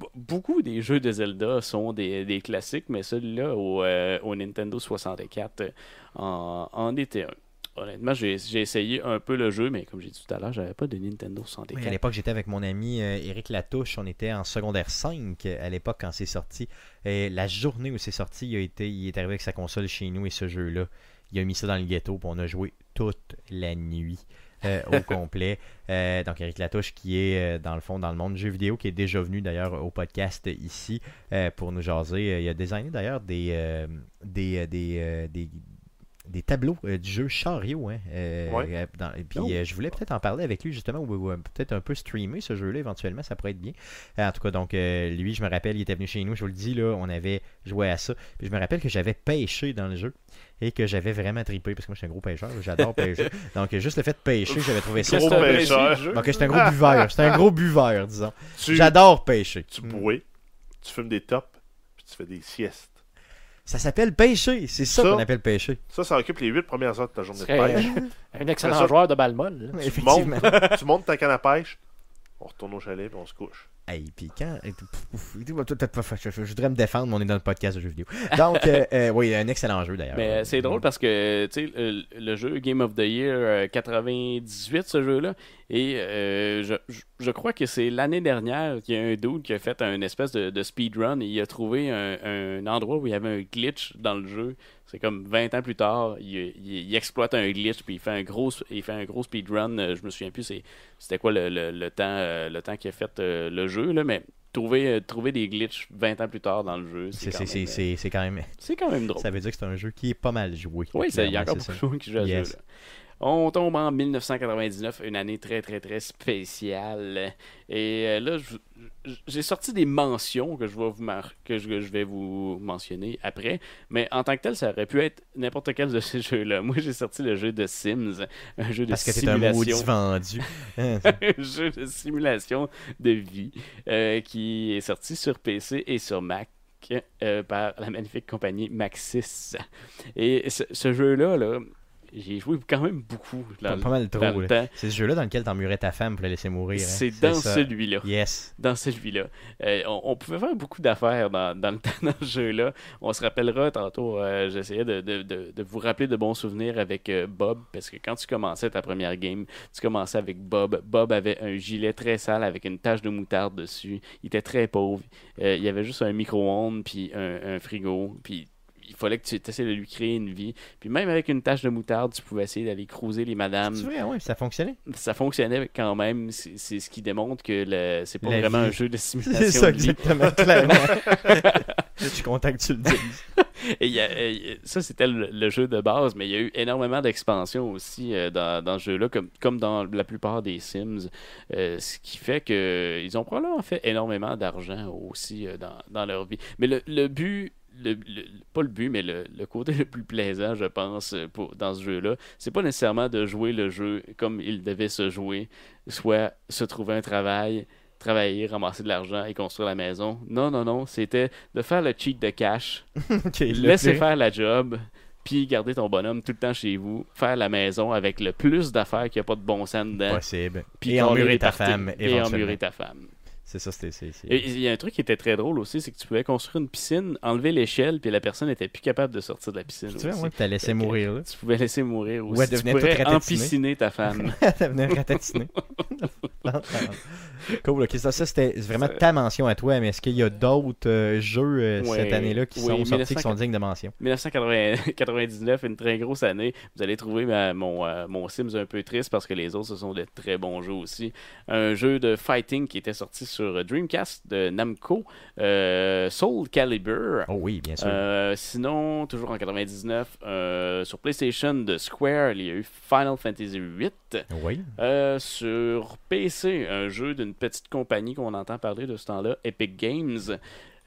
Speaker 4: b- beaucoup des jeux de Zelda sont des, des classiques, mais celui-là au, euh, au Nintendo 64 euh, en, en était un. Honnêtement, j'ai j'ai essayé un peu le jeu, mais comme j'ai dit tout à l'heure, j'avais pas de Nintendo
Speaker 2: Oui,
Speaker 4: 64.
Speaker 2: à l'époque, j'étais avec mon ami euh, Éric Latouche. On était en secondaire 5 euh, à l'époque quand c'est sorti. Et la journée où c'est sorti, il, a été, il est arrivé avec sa console chez nous et ce jeu-là, il a mis ça dans le ghetto. Puis on a joué toute la nuit euh, au complet. Euh, donc, Éric Latouche, qui est euh, dans le fond dans le monde du jeu vidéo, qui est déjà venu d'ailleurs au podcast ici euh, pour nous jaser. Euh, Il a designé d'ailleurs des, euh, des, euh, des, euh, des- des tableaux euh, du jeu Chariot. Hein, euh,
Speaker 3: Ouais.
Speaker 2: euh, dans- et puis,
Speaker 4: Oh.
Speaker 2: euh, je voulais peut-être en parler avec lui justement, ou, ou, euh, peut-être un peu streamer ce jeu-là éventuellement, ça pourrait être bien. Euh, en tout cas, donc, euh, lui, je me rappelle, il était venu chez nous, je vous le dis, là, on avait joué à ça. Puis je me rappelle que j'avais pêché dans le jeu et que j'avais vraiment tripé, parce que moi, je suis un gros pêcheur, j'adore pêcher. Donc, euh, juste le fait de pêcher, j'avais trouvé ça.
Speaker 3: Gros
Speaker 4: c'est un
Speaker 3: pêcheur.
Speaker 2: Donc, j'étais un gros buveur, j'étais un gros buveur, disons.
Speaker 3: Tu,
Speaker 2: J'adore pêcher.
Speaker 3: tu bois, tu fumes des tops, puis tu fais des siestes.
Speaker 2: Ça s'appelle pêcher, c'est ça,
Speaker 3: Ça,
Speaker 2: qu'on appelle pêcher.
Speaker 3: Ça, ça occupe les 8 premières heures de ta journée de
Speaker 5: serait,
Speaker 3: pêche.
Speaker 5: euh, un excellent
Speaker 3: Ça-
Speaker 5: joueur de balle molle. là.
Speaker 3: Tu montes, tu montes ta canne à pêche, on retourne au chalet, puis on se couche.
Speaker 2: Hey, puis quand. et- pff, pff, dis-moi, toi, t'as pas fait- Je je voudrais me défendre, mais on est dans le podcast de jeux vidéo. Donc, euh, euh, oui, un excellent jeu d'ailleurs.
Speaker 4: Mais euh, c'est drôle
Speaker 2: parce
Speaker 4: parce que tu sais, le, le jeu Game of the Year euh, 98, ce jeu-là, et euh, je, je- je crois que c'est l'année dernière qu'il y a un dude qui a fait un espèce de, de speedrun et il a trouvé un, un endroit où il y avait un glitch dans le jeu C'est comme 20 ans plus tard, il, il- il exploite un glitch puis il fait un gros, il fait un gros speedrun. Euh, Je me souviens plus c'est- c'était quoi le, le- le temps, euh, le temps qu'il a fait euh, le jeu, là, mais trouver, euh, trouver des glitches 20 ans plus tard dans le jeu, c'est
Speaker 2: C'est- C'est
Speaker 4: quand,
Speaker 2: c'est-
Speaker 4: même, euh,
Speaker 2: c'est- c'est quand même.
Speaker 4: c'est quand même drôle.
Speaker 2: Ça veut dire que c'est un jeu qui est pas mal joué.
Speaker 4: Oui, ça- il y a
Speaker 2: Clairement,
Speaker 4: encore
Speaker 2: c'est
Speaker 4: beaucoup de
Speaker 2: ça.
Speaker 4: gens qui jouent à ce
Speaker 2: Yes.
Speaker 4: jeu-là. On tombe en 1999, une année très, très, très spéciale. Et euh, là, je- je- j'ai sorti des mentions que je vais vous, mar- que je, que je vais vous mentionner après. Mais en tant que tel, ça aurait pu être n'importe quel de ces jeux-là. Moi, j'ai sorti le jeu de Sims, un jeu de
Speaker 2: Parce que t'es un maudit
Speaker 4: simulation.
Speaker 2: vendu.
Speaker 4: un jeu de simulation de vie euh, qui est sorti sur PC et sur Mac euh, par la magnifique compagnie Maxis. Et ce, ce jeu-là, là, j'ai joué quand même beaucoup dans,
Speaker 2: Pas,
Speaker 4: le-
Speaker 2: pas mal
Speaker 4: dans
Speaker 2: trop.
Speaker 4: le
Speaker 2: là.
Speaker 4: temps.
Speaker 2: C'est ce jeu-là dans lequel t'emmurais ta femme pour la laisser mourir. hein.
Speaker 4: C'est dans
Speaker 2: ça.
Speaker 4: celui-là.
Speaker 2: Yes.
Speaker 4: Dans celui-là. Euh, on, on pouvait faire beaucoup d'affaires dans, dans le temps dans ce jeu-là. On se rappellera tantôt, euh, j'essayais de, de- de- de vous rappeler de bons souvenirs avec euh, Bob, parce que quand tu commençais ta première game, tu commençais avec Bob. Bob avait un gilet très sale avec une tache de moutarde dessus. Il était très pauvre. Euh, il y avait juste un micro-ondes, puis un, un frigo, puis il fallait que tu essaies de lui créer une vie. Puis même avec une tache de moutarde, tu pouvais essayer d'aller cruiser les madames
Speaker 2: C'est vrai, ouais, ça fonctionnait.
Speaker 4: ça fonctionnait quand même. C'est c'est ce qui démontre que le- c'est pas
Speaker 2: La
Speaker 4: vraiment
Speaker 2: vie.
Speaker 4: un jeu de
Speaker 2: C'est
Speaker 4: simulation.
Speaker 2: ça,
Speaker 4: de vie.
Speaker 2: exactement. Clairement. Je suis content que tu le dises.
Speaker 4: Et il y a- et ça, c'était le, le jeu de base, mais il y a eu énormément d'expansions aussi euh, dans, dans ce jeu-là, comme, comme dans la plupart des Sims. Euh, ce qui fait que ils ont probablement fait énormément d'argent aussi euh, dans, dans leur vie. Mais le, le but. Le, le- pas le but, mais le, le côté le plus plaisant, je pense, euh, pour, dans ce jeu-là, c'est pas nécessairement de jouer le jeu comme il devait se jouer, soit se trouver un travail, travailler, ramasser de l'argent et construire la maison. Non, non, non, c'était de faire le cheat de cash,
Speaker 2: Ok, le
Speaker 4: Laissez
Speaker 2: plus-
Speaker 4: faire la job, puis garder ton bonhomme tout le temps chez vous, faire la maison avec le plus d'affaires qu'il n'y a pas de bon sens dedans,
Speaker 2: Possible.
Speaker 4: hein. puis
Speaker 2: et
Speaker 4: coller
Speaker 2: emmurer
Speaker 4: les
Speaker 2: ta
Speaker 4: parties,
Speaker 2: femme,
Speaker 4: Et
Speaker 2: éventuellement.
Speaker 4: emmurer ta femme.
Speaker 2: C'est ça, c'était. c'est- c'est-
Speaker 4: Et il y a un truc qui était très drôle aussi, c'est que tu pouvais construire une piscine, enlever l'échelle, puis la personne n'était plus capable de sortir de la piscine.
Speaker 2: Tu
Speaker 4: aussi.
Speaker 2: vois, ouais, t'as laissé
Speaker 4: Ok.
Speaker 2: mourir, là.
Speaker 4: Tu pouvais laisser mourir aussi.
Speaker 2: Ouais,
Speaker 4: tu
Speaker 2: devenait toute
Speaker 4: pourrais
Speaker 2: ratatinée.
Speaker 4: empisciner ta femme.
Speaker 2: T'as venu ratatiner. cool, ok. Ça, ça, c'était vraiment ta mention à toi, mais est-ce qu'il y a d'autres euh, jeux euh,
Speaker 4: Ouais.
Speaker 2: cette année-là qui
Speaker 4: Oui,
Speaker 2: sont sortis
Speaker 4: 1980.
Speaker 2: qui sont dignes de mention
Speaker 4: 1999, une très grosse année. Vous allez trouver ma- mon, euh, mon Sims un peu triste parce que les autres, ce sont de très bons jeux aussi. Un jeu de fighting qui était sorti sur Dreamcast de Namco, euh, Soul Calibur.
Speaker 2: Oh oui, bien sûr.
Speaker 4: Euh, sinon, toujours en 99, euh, sur PlayStation de Square, il y a eu Final Fantasy VIII.
Speaker 2: Oui.
Speaker 4: Euh, sur PC, un jeu d'une petite compagnie qu'on entend parler de ce temps-là, Epic Games,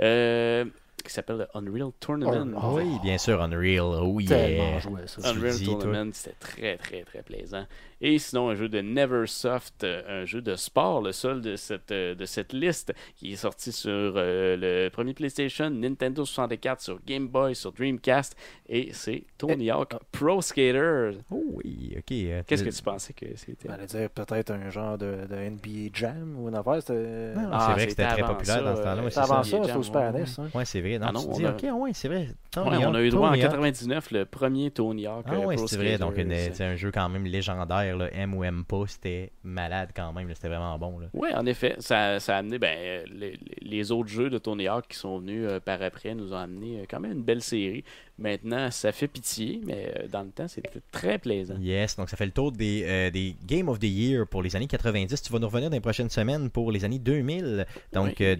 Speaker 4: euh, qui s'appelle The Unreal Tournament.
Speaker 5: Oh,
Speaker 2: oui, bien sûr, Unreal. Oh
Speaker 5: Tellement
Speaker 2: yeah.
Speaker 5: joué à ça.
Speaker 2: Ah,
Speaker 4: Unreal
Speaker 2: dis, toi.
Speaker 4: Tournament, c'était très, très, très plaisant. Et sinon, un jeu de Neversoft, euh, un jeu de sport, le seul de cette, euh, de cette liste, qui est sorti sur euh, le premier PlayStation, Nintendo 64, sur Game Boy, sur Dreamcast, et c'est Tony Hawk Pro Skater.
Speaker 2: Oh oui, ok. euh,
Speaker 4: Qu'est-ce que
Speaker 2: t'as-
Speaker 4: tu pensais que c'était?
Speaker 5: J'allais dire peut-être un genre de, de NBA Jam ou une affaire. c'était-
Speaker 2: Non, non,
Speaker 4: Ah,
Speaker 2: c'est vrai que c'était
Speaker 4: c'était
Speaker 2: très
Speaker 4: avant
Speaker 2: populaire
Speaker 4: ça,
Speaker 2: dans ce temps-là.
Speaker 4: euh,
Speaker 2: ouais,
Speaker 5: C'est
Speaker 2: c'est
Speaker 5: avant
Speaker 2: ça.
Speaker 5: ça, c'est au Super NES. hein.
Speaker 2: Ouais, c'est vrai. Non,
Speaker 4: Ah non,
Speaker 2: tu
Speaker 4: on
Speaker 2: te dis,
Speaker 4: a-
Speaker 2: ok, ouais, c'est vrai. Tony
Speaker 4: Ouais, on
Speaker 2: Hawk,
Speaker 4: a eu droit en
Speaker 2: Tony Hawk.
Speaker 4: 99 le premier Tony Hawk
Speaker 2: Ah
Speaker 4: euh,
Speaker 2: ouais,
Speaker 4: Pro
Speaker 2: c'est vrai.
Speaker 4: Skater.
Speaker 2: Donc, une- c'est un jeu quand même légendaire. Là. M ou M pas, c'était malade quand même. là, C'était vraiment bon. Là.
Speaker 4: Oui, en effet, ça, ça a amené ben, euh, les, les autres jeux de Tony Hawk qui sont venus euh, par après nous ont amené euh, quand même une belle série. Maintenant, ça fait pitié, mais euh, dans le temps, c'était très plaisant.
Speaker 2: Yes, donc ça fait le tour des, euh, des Game of the Year pour les années 90. Tu vas nous revenir dans les prochaines semaines pour les années 2000. Donc
Speaker 4: Oui.
Speaker 2: euh,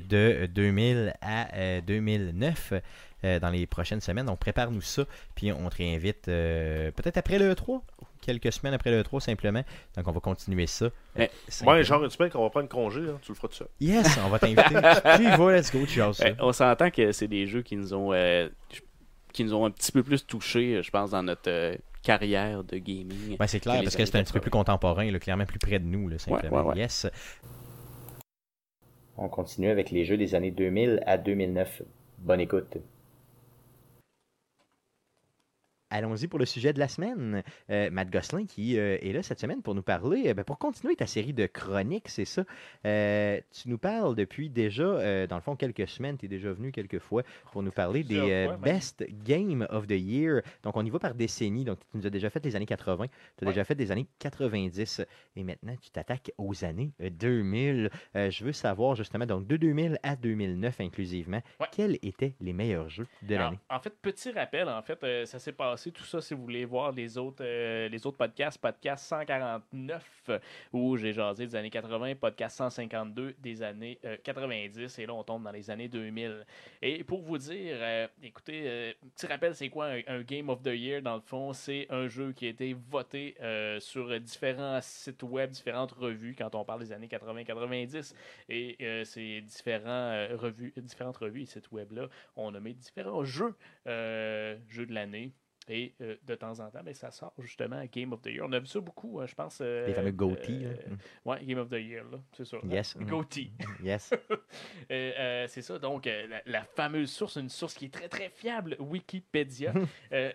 Speaker 2: de 2000 à euh, 2009. euh, dans les prochaines semaines. Donc prépare-nous ça. Puis on te réinvite euh, peut-être après le 3 quelques semaines après le 3 simplement. Donc on va continuer ça. euh,
Speaker 4: Mais-
Speaker 2: simplement.
Speaker 3: Ouais, genre une semaine qu'on va prendre congé, là, tu le feras tout seul.
Speaker 2: Yes, on va t'inviter. tu y vas, let's go, tu jases ça.
Speaker 4: Euh, on s'entend que c'est des jeux qui nous ont euh, qui nous ont un petit peu plus touchés, euh, je pense, dans notre euh, carrière de gaming.
Speaker 2: Ben, c'est
Speaker 4: que
Speaker 2: clair,
Speaker 4: les
Speaker 2: parce que c'est un
Speaker 4: années
Speaker 2: petit peu
Speaker 4: 80.
Speaker 2: plus contemporain, là, clairement plus près de nous, là, simplement.
Speaker 4: ouais, ouais.
Speaker 2: Yes.
Speaker 1: On continue avec les jeux des années 2000 à 2009. Bonne écoute.
Speaker 2: allons-y pour le sujet de la semaine. Euh, Matt Gosselin qui euh, est là cette semaine pour nous parler, euh, ben, pour continuer ta série de chroniques, c'est ça. Euh, tu nous parles depuis déjà, euh, dans le fond, quelques semaines, tu es déjà venu quelques fois pour nous parler des
Speaker 7: Plusieurs
Speaker 2: euh,
Speaker 7: fois, même.
Speaker 2: Best Game of the Year. Donc, on y va par décennie. Donc, tu nous as déjà fait les années 80, tu as déjà fait des années 90 et maintenant, tu t'attaques aux années 2000. Euh, je veux savoir justement, donc de 2000 à 2009 inclusivement,
Speaker 6: Ouais. Ah.
Speaker 2: quels étaient les meilleurs jeux de
Speaker 6: Alors,
Speaker 2: l'année?
Speaker 6: En fait, petit rappel, en fait, euh, ça s'est passé tout ça si vous voulez voir les autres, euh, les autres podcasts, podcast 149 euh, où j'ai jasé des années 80, podcast 152 des années euh, 90 et là on tombe dans les années 2000. Et pour vous dire, euh, écoutez, euh, petit rappel, c'est quoi un, un Game of the Year dans le fond C'est un jeu qui a été voté euh, sur différents sites web, différentes revues quand on parle des années 80-90 et euh, ces différents euh, revues, différentes revues et sites web là on a mis différents jeux, euh, jeux de l'année. Et euh, de temps en temps, ben, ça sort justement à Game of the Year. On a vu ça beaucoup, hein, je pense. euh,
Speaker 2: les fameux GOTY.
Speaker 6: euh, ouais, Game of the Year, là, c'est hein. ça.
Speaker 2: Yes. mm,
Speaker 6: Goatee.
Speaker 2: Yes.
Speaker 6: Euh, euh, c'est ça, donc euh, la, la fameuse source, une source qui est très très fiable, Wikipédia,
Speaker 2: Hum.
Speaker 6: euh,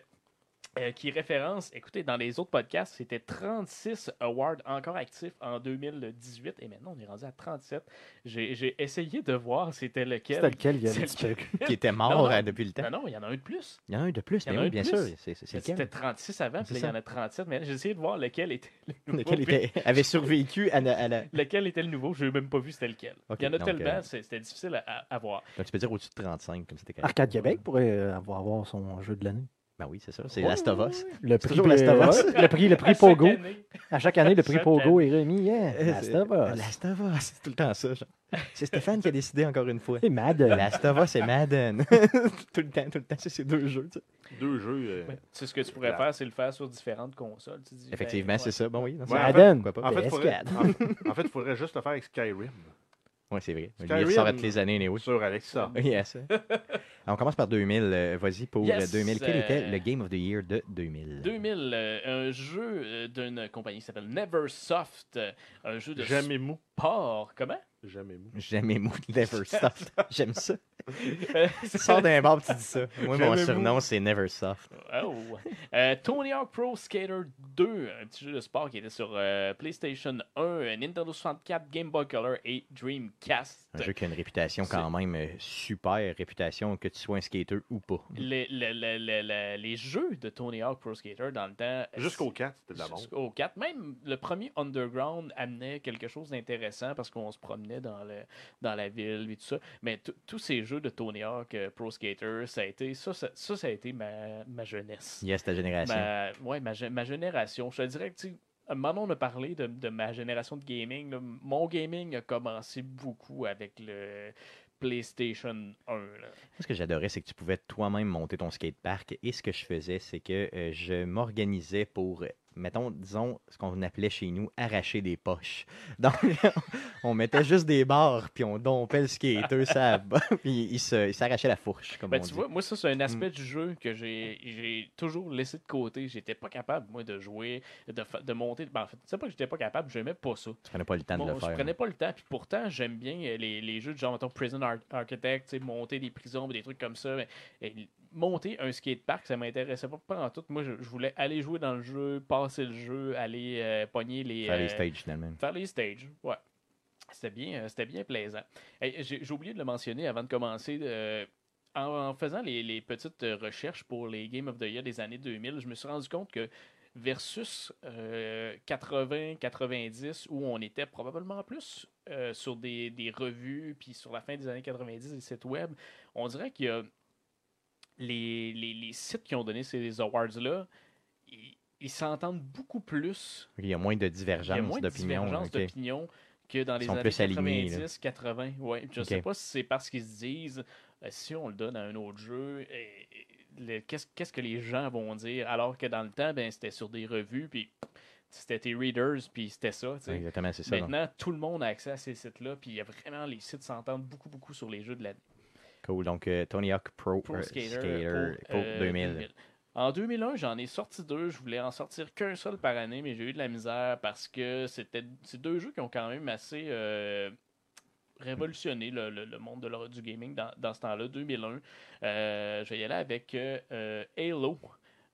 Speaker 6: euh, qui référence, écoutez, dans les autres podcasts, c'était 36 awards encore actifs en 2018 et maintenant on est rendu à 37. J'ai j'ai essayé de voir c'était lequel.
Speaker 5: C'était lequel, il y a
Speaker 6: C'est
Speaker 5: un petit peu.
Speaker 2: qui était mort
Speaker 6: Non, non.
Speaker 2: euh, depuis le temps.
Speaker 6: Non, non, il y en a un de plus.
Speaker 2: Il y en a un de plus,
Speaker 6: Il y en
Speaker 2: mais
Speaker 6: a un
Speaker 2: oui, bien
Speaker 6: de plus.
Speaker 2: sûr. c'est- c'est- C'est
Speaker 6: C'était
Speaker 2: lequel
Speaker 6: 36 avant, puis
Speaker 2: C'est
Speaker 6: là, il y
Speaker 2: ça.
Speaker 6: en a 37. Mais j'ai essayé de voir lequel était le nouveau.
Speaker 2: Lequel
Speaker 6: puis
Speaker 2: était- avait survécu à, la- à la.
Speaker 6: lequel était le nouveau. Je n'ai même pas vu c'était lequel.
Speaker 2: Ok,
Speaker 6: il y en a
Speaker 2: donc,
Speaker 6: tellement,
Speaker 2: euh,
Speaker 6: c'est- c'était difficile à, à- à voir.
Speaker 2: Donc, ben, tu peux dire au-dessus de 35, comme c'était correct.
Speaker 5: Arcade Québec pourrait euh, avoir avoir son jeu de l'année.
Speaker 2: Ben oui, c'est ça. C'est Last of Us.
Speaker 5: Le prix, euh,
Speaker 2: toujours Last of Us.
Speaker 5: le prix, le prix
Speaker 6: À chaque
Speaker 5: Pogo.
Speaker 6: année,
Speaker 5: À chaque année, le prix
Speaker 6: Chaque
Speaker 5: Pogo hein. est remis. Yeah,
Speaker 2: Euh,
Speaker 5: Last
Speaker 2: c'est-
Speaker 5: of Us.
Speaker 2: Last of Us, c'est tout le temps ça. genre. C'est Stéphane qui a décidé encore une fois.
Speaker 5: C'est mad.
Speaker 2: Last of Us et Madden. tout le temps, tout le temps, c'est ces deux jeux. tu sais.
Speaker 3: Deux jeux. euh,
Speaker 6: ouais, tu sais, ce que tu pourrais
Speaker 3: Là.
Speaker 6: faire, c'est le faire sur différentes consoles. Tu dis,
Speaker 2: Effectivement,
Speaker 6: ben,
Speaker 2: c'est
Speaker 6: ouais.
Speaker 2: ça. Bon, oui. non, c'est-
Speaker 3: Ouais, en fait-
Speaker 5: Madden.
Speaker 2: Pourquoi pas?
Speaker 3: En fait, il faudrait,
Speaker 5: PS4.
Speaker 3: en- en fait, faudrait juste le faire avec Skyrim
Speaker 2: Oui, c'est vrai. Lui,
Speaker 3: Skyrim.
Speaker 2: Il sort à toutes les années, anyway.
Speaker 3: sur
Speaker 6: Ah,
Speaker 3: Alexa.
Speaker 2: Yes. Alors, on commence par 2000. euh, Vas-y pour euh,
Speaker 6: Yes,
Speaker 2: 2000. Quel
Speaker 6: euh,
Speaker 2: était le Game of the Year de 2000?
Speaker 6: 2000, euh, un jeu euh, d'une compagnie qui s'appelle Neversoft, euh, un jeu de
Speaker 3: Jamais mou.
Speaker 6: sport. Comment
Speaker 3: Jamais mou.
Speaker 2: J'aime les mots de Neversoft. J'aime ça.
Speaker 6: Euh,
Speaker 2: Tu sors d'un bar pis tu dis ça. Moi, mon
Speaker 3: J'aimais
Speaker 2: surnom, c'est Neversoft.
Speaker 6: Oh. Euh, Tony Hawk Pro Skater 2, un petit jeu de sport qui était sur euh, PlayStation 1, euh, Nintendo 64, Game Boy Color et Dreamcast.
Speaker 2: Un jeu qui a une réputation quand même euh, super, réputation que tu sois un skater ou pas.
Speaker 6: Les, les- les- les- les- les jeux de Tony Hawk Pro Skater dans le temps.
Speaker 3: Jusqu'au 4, c'était de la bombe.
Speaker 6: Jusqu'au 4. Même le premier Underground amenait quelque chose d'intéressant parce qu'on se promenait dans, le, dans la ville et tout ça. Mais tout- tous ces jeux de Tony Hawk euh, Pro Skater, ça a été, ça, ça, ça, ça a été ma, ma jeunesse.
Speaker 2: Yes, ta génération.
Speaker 6: Ma, ouais, ma, gé- ma génération. Je te dirais que, tu sais, à un moment, on a parlé de, de ma génération de gaming. là. Mon gaming a commencé beaucoup avec le PlayStation 1. là.
Speaker 2: Ce que j'adorais, c'est que tu pouvais toi-même monter ton skatepark. Et ce que je faisais, c'est que euh, je m'organisais pour, euh, mettons, disons, ce qu'on appelait chez nous, arracher des poches. Donc, on mettait juste des barres, puis on dompait le skater, ça, puis il se- il s'arrachait la fourche, comme
Speaker 6: Ben,
Speaker 2: on
Speaker 6: tu
Speaker 2: dit. Mm.
Speaker 6: vois, moi, ça, c'est un aspect du jeu que j'ai- j'ai toujours laissé de côté. J'étais pas capable, moi, de jouer, de, fa- de monter. Ben, en fait, c'est pas que j'étais pas capable, j'aimais pas ça.
Speaker 2: Tu prenais pas le temps
Speaker 6: Bon,
Speaker 2: de le
Speaker 6: je
Speaker 2: faire.
Speaker 6: prenais pas le temps, puis pourtant, j'aime bien euh, les, les jeux de genre, mettons, Prison Ar- Architect, tu sais, monter des prisons, puis des trucs comme ça. mais, euh, monter un skatepark, ça m'intéressait pas, pas en tout. Moi, je, je voulais aller jouer dans le jeu, passer le jeu, aller euh, pogner les.
Speaker 2: Faire les
Speaker 6: euh,
Speaker 2: stages, finalement.
Speaker 6: Faire les stages, ouais. C'était bien, euh, c'était bien plaisant. Hey, J'ai j'ai oublié de le mentionner avant de commencer. euh, en, en faisant les, les petites euh, recherches pour les Game of the Year des années 2000, je me suis rendu compte que versus 80-90, où on était probablement plus euh, sur des, des revues, puis sur la fin des années 90, les sites web, on dirait qu'il y a les, les- les sites qui ont donné ces awards-là, ils- ils s'entendent beaucoup plus
Speaker 2: Il y a moins de
Speaker 6: il y a
Speaker 2: divergences
Speaker 6: moins de
Speaker 2: d'opinion. hein,
Speaker 6: divergences
Speaker 2: ok.
Speaker 6: d'opinion que dans les
Speaker 2: sont
Speaker 6: années
Speaker 2: plus alignés,
Speaker 6: 90, 80. Ouais, je ne
Speaker 2: Ok.
Speaker 6: sais pas si c'est parce qu'ils se disent euh, si on le donne à un autre jeu, eh, eh, le- qu'est-ce qu'est-ce que les gens vont dire Alors que dans le temps, ben, c'était sur des revues, puis c'était tes readers, puis c'était ça. tu sais.
Speaker 2: Exactement, c'est ça. donc.
Speaker 6: Maintenant, tout le monde a accès à ces sites-là, puis il y a vraiment les sites s'entendent beaucoup, beaucoup sur les jeux de la
Speaker 2: Cool. Donc, euh, Tony Hawk Pro,
Speaker 6: Pro
Speaker 2: euh,
Speaker 6: Skater,
Speaker 2: Skater
Speaker 6: pour,
Speaker 2: pour
Speaker 6: euh,
Speaker 2: 2000.
Speaker 6: 2000. En 2001, j'en ai sorti deux. Je voulais en sortir qu'un seul par année, mais j'ai eu de la misère parce que c'était c'est deux jeux qui ont quand même assez euh, révolutionné le, le- le monde de l'hor- du gaming dans, dans ce temps-là, 2001. Euh, je vais y aller avec euh, euh, Halo.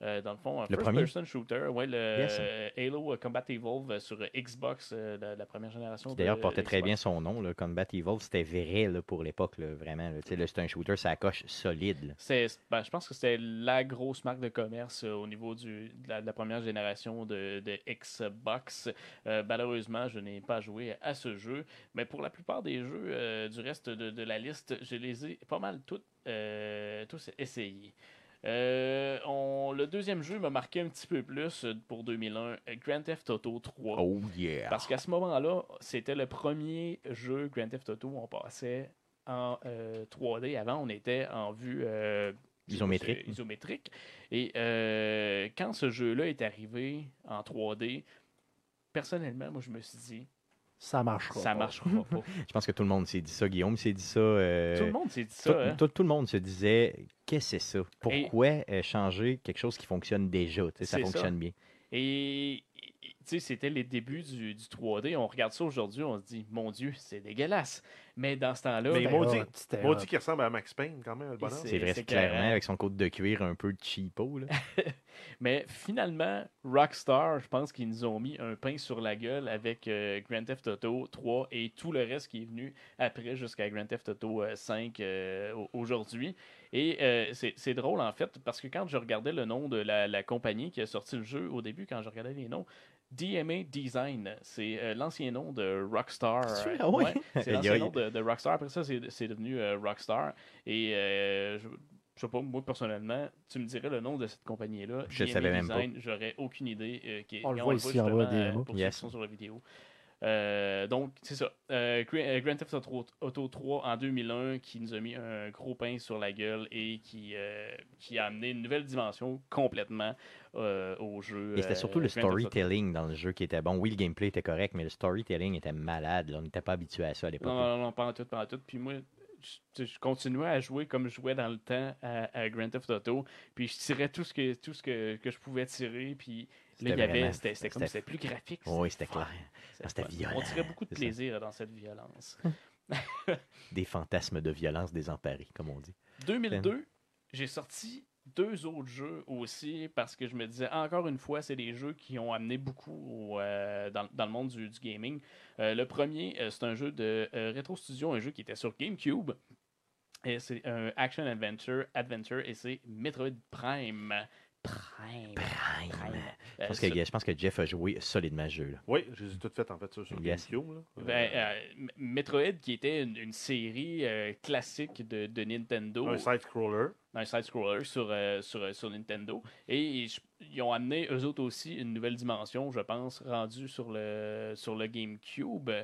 Speaker 6: Euh, dans le fond, un
Speaker 2: Le
Speaker 6: first
Speaker 2: premier?
Speaker 6: person shooter, ouais, le
Speaker 2: Yes.
Speaker 6: euh, Halo Combat Evolve euh, sur euh, Xbox, euh, la, la première génération.
Speaker 2: Qui d'ailleurs
Speaker 6: de
Speaker 2: portait très
Speaker 6: euh, Xbox.
Speaker 2: bien son nom. Là. Combat Evolve, c'était vrai là, pour l'époque, là, vraiment. là. Tu sais, là, C'est un shooter, ça coche solide. là.
Speaker 6: C'est, ben, je pense que c'était la grosse marque de commerce euh, au niveau du, de, la, de la première génération de, de Xbox. Euh, malheureusement, je n'ai pas joué à ce jeu, mais pour la plupart des jeux euh, du reste de, de la liste, je les ai pas mal toutes, euh, tous essayés. Euh, on- le deuxième jeu m'a marqué un petit peu plus euh, pour 2001, euh, Grand Theft Auto 3.
Speaker 2: Oh yeah!
Speaker 6: Parce qu'à ce moment-là, c'était le premier jeu Grand Theft Auto où on passait en euh, 3D. Avant, on était en vue euh,
Speaker 2: Isométrique.
Speaker 6: euh, isométrique. Et euh, quand ce jeu-là est arrivé en 3D, personnellement, moi, je me suis dit,
Speaker 5: Ça marchera.
Speaker 6: ça
Speaker 5: pas.
Speaker 6: marchera pas.
Speaker 2: Je pense que tout le monde s'est dit ça. Guillaume s'est dit ça. euh,
Speaker 6: Tout le monde s'est dit
Speaker 2: tout,
Speaker 6: ça. hein.
Speaker 2: tout- tout le monde se disait qu'est-ce que c'est ça? Pourquoi euh, changer quelque chose qui fonctionne déjà? Tu sais, Ça
Speaker 6: C'est ça.
Speaker 2: fonctionne bien.
Speaker 6: Et et- tu sais, c'était les débuts du, du 3D. On regarde ça aujourd'hui, on se dit, mon Dieu, c'est dégueulasse. Mais dans ce temps-là,
Speaker 3: Mais
Speaker 6: ben,
Speaker 5: C'était
Speaker 3: maudit.
Speaker 5: hot, c'était
Speaker 3: Bon, on
Speaker 5: hot.
Speaker 3: dit qu'il ressemble à Max Payne quand même, le bonhomme.
Speaker 6: C'est-
Speaker 2: C'est vrai,
Speaker 6: c'est hein.
Speaker 2: c'est clairement,
Speaker 6: clairement.
Speaker 2: avec son côte de cuir un peu cheapo. Là.
Speaker 6: Mais finalement, Rockstar, je pense qu'ils nous ont mis un pain sur la gueule avec euh, Grand Theft Auto 3 et tout le reste qui est venu après jusqu'à Grand Theft Auto euh, 5 euh, au- aujourd'hui. Et euh, c'est c'est drôle en fait parce que quand je regardais le nom de la, la compagnie qui a sorti le jeu au début, quand je regardais les noms, DMA Design, c'est euh, l'ancien nom de Rockstar.
Speaker 2: C'est sûr,
Speaker 6: Euh,
Speaker 2: ah oui?
Speaker 6: c'est
Speaker 2: Aïe,
Speaker 6: l'ancien
Speaker 2: aïe.
Speaker 6: nom de, de Rockstar. Après ça, c'est c'est devenu euh, Rockstar. Et euh, je, je sais pas, moi personnellement, tu me dirais le nom de cette compagnie-là.
Speaker 2: Je
Speaker 6: DMA
Speaker 2: savais même pas.
Speaker 6: Design, J'aurais aucune idée. euh, qui est,
Speaker 5: On le voit ici en bas,
Speaker 6: justement,
Speaker 5: DMA.
Speaker 6: euh, Pour ceux
Speaker 2: Yes.
Speaker 6: qui sont sur la vidéo. Euh, donc, c'est ça. Euh, Gra- euh, Grand Theft Auto, Auto 3 en 2001 qui nous a mis un gros pain sur la gueule et qui, euh, qui a amené une nouvelle dimension complètement euh, au jeu.
Speaker 2: Et c'était
Speaker 6: euh,
Speaker 2: surtout le
Speaker 6: Grand Theft Auto.
Speaker 2: storytelling dans le jeu qui était bon. Oui, le gameplay était correct, mais le storytelling était malade. là. On n'était pas habitué à ça à l'époque.
Speaker 6: Non, non, non, pas en tout, pas en tout. Puis moi, je, je continuais à jouer comme je jouais dans le temps à, à Grand Theft Auto. Puis je tirais tout ce que, tout ce que, que je pouvais tirer. Puis là,
Speaker 2: C'était
Speaker 6: il y avait.
Speaker 2: vraiment-
Speaker 6: C'était c'était comme
Speaker 2: c'était-
Speaker 6: c'était plus graphique.
Speaker 2: Oui, c'était
Speaker 6: fun.
Speaker 2: clair. c'était
Speaker 6: fun.
Speaker 2: violent,
Speaker 6: On tirait beaucoup de
Speaker 2: c'est ça.
Speaker 6: plaisir dans cette violence.
Speaker 2: Des fantasmes de violence désemparés, comme on dit.
Speaker 6: 2002, j'ai sorti deux autres jeux aussi parce que je me disais encore une fois c'est des jeux qui ont amené beaucoup au, euh, dans, dans le monde du, du gaming Euh, le premier euh, c'est un jeu de euh, Retro Studio un jeu qui était sur GameCube et c'est un action adventure adventure et c'est Metroid Prime Prime
Speaker 2: Prime.
Speaker 6: Euh,
Speaker 2: Je pense,
Speaker 6: ça-
Speaker 2: que, je pense que Jeff a joué solidement ce jeu-là.
Speaker 3: Oui, je les ai toutes faites en fait sur sur
Speaker 2: Yes.
Speaker 3: GameCube. là.
Speaker 6: ben, euh, M- Metroid qui était une, une série euh, classique de, de Nintendo
Speaker 3: Un side-scroller.
Speaker 6: un side-scroller sur, euh, sur, euh, sur Nintendo. Et je- ils ont amené, eux autres aussi, une nouvelle dimension, je pense, rendue sur le, sur le GameCube. euh,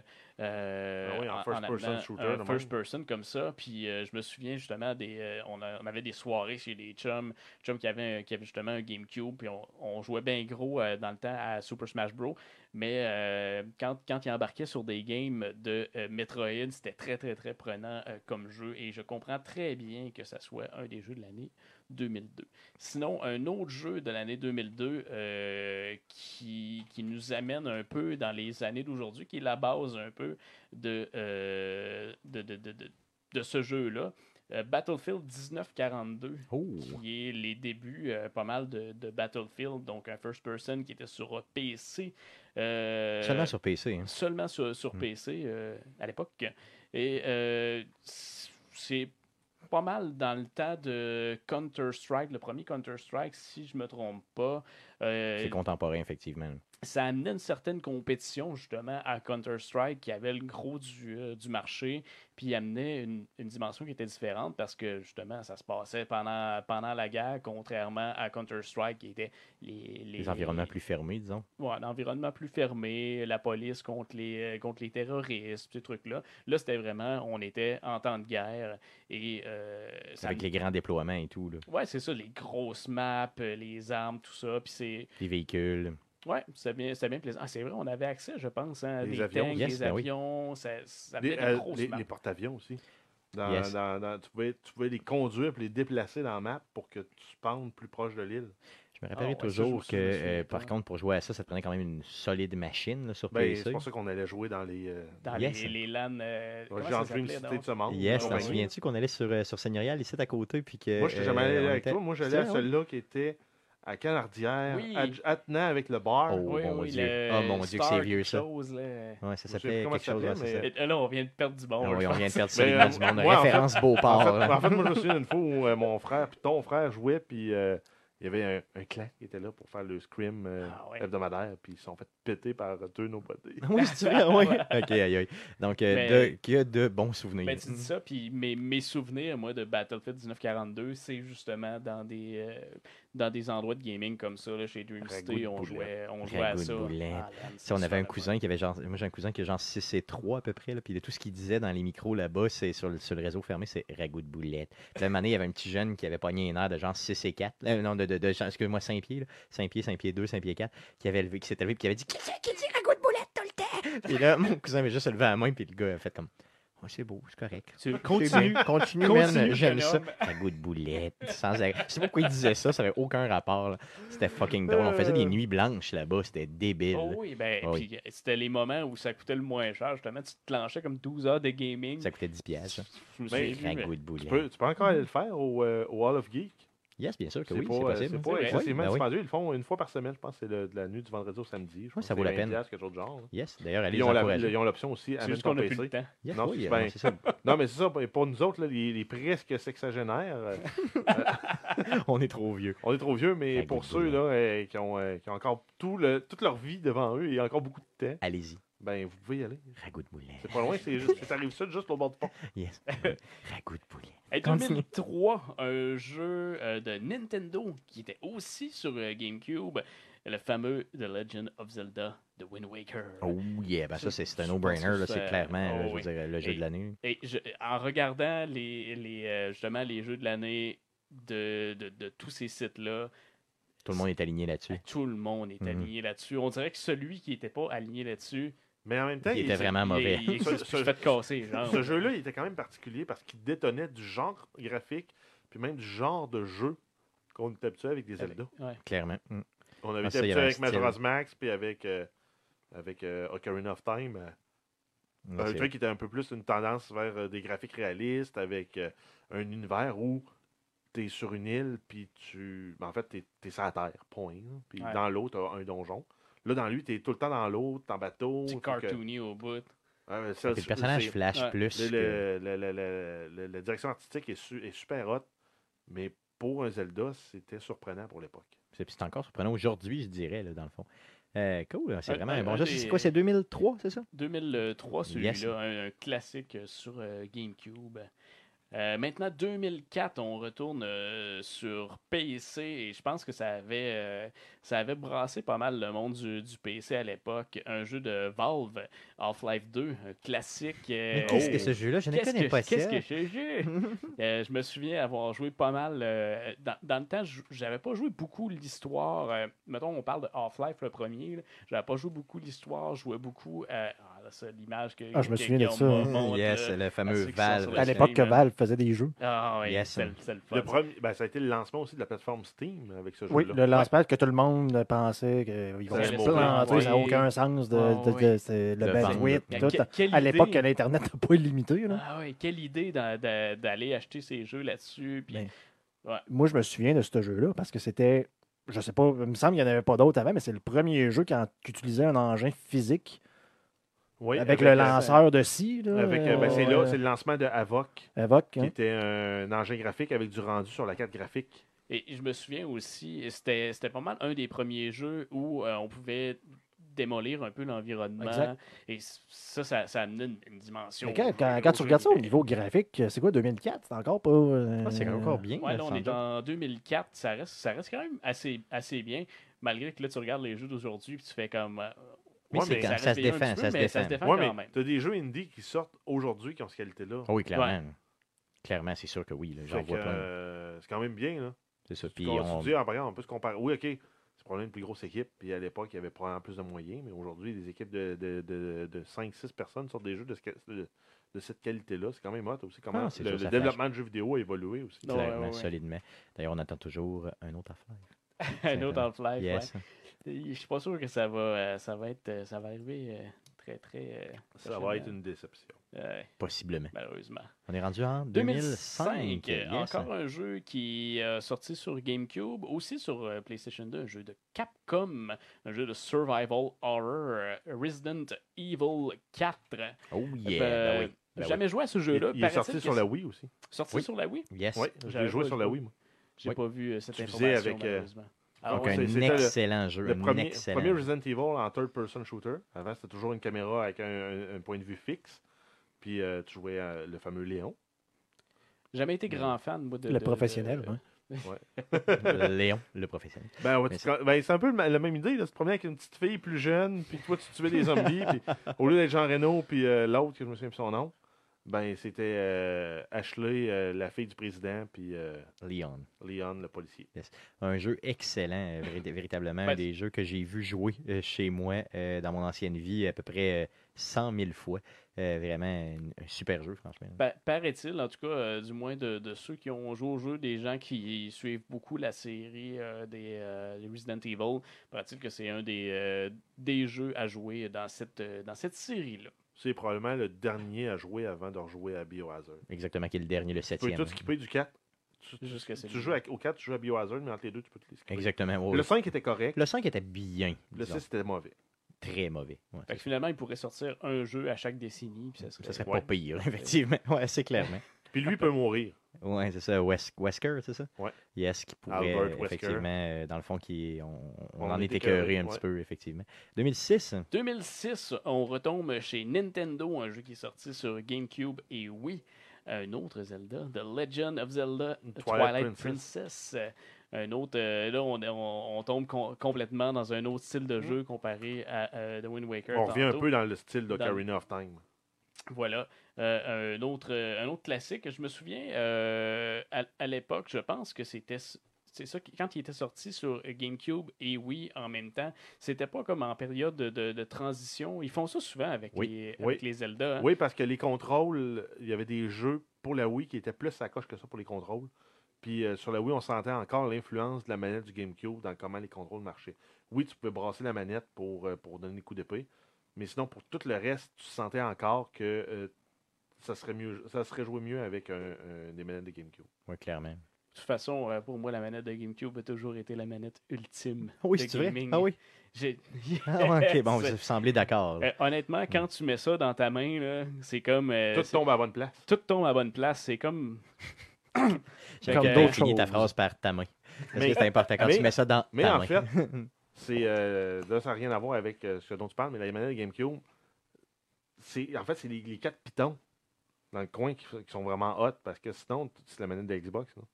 Speaker 3: Ah oui, en first-person
Speaker 6: amenant
Speaker 3: shooter,
Speaker 6: un
Speaker 3: de
Speaker 6: first
Speaker 3: même.
Speaker 6: person comme ça. Puis euh, je me souviens justement, des, euh, on, a- on avait des soirées chez les chums, chums qui avaient, un- qui avaient justement un GameCube. Puis on, on jouait bien gros euh, dans le temps à Super Smash Bros. Mais euh, quand, quand il embarquait sur des games de euh, Metroid, c'était très, très, très prenant euh, comme jeu. Et je comprends très bien que ça soit un des jeux de l'année 2002. Sinon, un autre jeu de l'année 2002 euh, qui, qui nous amène un peu dans les années d'aujourd'hui, qui est la base un peu de, euh, de, de, de, de- de ce jeu-là, euh, Battlefield 1942
Speaker 2: Oh!
Speaker 6: qui est les débuts euh, pas mal de, de Battlefield, donc un first person qui était sur euh, PC. euh,
Speaker 2: Seulement sur PC. hein.
Speaker 6: seulement sur, sur PC euh, à l'époque. Et euh, c'est pas mal dans le temps de Counter-Strike, le premier Counter-Strike, si je me trompe pas. Euh,
Speaker 2: C'est contemporain, effectivement.
Speaker 6: ça amenait une certaine compétition justement à Counter-Strike qui avait le gros du, euh, du marché, puis amenait une, une dimension qui était différente parce que justement ça se passait pendant, pendant la guerre, contrairement à Counter-Strike qui était les, les-
Speaker 2: Les environnements plus fermés, disons.
Speaker 6: Ouais, un environnement plus fermé, la police contre les, euh, contre les terroristes, ces trucs-là. Là, c'était vraiment, on était en temps de guerre et euh, ça.
Speaker 2: Avec les grands déploiements et tout, là.
Speaker 6: Ouais, c'est ça, les grosses maps, euh, les armes, tout ça. Puis c'est.
Speaker 2: les véhicules.
Speaker 6: Ouais, c'était bien, c'était bien plaisant. Ah, c'est vrai, on avait accès, je pense, hein, à
Speaker 3: Les
Speaker 6: des
Speaker 3: avions.
Speaker 6: tanks,
Speaker 2: Yes,
Speaker 6: des
Speaker 2: ben oui.
Speaker 6: avions. Ça, ça
Speaker 3: Les,
Speaker 6: faisait des
Speaker 3: euh,
Speaker 6: grosses
Speaker 3: les-
Speaker 6: maps.
Speaker 3: les porte-avions aussi. Dans-
Speaker 2: Yes.
Speaker 3: dans- dans- tu, pouvais, tu pouvais les conduire et les déplacer dans la map pour que tu spawns plus proche de l'île.
Speaker 2: Je me rappellerai
Speaker 6: Ah ouais, ça, je me
Speaker 2: toujours que,
Speaker 6: souviens, je me souviens
Speaker 2: euh, par
Speaker 6: pas.
Speaker 2: contre, pour jouer à ça, ça te prenait quand même une solide machine là, sur
Speaker 3: Ben, c'est
Speaker 2: PC.
Speaker 3: pour ça qu'on allait jouer dans les. euh,
Speaker 6: Dans
Speaker 2: Yes.
Speaker 6: les, les LAN. euh, comment ça
Speaker 3: genre
Speaker 6: s'appelait,
Speaker 3: Dream City
Speaker 6: donc?
Speaker 3: de ce monde.
Speaker 2: Yes,
Speaker 3: Ah,
Speaker 2: t'en
Speaker 3: ben,
Speaker 2: souviens-tu qu'on allait sur, euh, sur Seigneurial ici à côté puis que
Speaker 3: Moi, je
Speaker 2: euh,
Speaker 3: jamais allé
Speaker 2: on
Speaker 3: avec
Speaker 2: était-
Speaker 3: toi. Moi, j'allais
Speaker 2: C'est
Speaker 3: à
Speaker 2: vrai, hein?
Speaker 3: celui-là qui était à Canardière,
Speaker 4: Oui.
Speaker 3: à- attenant avec le bar.
Speaker 2: Oh, mon Dieu. Oh, mon Dieu, que c'est vieux, ça. Ouais, ça
Speaker 3: Je sais
Speaker 2: s'appelait
Speaker 3: plus comment
Speaker 2: quelque
Speaker 3: ça
Speaker 2: chose. ouais,
Speaker 3: s'appelait,
Speaker 2: c'est ça.
Speaker 3: mais-
Speaker 6: Euh, Là, on vient de perdre du bon.
Speaker 2: Ah oui,
Speaker 6: je
Speaker 2: on
Speaker 6: pense.
Speaker 2: vient de perdre
Speaker 3: Mais,
Speaker 2: solidement
Speaker 3: euh,
Speaker 2: du monde.
Speaker 3: moi, en fait-
Speaker 2: Référence
Speaker 3: En
Speaker 2: Beauport.
Speaker 3: fait,
Speaker 2: là.
Speaker 3: en fait, moi, je me souviens d'une fois où euh, mon frère, puis ton frère jouait, puis euh, il y avait un, un clan qui était là pour faire le scrim euh,
Speaker 6: Ah ouais.
Speaker 3: hebdomadaire, puis ils se sont fait péter par deux de nos potés.
Speaker 2: oui, c'est vrai, oui. OK, aïe, aïe. Donc, euh,
Speaker 6: Mais-
Speaker 2: de- qu'il y a de bons souvenirs.
Speaker 6: Ben, tu dis ça, puis mes, mes souvenirs, moi, de Battlefield 1942, c'est justement dans des, euh, dans des endroits de gaming comme ça, là, chez Dream
Speaker 3: Ragout
Speaker 6: City,
Speaker 3: de
Speaker 6: on
Speaker 3: boulette.
Speaker 6: jouait, on jouait à
Speaker 2: Ragout de
Speaker 6: ça.
Speaker 2: boulette.
Speaker 6: Ah, man,
Speaker 2: Si on
Speaker 6: c'est
Speaker 2: avait un
Speaker 6: super
Speaker 2: cousin qui avait genre. Moi, j'ai un cousin qui est genre 6 et 3 à peu près. Là, puis tout ce qu'il disait dans les micros là-bas, c'est sur, le- sur le réseau fermé, c'est ragoût de boulette. Puis la même année, il y avait un petit jeune qui avait pogné une air de genre 6 et 4. euh, non, de, de, de genre, excuse-moi, 5 pieds. 5 pieds, 5 pieds 2, 5 pieds 4. Qui, avait levé, qui s'était levé et qui avait dit Qui c'est qui dit ragoût de boulette tout le temps Puis là, mon cousin avait juste levé la main. Puis le gars a fait comme Ouais, c'est beau, c'est correct.
Speaker 6: Tu
Speaker 2: C'est
Speaker 6: continues.
Speaker 2: bien. Continue,
Speaker 6: Continue,
Speaker 2: man.
Speaker 6: jeune
Speaker 2: J'aime ça.
Speaker 6: homme.
Speaker 2: Ragoût de boulette. Sans arrêt. Je sais pas pourquoi il disait ça. Ça avait aucun rapport. là. C'était fucking drôle. On faisait des nuits blanches là-bas. C'était débile.
Speaker 6: Euh. Oh oui, ben,
Speaker 2: Ah oui.
Speaker 6: puis c'était les moments où ça coûtait le moins cher. Justement, tu te lançais comme 12 heures de gaming.
Speaker 2: Ça coûtait 10 piastres.
Speaker 6: Je
Speaker 3: Mais-
Speaker 6: me souviens plus, Ben, mais-
Speaker 2: Ragoût de
Speaker 3: Tu
Speaker 2: boulet.
Speaker 3: peux, tu peux encore aller le faire au, euh, au Hall of Geek.
Speaker 2: Yes, bien sûr que
Speaker 3: C'est
Speaker 2: oui,
Speaker 3: pas,
Speaker 2: c'est
Speaker 3: euh,
Speaker 2: possible.
Speaker 3: C'est pas
Speaker 6: C'est vrai.
Speaker 3: excessivement
Speaker 2: Oui, ben oui.
Speaker 3: dispendieux. Ils le font une fois par semaine, je pense, c'est le- de la nuit du vendredi au samedi. Je pense
Speaker 2: ça
Speaker 3: que
Speaker 2: vaut la
Speaker 3: c'est
Speaker 2: peine.
Speaker 3: 20 quelque chose de genre. là.
Speaker 2: Yes, d'ailleurs, allez
Speaker 3: Ils
Speaker 2: les
Speaker 3: ont la- ils
Speaker 2: encourager.
Speaker 3: ont l'option aussi
Speaker 6: C'est
Speaker 3: amène
Speaker 6: juste qu'on
Speaker 3: ton
Speaker 6: n'a plus le
Speaker 3: PC.
Speaker 6: temps.
Speaker 2: Yes,
Speaker 3: Non,
Speaker 2: oui,
Speaker 3: c'est
Speaker 2: euh,
Speaker 3: bien.
Speaker 2: c'est ça.
Speaker 3: Non, mais c'est ça, pour- pour nous autres, là, les, les presque sexagénaires, euh,
Speaker 2: On est trop vieux.
Speaker 3: on est trop vieux, mais
Speaker 2: Avec
Speaker 3: pour
Speaker 2: des hein.
Speaker 3: ceux
Speaker 2: boulets.
Speaker 3: là, euh, qui, ont, euh, qui ont encore tout le- toute leur vie devant eux et encore beaucoup de temps,
Speaker 2: Allez-y.
Speaker 3: ben vous pouvez y aller.
Speaker 2: Ragoût de boulet.
Speaker 3: C'est pas loin, c'est juste, ça arrive ça juste au bord du pont.
Speaker 2: Yes. Ragoût de boulet.
Speaker 6: Hey,
Speaker 2: Continue.
Speaker 6: 2003, un jeu euh, de Nintendo qui était aussi sur euh, GameCube, le fameux The Legend of Zelda de Wind Waker.
Speaker 2: Oh yeah, ben ça, c'est c'est un
Speaker 6: Je pense
Speaker 2: no-brainer.
Speaker 6: que
Speaker 2: là, C'est
Speaker 6: ça-
Speaker 2: clairement,
Speaker 6: oh,
Speaker 2: là, je veux
Speaker 6: oui.
Speaker 2: dire, le jeu
Speaker 6: Et-
Speaker 2: de l'année.
Speaker 6: Et je- en regardant les, les, euh, justement les jeux de l'année de, de, de tous ces sites-là,
Speaker 2: Tout le monde est aligné là-dessus.
Speaker 6: tout le monde est
Speaker 2: Mhm.
Speaker 6: aligné là-dessus. On dirait que celui qui n'était pas aligné là-dessus,
Speaker 3: Mais en même temps,
Speaker 2: Il était
Speaker 3: c'est-
Speaker 2: vraiment mauvais.
Speaker 6: il, il
Speaker 3: Ce-
Speaker 6: existe,
Speaker 3: ce-
Speaker 6: puis je vais te casser. Genre.
Speaker 3: Ce jeu-là, il était quand même particulier parce qu'il détonnait du genre graphique, puis même du genre de jeu qu'on était habitué avec des Zelda.
Speaker 6: Ouais.
Speaker 2: Clairement. Mm.
Speaker 3: On avait
Speaker 2: Ah, ça,
Speaker 3: été
Speaker 2: il y
Speaker 3: habitué
Speaker 2: avait un
Speaker 3: avec
Speaker 2: style.
Speaker 3: Majora's Max, puis avec, euh, avec euh, Ocarina of Time.
Speaker 2: Ouais,
Speaker 3: euh, un
Speaker 2: Ah, c'est-
Speaker 3: truc qui était un peu plus une tendance vers euh, des graphiques réalistes, avec euh, un univers où tu es sur une île, puis tu. ben, en fait, tu es, sur la terre, point. hein. Puis
Speaker 6: Ouais.
Speaker 3: dans l'eau, tu un donjon. Là, dans lui, tu es tout le temps dans l'eau, t'es en bateau.
Speaker 6: C'est
Speaker 3: faut que-
Speaker 6: cartoony au bout.
Speaker 3: Ouais,
Speaker 2: Puis
Speaker 3: ça,
Speaker 2: Le
Speaker 3: c'est-
Speaker 2: personnage
Speaker 3: c'est-
Speaker 2: flash
Speaker 6: ouais.
Speaker 2: plus.
Speaker 3: le-
Speaker 2: que-
Speaker 3: le- le- le- le- le- la direction artistique est, su- est super hot, mais pour un Zelda, c'était surprenant pour l'époque.
Speaker 2: C'est c'est encore surprenant aujourd'hui, je dirais, là, dans le fond. Euh, cool, c'est
Speaker 6: Un-
Speaker 2: vraiment
Speaker 6: un-
Speaker 2: un bon
Speaker 6: un
Speaker 2: jeu.
Speaker 6: des-
Speaker 2: C'est quoi, c'est 2003, c'est ça?
Speaker 4: euh,
Speaker 6: 2003, celui-là,
Speaker 2: Yes.
Speaker 6: un, un classique euh, sur euh, GameCube. Euh, maintenant, 2004, on retourne euh, sur PC et je pense que ça avait, euh, ça avait brassé pas mal le monde du, du PC à l'époque. Un jeu de Valve, Half-Life 2, un classique. euh,
Speaker 2: Mais qu'est-ce
Speaker 6: oh.
Speaker 2: que ce jeu-là? Je ne
Speaker 6: Qu'est-ce
Speaker 2: connais
Speaker 6: que,
Speaker 2: pas
Speaker 6: qu'est-ce
Speaker 2: ça.
Speaker 6: que c'est jeu? Euh, je me souviens avoir joué pas mal. euh, dans, dans le temps, je- j'avais pas joué beaucoup l'histoire. euh, mettons, on parle de Half-Life le premier. là. J'avais pas joué beaucoup l'histoire. Je jouais beaucoup. euh, ah, là, ça, l'image que.
Speaker 5: Ah, je me
Speaker 6: que
Speaker 5: souviens de
Speaker 6: Guillaume
Speaker 5: ça, hein.
Speaker 6: me montre,
Speaker 2: Mmh, Yes,
Speaker 6: là.
Speaker 2: le fameux
Speaker 6: ceux qui sont sur
Speaker 2: Valve.
Speaker 6: le
Speaker 5: À
Speaker 6: Ah, c'est-
Speaker 5: l'époque que
Speaker 6: euh,
Speaker 5: Valve faisait des jeux.
Speaker 6: Ah, oui,
Speaker 2: Yes.
Speaker 6: c'est, le- c'est le fun.
Speaker 3: Le premier, ben, ça a été le lancement aussi de la plateforme Steam avec ce
Speaker 5: Oui,
Speaker 3: jeu-là.
Speaker 5: le lance que tout le monde pensait euh, qu'ils vont
Speaker 6: Ça
Speaker 5: se
Speaker 6: allait mourir.
Speaker 5: planter, ça n'a
Speaker 6: Ouais.
Speaker 5: aucun sens de,
Speaker 6: Ah,
Speaker 5: de- de-
Speaker 6: oui.
Speaker 5: c'est le
Speaker 2: De
Speaker 5: bandwidth.
Speaker 6: Mais
Speaker 5: tout.
Speaker 6: que- quelle
Speaker 5: à l'époque que
Speaker 6: idée.
Speaker 5: l'Internet n'a pas illimité. Là.
Speaker 6: Ah, oui, quelle idée d'a- d'a- d'aller acheter ces jeux là-dessus. Puis,
Speaker 5: Mais- Moi, je me souviens de ce jeu-là parce que c'était. Je sais pas, il me semble qu'il n'y en avait pas d'autres avant, mais c'est le premier jeu qui, en- qui utilisait un engin physique
Speaker 3: Oui,
Speaker 5: avec, le
Speaker 3: euh,
Speaker 5: lanceur de scie. Là,
Speaker 3: avec, euh,
Speaker 5: euh,
Speaker 3: ben, c'est là,
Speaker 5: euh,
Speaker 3: c'est le lancement de Avoc.
Speaker 5: Evoque,
Speaker 3: qui
Speaker 5: hein.
Speaker 3: était un engin graphique avec du rendu sur la carte graphique.
Speaker 6: Et je me souviens aussi, c'était c'était pas mal un des premiers jeux où euh, on pouvait démolir un peu l'environnement.
Speaker 5: Exact.
Speaker 6: Et c- ça, ça, ça amenait une, une dimension.
Speaker 5: Mais quand, quand-
Speaker 6: au
Speaker 5: quand tu
Speaker 6: jeu.
Speaker 5: regardes ça au niveau graphique, c'est quoi 2004 C'est encore pas. euh,
Speaker 2: Ah, c'est encore bien.
Speaker 6: Ouais,
Speaker 2: là,
Speaker 6: là, on
Speaker 2: sans
Speaker 6: est
Speaker 2: doute.
Speaker 6: en 2004, ça reste, ça reste quand même assez, assez bien, malgré que là, tu regardes les jeux d'aujourd'hui puis tu fais comme. euh,
Speaker 2: Mais
Speaker 6: ouais,
Speaker 2: c'est quand-
Speaker 6: reste
Speaker 2: ça se
Speaker 6: bien un
Speaker 2: défend,
Speaker 6: petit peu,
Speaker 2: ça se
Speaker 6: mais
Speaker 2: défend.
Speaker 3: Ouais,
Speaker 6: quand
Speaker 3: mais
Speaker 6: même.
Speaker 3: t'as des jeux indie qui sortent aujourd'hui qui ont cette qualité-là.
Speaker 2: Ah oui, clairement. Clairement, c'est sûr que oui. là, J'en
Speaker 3: Oh Fait que,
Speaker 2: vois plein.
Speaker 3: euh, c'est quand même bien, là.
Speaker 2: C'est ça.
Speaker 3: Puis
Speaker 2: Puis on...
Speaker 3: dit, ah, par exemple, on peut se comparer. Oui, OK, c'est probablement une plus grosse équipe. Puis à l'époque, il y avait probablement plus de moyens. Mais aujourd'hui, des équipes de, de, 5-6 personnes sortent des jeux de, ce que- de, de cette qualité-là. C'est quand même hot aussi. Comment
Speaker 2: Ah, c'est
Speaker 3: le,
Speaker 2: sûr,
Speaker 3: le
Speaker 2: ça fâche.
Speaker 3: développement de jeux vidéo a évolué aussi.
Speaker 6: Ouais,
Speaker 2: clairement,
Speaker 6: ouais, ouais.
Speaker 2: solidement. D'ailleurs, on attend toujours un autre affaire.
Speaker 6: Un autre Half-Life,
Speaker 2: Yes.
Speaker 6: ouais. Et Je suis pas sûr que ça va, euh, ça va, être, euh, ça va arriver euh, très, très. euh,
Speaker 3: Ça va être
Speaker 6: prochainement.
Speaker 3: une déception.
Speaker 6: Ouais,
Speaker 2: possiblement.
Speaker 6: malheureusement.
Speaker 2: On est rendu en 2005.
Speaker 6: 2005,
Speaker 2: yes.
Speaker 6: euh, encore un jeu qui est euh, sorti sur GameCube, aussi sur euh, PlayStation 2, un jeu de Capcom, un jeu de survival horror, euh, Resident Evil 4.
Speaker 2: Oh yeah,
Speaker 6: Euh,
Speaker 2: ben oui. ben
Speaker 6: jamais joué à ce
Speaker 3: Il,
Speaker 6: jeu-là.
Speaker 3: il est sorti
Speaker 6: paraît-il
Speaker 3: sur
Speaker 6: que
Speaker 3: la Wii aussi.
Speaker 6: c'est- sorti
Speaker 2: Oui.
Speaker 6: sur la Wii.
Speaker 2: Yes.
Speaker 3: Oui, je
Speaker 6: J'avais
Speaker 3: l'ai joué
Speaker 6: pas
Speaker 3: sur la
Speaker 6: joué.
Speaker 3: Wii, moi.
Speaker 6: J'ai
Speaker 2: Oui.
Speaker 6: pas vu euh, cette
Speaker 3: Tu
Speaker 6: information
Speaker 3: faisais avec, euh,
Speaker 6: malheureusement. Ah,
Speaker 2: Donc
Speaker 6: ouais,
Speaker 3: ouais, c'est-
Speaker 2: un
Speaker 3: c'était le-
Speaker 2: excellent jeu,
Speaker 3: Le
Speaker 2: un
Speaker 3: premier,
Speaker 2: excellent.
Speaker 3: premier Resident Evil en third-person shooter. Avant, c'était toujours une caméra avec un, un- un point de vue fixe. Puis euh, tu jouais à le fameux Léon.
Speaker 6: Jamais été grand fan, moi, de.
Speaker 5: Le
Speaker 6: de- euh,
Speaker 5: professionnel, hein.
Speaker 6: de-
Speaker 5: ouais.
Speaker 2: Léon, le professionnel.
Speaker 3: Ben, ouais,
Speaker 2: Mais
Speaker 3: tu con- ben, c'est un peu le- la même idée. Là. Tu te promenais avec une petite fille plus jeune, puis toi, tu tuais des zombies. puis au lieu d'être Jean Reno, puis euh, l'autre, que je me souviens plus son nom, ben, c'était euh, Ashley, euh, la fille du président, puis euh,
Speaker 2: Leon.
Speaker 3: Leon, le policier.
Speaker 2: Un jeu excellent, euh, vrai- véritablement un
Speaker 6: Ben,
Speaker 2: des jeux que j'ai vu jouer euh, chez moi euh, dans mon ancienne vie à peu près euh, 100 000 fois. Euh, vraiment un, un super jeu, franchement.
Speaker 6: Pa- Paraît-il, en tout cas, euh, du moins de, de ceux qui ont joué au jeu, des gens qui suivent beaucoup la série euh, des, euh, des Resident Evil, paraît-il que c'est un des, euh, des jeux à jouer dans cette, euh, dans cette série-là.
Speaker 3: C'est probablement le dernier à jouer avant de rejouer à Biohazard.
Speaker 2: Exactement, qui est le dernier, le
Speaker 3: Tu peux
Speaker 2: septième.
Speaker 3: tout skipper du 4. Tu, tu-
Speaker 6: Jusqu'à
Speaker 3: tu
Speaker 6: celui-là.
Speaker 3: joues à- au 4, tu joues à Biohazard, mais entre les deux, tu peux te les skipper.
Speaker 2: Exactement. ouais,
Speaker 3: Le
Speaker 2: ouais.
Speaker 3: 5 était correct.
Speaker 2: Le 5 était bien,
Speaker 3: Le
Speaker 2: disons.
Speaker 3: 6 était mauvais.
Speaker 2: très mauvais. ouais.
Speaker 6: Fait que finalement, ils pourraient sortir un jeu à chaque décennie, puis ça serait,
Speaker 2: Ça serait
Speaker 3: Ouais.
Speaker 2: pas pire, effectivement. Ouais, c'est clairement.
Speaker 3: Puis lui peut mourir.
Speaker 2: Ouais, c'est ça, Wes- Wesker, c'est ça?
Speaker 3: Ouais.
Speaker 2: Yes, qui pourrait,
Speaker 3: Albert Wesker.
Speaker 2: effectivement, euh, dans le fond, qui est- on, on
Speaker 3: On
Speaker 2: en
Speaker 3: est
Speaker 2: est écœuré un
Speaker 3: écœuré,
Speaker 2: petit peu, effectivement. 2006,
Speaker 6: 2006, on retombe chez Nintendo, un jeu qui est sorti sur GameCube et Wii. Un autre Zelda, The Legend of Zelda, Twilight, Princess. Un autre, euh, là, on, on- on tombe com- complètement dans un autre style de jeu comparé à euh, The Wind Waker.
Speaker 3: Mm. On revient un
Speaker 6: tantôt.
Speaker 3: peu dans le style
Speaker 6: Dans-
Speaker 3: d'Ocarina of Time.
Speaker 6: Voilà. Euh, un, autre, euh, un autre classique, je me souviens, euh, à, à l'époque, je pense que c'était. C'est ça, qui- quand il était sorti sur GameCube et Wii en même temps, c'était pas comme en période de, de- de transition. Ils font ça souvent avec,
Speaker 2: Oui.
Speaker 6: les,
Speaker 3: Oui.
Speaker 6: avec les Zelda. hein.
Speaker 3: Oui, parce que les contrôles, il y avait des jeux pour la Wii qui étaient plus à coche que ça pour les contrôles. Puis euh, sur la Wii, on sentait encore l'influence de la manette du GameCube dans comment les contrôles marchaient. Oui, tu pouvais brasser la manette pour, euh, pour donner des coups d'épée, mais sinon, pour tout le reste, tu sentais encore que euh, ça, serait mieux, ça serait joué mieux avec un- un- des manettes de GameCube.
Speaker 2: oui, clairement.
Speaker 6: De toute façon, euh, pour moi, la manette de GameCube a toujours été la manette ultime.
Speaker 2: Oui,
Speaker 6: de
Speaker 2: c'est vrai.
Speaker 6: gaming.
Speaker 2: Ah oui.
Speaker 6: J'ai-
Speaker 2: Ah, ouais, ok, bon, vous semblez d'accord.
Speaker 6: Euh, honnêtement, quand tu mets ça dans ta main, là, c'est comme. euh,
Speaker 3: Tout
Speaker 6: c'est-
Speaker 3: tombe à la bonne place.
Speaker 6: tout tombe à la bonne place. C'est comme.
Speaker 2: J'avais
Speaker 6: comme
Speaker 2: comme
Speaker 6: d'autres
Speaker 2: fini ta
Speaker 5: choses.
Speaker 2: phrase par ta main. Parce que
Speaker 3: Mais-
Speaker 2: c'est important quand
Speaker 3: mais-
Speaker 2: tu mets ça dans
Speaker 3: Mais
Speaker 2: ta
Speaker 3: en
Speaker 2: main.
Speaker 3: fait, c'est euh, là, ça n'a rien à voir avec euh, ce dont tu parles, mais la manette de GameCube, c'est en fait c'est les, les quatre pitons dans le coin qui, qui sont vraiment hot parce que sinon t- c'est la manette de Xbox. non?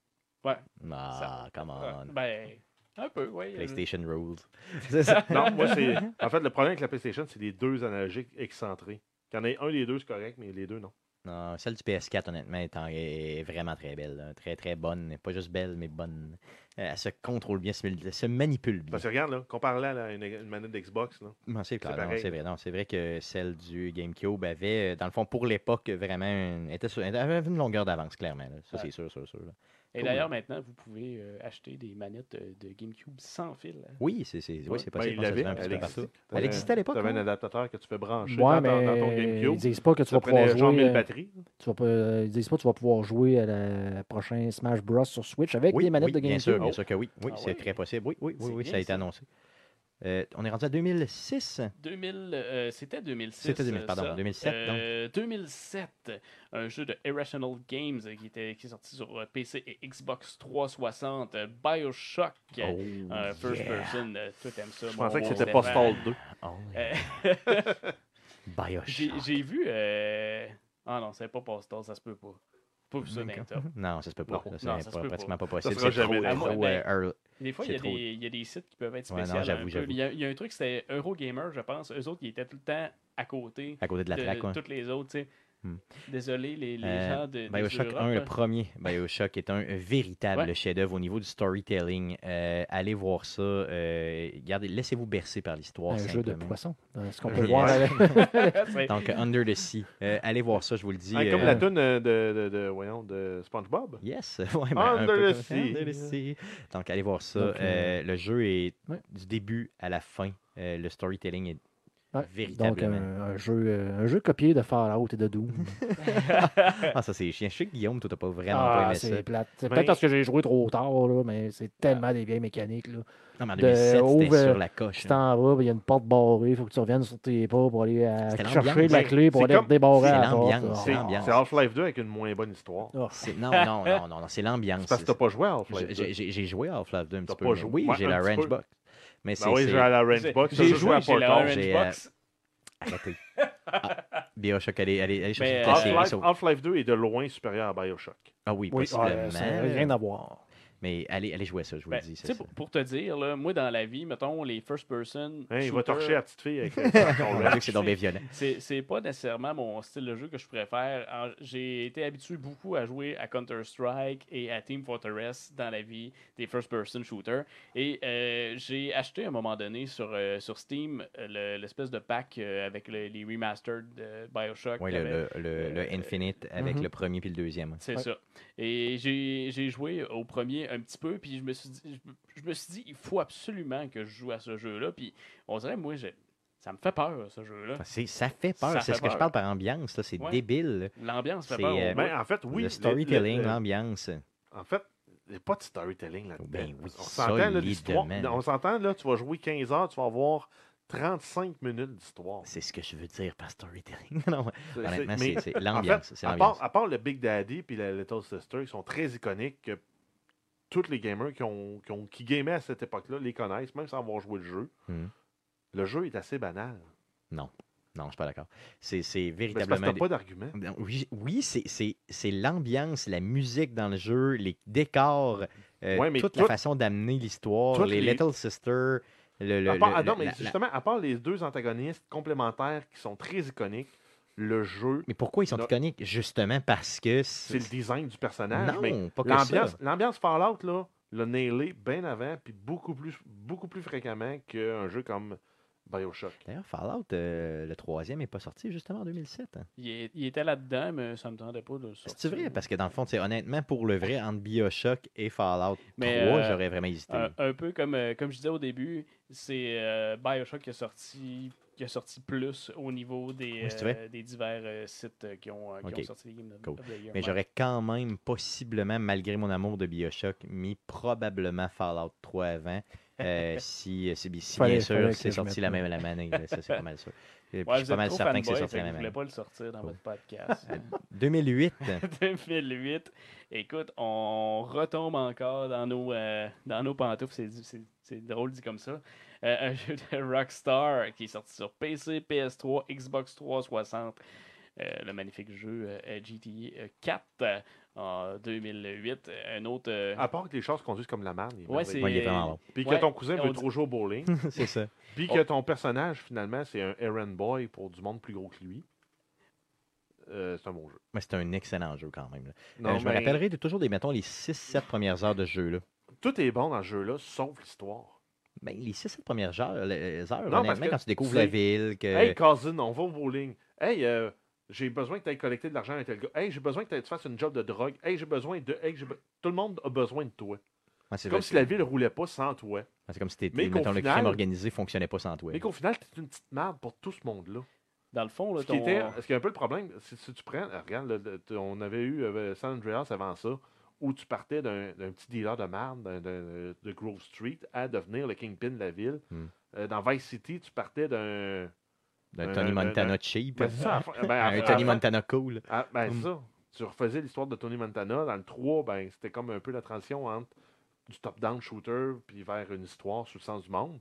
Speaker 2: Ah,
Speaker 6: ça-
Speaker 2: come
Speaker 6: Ah,
Speaker 2: on.
Speaker 6: ben, un peu, oui.
Speaker 2: PlayStation rules. C'est ça.
Speaker 3: Non, moi c'est en fait le problème avec la PlayStation, c'est les deux analogiques excentrés. Qu'il y en ait un des deux c'est correct, mais les deux non.
Speaker 2: Non, celle du PS4, honnêtement, est, en- est vraiment très belle. là. Très, très bonne. Pas juste belle, mais bonne. Euh, Elle se contrôle bien, se elle se manipule bien.
Speaker 3: Parce que regarde là, comparé à une, une manette d'Xbox, là,
Speaker 2: Non, c'est clair,
Speaker 3: C'est
Speaker 2: non,
Speaker 3: pareil.
Speaker 2: c'est vrai. Non, c'est vrai que celle du GameCube avait, euh, dans le fond, pour l'époque, vraiment une, était sur- avait une longueur d'avance, clairement. là. Ça,
Speaker 6: Ouais.
Speaker 2: c'est sûr, sûr, sûr. là.
Speaker 6: Et d'ailleurs, maintenant, vous pouvez euh, acheter des manettes euh, de GameCube sans fil. hein.
Speaker 2: Oui, c'est c'est- oui,
Speaker 6: Ouais.
Speaker 2: c'est
Speaker 3: ben,
Speaker 2: possible. hein,
Speaker 3: il
Speaker 2: ça se
Speaker 3: l'avait,
Speaker 2: vend un petit
Speaker 3: elle
Speaker 2: peu
Speaker 3: existait.
Speaker 2: partout.
Speaker 3: T'avais-
Speaker 2: Elle existait à l'époque,
Speaker 3: T'avais
Speaker 2: non?
Speaker 3: un adaptateur que tu fais brancher dans,
Speaker 5: Ouais,
Speaker 3: ton- dans ton
Speaker 5: mais ils
Speaker 3: GameCube.
Speaker 5: disent pas que tu
Speaker 3: Ça
Speaker 5: vas pouvoir
Speaker 3: prenait genre
Speaker 5: jouer.
Speaker 3: 1000
Speaker 5: euh,
Speaker 3: batteries.
Speaker 5: Tu vas pas, euh, ils disent pas que tu vas pouvoir jouer à la prochain Smash Bros sur Switch avec
Speaker 2: Oui,
Speaker 5: des manettes
Speaker 2: oui,
Speaker 5: de
Speaker 2: bien
Speaker 5: GameCube.
Speaker 2: sûr, bien sûr que oui. Oui,
Speaker 6: Ah
Speaker 2: c'est
Speaker 6: ouais.
Speaker 2: très possible. Oui, oui, oui,
Speaker 6: C'est
Speaker 2: oui,
Speaker 6: bien,
Speaker 2: ça a été
Speaker 6: ça.
Speaker 2: annoncé. Euh, on est rendu à 2006.
Speaker 6: 2000, euh, c'était 2006.
Speaker 2: C'était 2000,
Speaker 6: euh,
Speaker 2: pardon,
Speaker 6: ça.
Speaker 2: 2007,
Speaker 6: Euh, 2007, un jeu de Irrational Games euh, qui, était, qui est sorti sur euh, PC et Xbox 360, euh, Bioshock, euh, un first
Speaker 2: Oh, yeah.
Speaker 6: person, euh, toi t'aimes ça.
Speaker 3: Je
Speaker 6: mon
Speaker 3: pensais que
Speaker 6: bon
Speaker 3: c'était
Speaker 6: Stéphane.
Speaker 3: Postal 2.
Speaker 2: Oh,
Speaker 6: Euh, J'ai
Speaker 2: Bioshock.
Speaker 6: j'ai vu. euh, Ah non, c'est pas Postal, ça se peut pas. Pas vu ça dans les
Speaker 2: D'accord.
Speaker 6: top.
Speaker 2: Non, ça se peut pas.
Speaker 6: Non,
Speaker 2: ça,
Speaker 6: non,
Speaker 2: c'est
Speaker 6: ça se
Speaker 2: pas-
Speaker 6: peut
Speaker 2: pratiquement pas
Speaker 3: Ça
Speaker 2: possible.
Speaker 3: sera
Speaker 2: C'est trop,
Speaker 3: jamais
Speaker 2: trop,
Speaker 6: là. Ah, moi,
Speaker 2: euh, early.
Speaker 6: Des fois, il
Speaker 2: C'est
Speaker 6: y, a
Speaker 2: trop.
Speaker 6: des, il y a des sites qui peuvent être
Speaker 2: Ouais, non,
Speaker 6: spéciaux.
Speaker 2: j'avoue, j'avoue.
Speaker 6: il, y a, il y a un truc, c'était Eurogamer, je pense. Eux autres, ils étaient tout le temps à côté
Speaker 2: à côté de
Speaker 6: de,
Speaker 2: la traque. ouais.
Speaker 6: toutes les autres. tu sais.
Speaker 2: Hmm.
Speaker 6: Désolé, les, les
Speaker 2: Euh,
Speaker 6: gens de. des
Speaker 2: Bioshock
Speaker 6: Europes,
Speaker 2: 1, le
Speaker 6: hein.
Speaker 2: premier Bioshock, est un véritable
Speaker 6: Ouais.
Speaker 2: chef-d'œuvre au niveau du storytelling. Euh, allez voir ça. euh, regardez, laissez-vous bercer par l'histoire.
Speaker 5: Oh, Un jeu de
Speaker 2: simplement.
Speaker 5: poisson. euh, Ce qu'on
Speaker 2: Un
Speaker 5: peut
Speaker 2: jeu de
Speaker 5: voir.
Speaker 2: poisson.
Speaker 5: avec-
Speaker 6: C'est-
Speaker 2: Donc, Under the Sea. Euh, allez voir ça, je vous le dis.
Speaker 3: Hein, comme
Speaker 2: euh,
Speaker 3: la toune euh, de, de, de, voyons, de SpongeBob.
Speaker 2: Yes, ouais, ben,
Speaker 3: Under
Speaker 2: un peu
Speaker 3: the
Speaker 2: comme-
Speaker 3: Sea.
Speaker 2: Under the Sea. Donc, allez voir ça.
Speaker 5: Donc, euh,
Speaker 2: Euh, le jeu est
Speaker 5: ouais.
Speaker 2: du début à la fin. Euh, le storytelling est
Speaker 5: Ouais. Donc, un,
Speaker 2: Véritablement.
Speaker 5: un jeu, euh, un jeu copié de Fallout et de Doom.
Speaker 2: Ah, ça, c'est chiant. Je sais que Guillaume, toi, t'as pas vraiment pas
Speaker 5: ah,
Speaker 2: aimé ça. Ah.
Speaker 5: c'est plate. C'est
Speaker 3: Mais-
Speaker 5: peut-être parce que j'ai joué trop tard, là, mais c'est tellement des vieilles mécaniques. Là.
Speaker 2: Non, mais en
Speaker 5: de
Speaker 2: 2007, c'était
Speaker 5: Over-
Speaker 2: sur la coche.
Speaker 5: Tu
Speaker 2: hein.
Speaker 5: t'en vas, ben, il y a une porte barrée, il faut que tu reviennes sur tes pas pour aller euh,
Speaker 2: C'était
Speaker 5: chercher
Speaker 2: l'ambiance.
Speaker 5: la clé pour
Speaker 3: C'est
Speaker 5: aller
Speaker 3: comme-
Speaker 5: débarrer
Speaker 2: c'est
Speaker 5: la porte.
Speaker 2: l'ambiance,
Speaker 5: Ah.
Speaker 3: C'est
Speaker 2: C'est l'ambiance.
Speaker 3: c'est Half-Life 2 avec une moins bonne histoire.
Speaker 5: Ah.
Speaker 2: C'est- Non, non, non, non, non, c'est l'ambiance.
Speaker 3: C'est parce que t'as pas joué à
Speaker 2: J'ai-
Speaker 3: Half-Life Ben 2.
Speaker 2: J'ai j'ai- j'ai joué à Half-Life 2 un
Speaker 3: T'as
Speaker 2: petit peu.
Speaker 3: pas
Speaker 2: mais
Speaker 3: joué.
Speaker 2: Oui,
Speaker 3: Ouais,
Speaker 2: j'ai
Speaker 3: un
Speaker 2: la
Speaker 3: petit
Speaker 2: Range
Speaker 3: peu.
Speaker 2: Box. Mais c'est.
Speaker 3: Ben oui,
Speaker 2: c'est-
Speaker 3: j'ai à la Range Box.
Speaker 6: J'ai
Speaker 3: ça,
Speaker 6: joué,
Speaker 3: à
Speaker 6: j'ai la
Speaker 3: Portal.
Speaker 6: Orange
Speaker 2: j'ai,
Speaker 6: Box.
Speaker 2: Arrêtez. Ah, Bioshock, allez, allez, allez
Speaker 6: Mais,
Speaker 2: chercher
Speaker 6: euh,
Speaker 2: toute la série.
Speaker 3: Half-Life
Speaker 2: sauf-
Speaker 3: Half-Life 2 est de loin supérieur à Bioshock.
Speaker 2: Ah oui,
Speaker 5: Oui, ah,
Speaker 2: possiblement.
Speaker 5: ça n'a rien à voir.
Speaker 2: Mais allez, allez jouer à ça, je vous
Speaker 6: Ben,
Speaker 2: le dis.
Speaker 6: tu
Speaker 2: c'est
Speaker 6: sais,
Speaker 2: ça.
Speaker 6: pour, pour te dire, là, moi, dans la vie, mettons, les first person.
Speaker 3: Hein, il va
Speaker 6: shooter,
Speaker 3: torcher la petite fille avec
Speaker 2: On
Speaker 3: son
Speaker 2: va dire
Speaker 3: range.
Speaker 2: que c'est donc bien violent.
Speaker 6: C'est c'est pas nécessairement mon style de jeu que je préfère. En- J'ai été habitué beaucoup à jouer à Counter-Strike et à Team Fortress dans la vie des first-person shooters. Et euh, j'ai acheté à un moment donné sur, euh, sur Steam euh, le- l'espèce de pack euh, avec le- les remastered de Bioshock.
Speaker 2: Oui,
Speaker 6: qu'il y
Speaker 2: le,
Speaker 6: avait.
Speaker 2: le, le- le
Speaker 6: euh,
Speaker 2: Infinite avec
Speaker 3: mm-hmm.
Speaker 5: mhm.
Speaker 2: le premier puis le deuxième. hein.
Speaker 6: C'est
Speaker 5: Ouais.
Speaker 6: ça. Et j'ai j'ai joué au premier un petit peu, puis je me suis dit, je, je me suis dit il faut absolument que je joue à ce jeu-là. Puis on dirait, moi, j'ai- ça me fait peur, ce jeu-là.
Speaker 2: C'est- Ça fait peur.
Speaker 6: Ça
Speaker 2: C'est
Speaker 6: fait
Speaker 2: ce que je
Speaker 6: peur.
Speaker 2: parle par ambiance. là, C'est
Speaker 6: Ouais.
Speaker 2: débile.
Speaker 6: L'ambiance fait
Speaker 2: C'est,
Speaker 6: peur. au
Speaker 2: euh,
Speaker 6: bout.
Speaker 3: Ben, en fait, oui.
Speaker 2: le
Speaker 3: le-
Speaker 2: storytelling, hein.
Speaker 3: le- le-
Speaker 2: l'ambiance.
Speaker 3: En fait, il n'y a pas de storytelling là-dedans.
Speaker 2: Ben oui,
Speaker 3: on s'entend, là, l'histoire.
Speaker 2: solidement.
Speaker 3: On s'entend, là, tu vas jouer 15 heures, tu vas avoir 35 minutes d'histoire.
Speaker 2: C'est ce que je veux dire par storytelling. non,
Speaker 3: C'est-
Speaker 2: honnêtement,
Speaker 3: mais-
Speaker 2: c'est c'est
Speaker 3: en fait,
Speaker 2: l'ambiance. C'est
Speaker 3: à,
Speaker 2: l'ambiance.
Speaker 3: part, à part le Big Daddy et la Little Sister, qui sont très iconiques, que tous les gamers qui, ont, qui, ont- qui gamaient à cette époque-là les connaissent, même sans avoir joué le jeu.
Speaker 2: Mhm.
Speaker 3: Le jeu est assez banal.
Speaker 2: Non, je suis pas d'accord. C'est c'est
Speaker 3: Mais Ben, c'est parce que
Speaker 2: véritablement.
Speaker 3: t'as pas d'argument.
Speaker 2: Non, Oui, oui c'est- c'est c'est l'ambiance, la musique dans le jeu, les décors, euh,
Speaker 3: Ouais, mais
Speaker 2: toute la
Speaker 3: tout-
Speaker 2: façon d'amener l'histoire,
Speaker 3: toutes
Speaker 2: les,
Speaker 3: les-
Speaker 2: Little Sister, le, le-
Speaker 3: À part-
Speaker 2: le-
Speaker 3: ah non,
Speaker 2: le-
Speaker 3: mais
Speaker 2: la- la-
Speaker 3: justement, à part les deux antagonistes complémentaires qui sont très iconiques, le jeu,
Speaker 2: Mais pourquoi ils sont
Speaker 3: Non.
Speaker 2: iconiques Justement parce que
Speaker 3: c'est le design du personnage. mais
Speaker 2: non, pas que ça.
Speaker 3: L'ambiance l'ambiance Fallout, là, l'a nailé bien avant, puis beaucoup plus, beaucoup plus fréquemment qu'un jeu comme Bioshock.
Speaker 2: D'ailleurs, Fallout, euh, le troisième est pas sorti justement en 2007. hein.
Speaker 6: Il, est- il était là-dedans, mais ça me tentait pas de le sortir.
Speaker 2: C'est vrai parce que dans le fond, c'est honnêtement pour le vrai entre BioShock et Fallout 3,
Speaker 6: Mais, euh,
Speaker 2: j'aurais vraiment hésité.
Speaker 6: Un, un peu comme, euh, comme je disais au début, c'est euh, Bioshock qui a, sorti, qui a sorti plus au niveau des,
Speaker 2: Oui, c'est
Speaker 6: euh,
Speaker 2: vrai.
Speaker 6: des divers euh, sites euh, qui ont, euh, qui
Speaker 2: Ok.
Speaker 6: ont sorti les games de
Speaker 2: Cool.
Speaker 6: of the Year.
Speaker 2: Mais
Speaker 6: Ouais.
Speaker 2: j'aurais quand même, possiblement, malgré mon amour de Bioshock, mis probablement Fallout 3 avant. euh, si, si, si bien
Speaker 5: Fallait- fallait
Speaker 2: sûr
Speaker 5: que
Speaker 2: c'est
Speaker 5: je
Speaker 2: sorti
Speaker 5: mette
Speaker 2: la
Speaker 5: là.
Speaker 2: même la même année, là, ça c'est pas mal sûr. Et puis,
Speaker 6: Ouais,
Speaker 2: je suis
Speaker 6: vous
Speaker 2: pas
Speaker 6: êtes
Speaker 2: mal
Speaker 6: trop
Speaker 2: certain que c'est
Speaker 6: fanboy,
Speaker 2: sorti
Speaker 6: fait
Speaker 2: la
Speaker 6: que
Speaker 2: même
Speaker 6: Vous voulez
Speaker 2: année.
Speaker 6: pas le sortir dans
Speaker 2: Cool.
Speaker 6: votre podcast.
Speaker 2: 2008,
Speaker 6: 2008. Écoute, on retombe encore dans nos, euh, dans nos pantoufles. C'est, du- c'est- c'est drôle dit comme ça. Euh, un jeu de Rockstar qui est sorti sur PC, PS3, Xbox 360. Euh, le magnifique jeu euh, GTA euh, 4 euh, en 2008. Un autre. euh,
Speaker 3: À part que les choses conduisent comme la merde. il est
Speaker 6: ouais, c'est.
Speaker 3: merveilleux.
Speaker 2: Ouais, il est vraiment bon.
Speaker 3: Puis
Speaker 6: ouais,
Speaker 3: que ton cousin
Speaker 6: on
Speaker 3: veut
Speaker 6: dit-
Speaker 3: trop jouer au bowling.
Speaker 2: c'est ça.
Speaker 3: Puis
Speaker 6: Oh.
Speaker 3: que ton personnage, finalement, c'est un errand boy pour du monde plus gros que lui. Euh, c'est un bon jeu.
Speaker 2: Mais c'est un excellent jeu quand même. là.
Speaker 3: Non,
Speaker 2: Euh, je me
Speaker 3: mais
Speaker 2: rappellerai de- toujours des, mettons, les 6-7 premières heures de jeu. Là.
Speaker 3: Tout est bon dans ce jeu-là, sauf l'histoire.
Speaker 2: Ben, les 6-7 premières heures, les heures
Speaker 3: Non, parce
Speaker 2: honnêtement,
Speaker 3: que
Speaker 2: quand tu découvres
Speaker 3: c'est-
Speaker 2: la ville, que...
Speaker 3: Hey, cousin, on va au bowling. Hey, euh, j'ai besoin que tu ailles collecter de l'argent avec tel gars. Hey, j'ai besoin que t'ailles- tu fasses une job de drogue. Hey, j'ai besoin de. Hey, j'ai be- Tout le monde a besoin de
Speaker 2: Ouais,
Speaker 3: toi.
Speaker 2: c'est
Speaker 3: C'est comme
Speaker 2: vrai,
Speaker 3: si
Speaker 2: c'est-
Speaker 3: la ville roulait pas sans toi.
Speaker 2: ouais, c'est comme si t'étais-
Speaker 3: Mais qu'au
Speaker 2: mettons, le crime
Speaker 3: final-
Speaker 2: organisé fonctionnait pas sans toi.
Speaker 3: Mais qu'au final, t'es une petite merde pour tout ce monde-là.
Speaker 6: Dans le fond, là,
Speaker 3: Ce qui,
Speaker 6: ton-
Speaker 3: était, ce qui est un peu le problème, si, si tu prends, ah, regarde, le- le- t- on avait eu euh, San Andreas avant ça, où tu partais d'un d'un petit dealer de merde d'un- d'un- de Grove Street à devenir le kingpin de la ville.
Speaker 2: Hmm.
Speaker 3: Euh, dans Vice City, tu partais d'un.
Speaker 2: D'un
Speaker 3: Un-
Speaker 2: Tony
Speaker 3: un-
Speaker 2: Montana
Speaker 3: un-
Speaker 2: cheap. hein.
Speaker 3: Ben, c'est ça, à la fin- ben, à-
Speaker 2: Un
Speaker 3: à-
Speaker 2: Tony
Speaker 3: à-
Speaker 2: Montana cool.
Speaker 3: Ah, ben,
Speaker 2: Mm.
Speaker 3: ça. Tu refaisais l'histoire de Tony Montana. Dans le 3, ben, c'était comme un peu la transition entre du top-down shooter puis vers une histoire sous le sens du monde.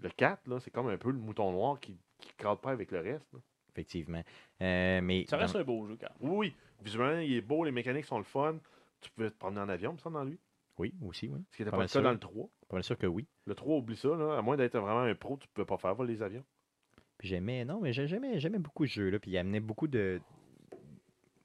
Speaker 3: Le 4, là, c'est comme un peu le mouton noir qui ne cadre pas avec le reste. là.
Speaker 2: Effectivement. Euh, mais
Speaker 6: Ça
Speaker 2: dans-
Speaker 6: reste un beau jeu quand même.
Speaker 3: Oui, oui. Visuellement, il est beau, les mécaniques sont le fun. Tu pouvais te promener en avion, me semble, dans lui.
Speaker 2: oui, aussi, oui.
Speaker 3: Ce qui n'était
Speaker 2: Pas
Speaker 3: pas,
Speaker 2: mal
Speaker 3: le
Speaker 2: Ah,
Speaker 3: cas
Speaker 2: sûr.
Speaker 3: dans le 3.
Speaker 2: Pas mal sûr que oui.
Speaker 3: Le 3, oublie ça, là. À moins d'être vraiment un pro, tu ne peux pas faire voler les avions.
Speaker 2: Puis j'aimais, non, mais j'ai- j'aimais, j'aimais beaucoup ce jeu, là. Puis il amenait beaucoup de.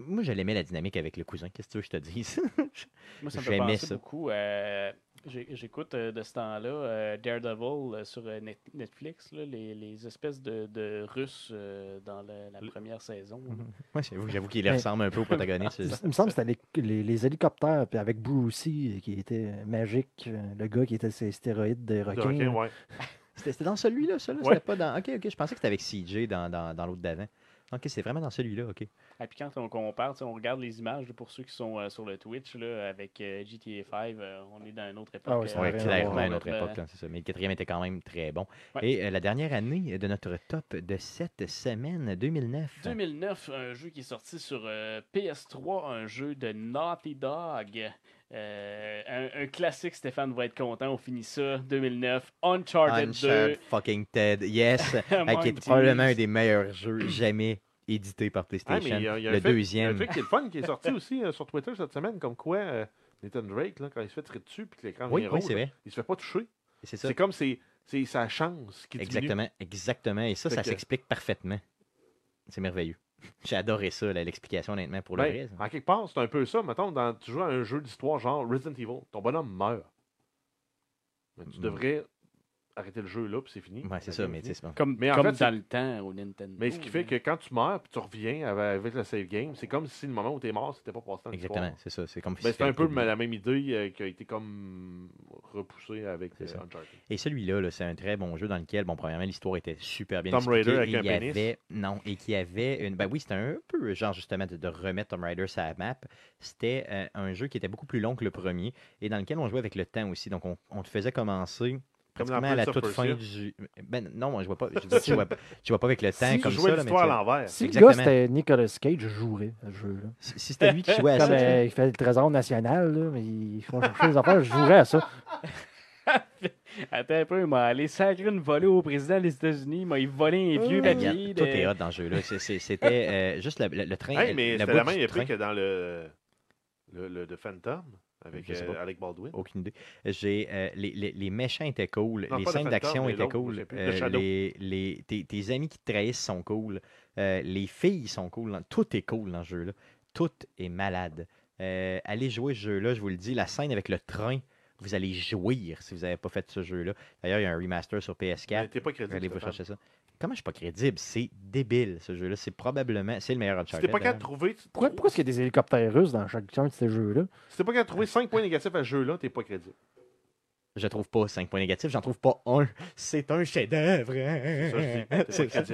Speaker 2: Moi, je l'aimais la dynamique avec le cousin. Qu'est-ce que tu veux que je te dise?
Speaker 6: Moi, ça me fait
Speaker 2: J'aimais
Speaker 6: penser
Speaker 2: ça.
Speaker 6: beaucoup. euh, j'ai- J'écoute euh, de ce temps-là euh, Daredevil euh, sur euh, Net- Netflix, là, les, les espèces de, de Russes euh, dans la, la première saison. là.
Speaker 2: Moi, j'avoue, j'avoue qu'il
Speaker 5: Mais-
Speaker 2: ressemble un peu au protagoniste.
Speaker 5: Il me semble que c'était les, les- les hélicoptères, puis avec Brucey, qui était magique, euh, le euh, gars qui était ses stéroïdes des
Speaker 3: Le
Speaker 5: requins. là.
Speaker 3: requin, ouais.
Speaker 2: C'était c'était dans celui-là, celui-là.
Speaker 3: Ouais.
Speaker 2: C'était pas dans. Ok, ok, je pensais que c'était avec CJ dans, dans, dans l'autre d'avant. Ok, c'est vraiment dans celui-là, ok.
Speaker 6: Et Ah, puis quand on compare, tu sais, on regarde les images là, pour ceux qui sont euh, sur le Twitch là, avec euh, GTA 5, euh, on est dans une autre époque.
Speaker 5: Ah oui, c'est
Speaker 6: euh,
Speaker 2: Oui,
Speaker 5: Ouais,
Speaker 2: clairement,
Speaker 5: ouais,
Speaker 2: à notre
Speaker 6: euh,
Speaker 2: époque, là, c'est ça. Mais le quatrième était quand même très bon.
Speaker 6: Ouais.
Speaker 2: Et euh, la dernière année de notre top de cette semaine, 2009.
Speaker 4: 2009, un jeu qui est sorti sur euh, PS3, un jeu de Naughty Dog. Euh, un, un classique, Stéphane va être content, on finit ça. 2009, Uncharted,
Speaker 2: Uncharted fucking Ted, yes,
Speaker 4: 2.
Speaker 2: euh, qui est probablement un des meilleurs jeux jamais édité par
Speaker 3: Ah,
Speaker 2: PlayStation.
Speaker 3: mais il y a- il y a un
Speaker 2: le
Speaker 3: fait-
Speaker 2: deuxième.
Speaker 3: Il y a un truc qui est le fun qui est sorti aussi euh, sur Twitter cette semaine, comme quoi euh, Nathan Drake, là, quand il se fait tirer dessus puis que l'écran
Speaker 2: oui,
Speaker 3: est
Speaker 2: oui,
Speaker 3: rouge,
Speaker 2: c'est vrai.
Speaker 3: il se fait pas toucher.
Speaker 2: C'est ça.
Speaker 3: C'est comme c'est c'est sa chance qui diminue.
Speaker 2: Exactement, exactement. Et ça,
Speaker 3: Fait
Speaker 2: ça
Speaker 3: que-
Speaker 2: s'explique parfaitement. C'est merveilleux. J'ai adoré ça, là, l'explication, honnêtement, pour le
Speaker 3: Ben,
Speaker 2: reste.
Speaker 3: en quelque part, c'est un peu ça. Mettons, dans, tu joues à un jeu d'histoire genre Resident Evil, ton bonhomme meurt. Mais tu
Speaker 2: Mm.
Speaker 3: devrais arrêter le jeu là, puis c'est fini.
Speaker 2: Ouais, c'est
Speaker 3: La
Speaker 2: ça,
Speaker 3: game
Speaker 2: mais
Speaker 3: est
Speaker 2: tu
Speaker 3: finie.
Speaker 2: sais, c'est bon.
Speaker 4: Comme,
Speaker 3: Mais en
Speaker 4: comme
Speaker 3: fait, c'est-
Speaker 4: dans le temps au Nintendo.
Speaker 3: Mais ce qui fait que quand tu meurs puis tu reviens avec, avec le save game, c'est comme si le moment où tu es mort, c'était pas passé dans l'histoire.
Speaker 2: Exactement, c'est ça. C'est comme
Speaker 3: Ben, c'est un peu la même idée euh, qui a été comme repoussée avec
Speaker 2: C'est
Speaker 3: euh,
Speaker 2: ça.
Speaker 3: Uncharted.
Speaker 2: Et celui-là, là, c'est un très bon jeu dans lequel, bon, premièrement, l'histoire était super bien
Speaker 3: Tomb
Speaker 2: expliquée.
Speaker 3: Raider avec
Speaker 2: et
Speaker 3: un
Speaker 2: il y
Speaker 3: pénis.
Speaker 2: avait, Non, et qui avait une... Ben oui, c'était un peu genre, justement, de, de remettre Tomb Raider sur la map. C'était euh, un jeu qui était beaucoup plus long que le premier et dans lequel on jouait avec le temps aussi. Donc, on, on te faisait commencer...
Speaker 3: Comme dans
Speaker 2: Pratiquement à la
Speaker 3: Prince of
Speaker 2: toute fin du. Ben non, moi, je vois pas. Je, vois- je vois, je vois pas avec le temps
Speaker 5: Si
Speaker 2: comme
Speaker 3: tu
Speaker 2: ça.
Speaker 3: jouais
Speaker 2: là, mais
Speaker 3: l'histoire à
Speaker 2: tu-
Speaker 3: l'envers.
Speaker 5: Si le
Speaker 2: Exactement.
Speaker 5: gars c'était Nicolas Cage, je jouerais à ce jeu-là.
Speaker 2: si si c'était lui qui jouait à ça.
Speaker 5: Comme
Speaker 2: tu sais,
Speaker 5: euh, il fait le trésor national, là, mais ils font chercher les affaires, je jouerais à ça.
Speaker 6: Attends un peu, il m'a allé sacrer une volée au président des États-Unis, il m'a volé un vieux
Speaker 2: Mmh. Regarde,
Speaker 6: papier.
Speaker 2: tout
Speaker 6: de-
Speaker 2: est hot dans ce jeu-là. C'est- c'est- C'était euh, juste le, le- le train.
Speaker 3: Hey, mais
Speaker 2: la
Speaker 3: c'était
Speaker 2: voix
Speaker 3: la
Speaker 2: du
Speaker 3: même
Speaker 2: train.
Speaker 3: épée que dans le, le, le de Phantom avec
Speaker 2: Je sais
Speaker 3: euh,
Speaker 2: pas.
Speaker 3: Alec Baldwin.
Speaker 2: Aucune idée. J'ai, euh, les, les- les méchants étaient cool.
Speaker 3: Non,
Speaker 2: les
Speaker 3: pas le
Speaker 2: scènes
Speaker 3: fantôme,
Speaker 2: d'action
Speaker 3: mais
Speaker 2: étaient
Speaker 3: l'autre, je
Speaker 2: cool.
Speaker 3: sais plus, le
Speaker 2: euh,
Speaker 3: Shadow.
Speaker 2: les, les- tes, tes amis qui te trahissent sont cool. euh, les filles sont cool. dans- Tout est cool dans ce jeu-là. Tout est malade. Euh, allez jouer ce jeu-là, je vous le dis. La scène avec le train, vous allez jouir si vous n'avez pas fait ce jeu-là. D'ailleurs, il y a un remaster sur PS4.
Speaker 3: Mais T'es pas crédible.
Speaker 2: Allez vous
Speaker 3: Stéphane.
Speaker 2: chercher ça. Comment je suis pas crédible? C'est débile ce jeu-là. C'est probablement. C'est le meilleur
Speaker 3: Si
Speaker 2: Uncharted. hein.
Speaker 3: t'es pas capable de
Speaker 2: d'ailleurs.
Speaker 3: trouver, tu-
Speaker 5: Pourquoi, pourquoi est-ce qu'il y a des hélicoptères russes dans chacun de ces jeux-là?
Speaker 3: si t'es pas capable de trouver 5 points négatifs à ce jeu-là, t'es pas crédible.
Speaker 2: Je trouve pas 5 points négatifs, j'en trouve pas un. C'est un chef-d'œuvre.
Speaker 3: C'est ça, je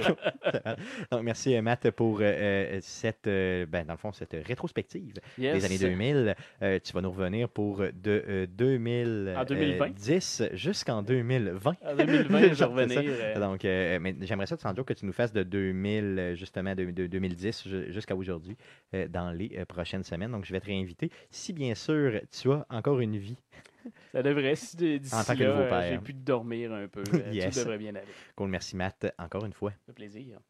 Speaker 3: dis. T'es pas
Speaker 2: C'est-
Speaker 3: crédible.
Speaker 2: Donc, merci euh, Matt pour euh, euh, cette, euh, ben, dans le fond, cette rétrospective
Speaker 4: Yes.
Speaker 2: des années 2000. Euh, tu vas nous revenir pour de euh, 2000,
Speaker 4: En
Speaker 2: 2010 jusqu'en 2020.
Speaker 4: En 2020, je
Speaker 2: C'est
Speaker 4: vais
Speaker 2: ça.
Speaker 4: revenir. euh,
Speaker 2: Donc, euh, mais j'aimerais ça, Sandro, que tu nous fasses de 2000, euh, justement, de, de 2010 ju- jusqu'à aujourd'hui, euh, dans les euh, prochaines semaines. Donc, je vais te réinviter. Si, bien sûr, tu as encore une vie,
Speaker 4: Ça devrait, si d- d'ici
Speaker 2: En tant que
Speaker 4: là,
Speaker 2: nouveau
Speaker 4: euh,
Speaker 2: père.
Speaker 4: j'ai pu dormir un peu, euh,
Speaker 2: Yes.
Speaker 4: tout devrait bien aller. Ça
Speaker 2: cool, merci Matt, encore une fois.
Speaker 4: fait plaisir.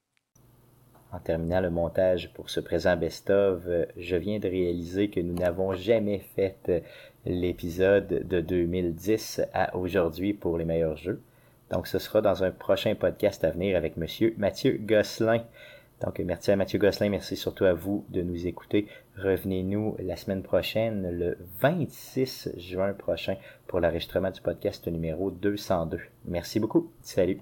Speaker 1: En terminant le montage pour ce présent best-of, euh, je viens de réaliser que nous n'avons jamais fait euh, l'épisode de 2010 à aujourd'hui pour les meilleurs jeux. Donc ce sera dans un prochain podcast à venir avec monsieur Mathieu Gosselin. Donc merci à Mathieu Gosselin, merci surtout à vous de nous écouter. Revenez-nous la semaine prochaine, le 26 juin prochain, pour l'enregistrement du podcast numéro 202. Merci beaucoup. Salut.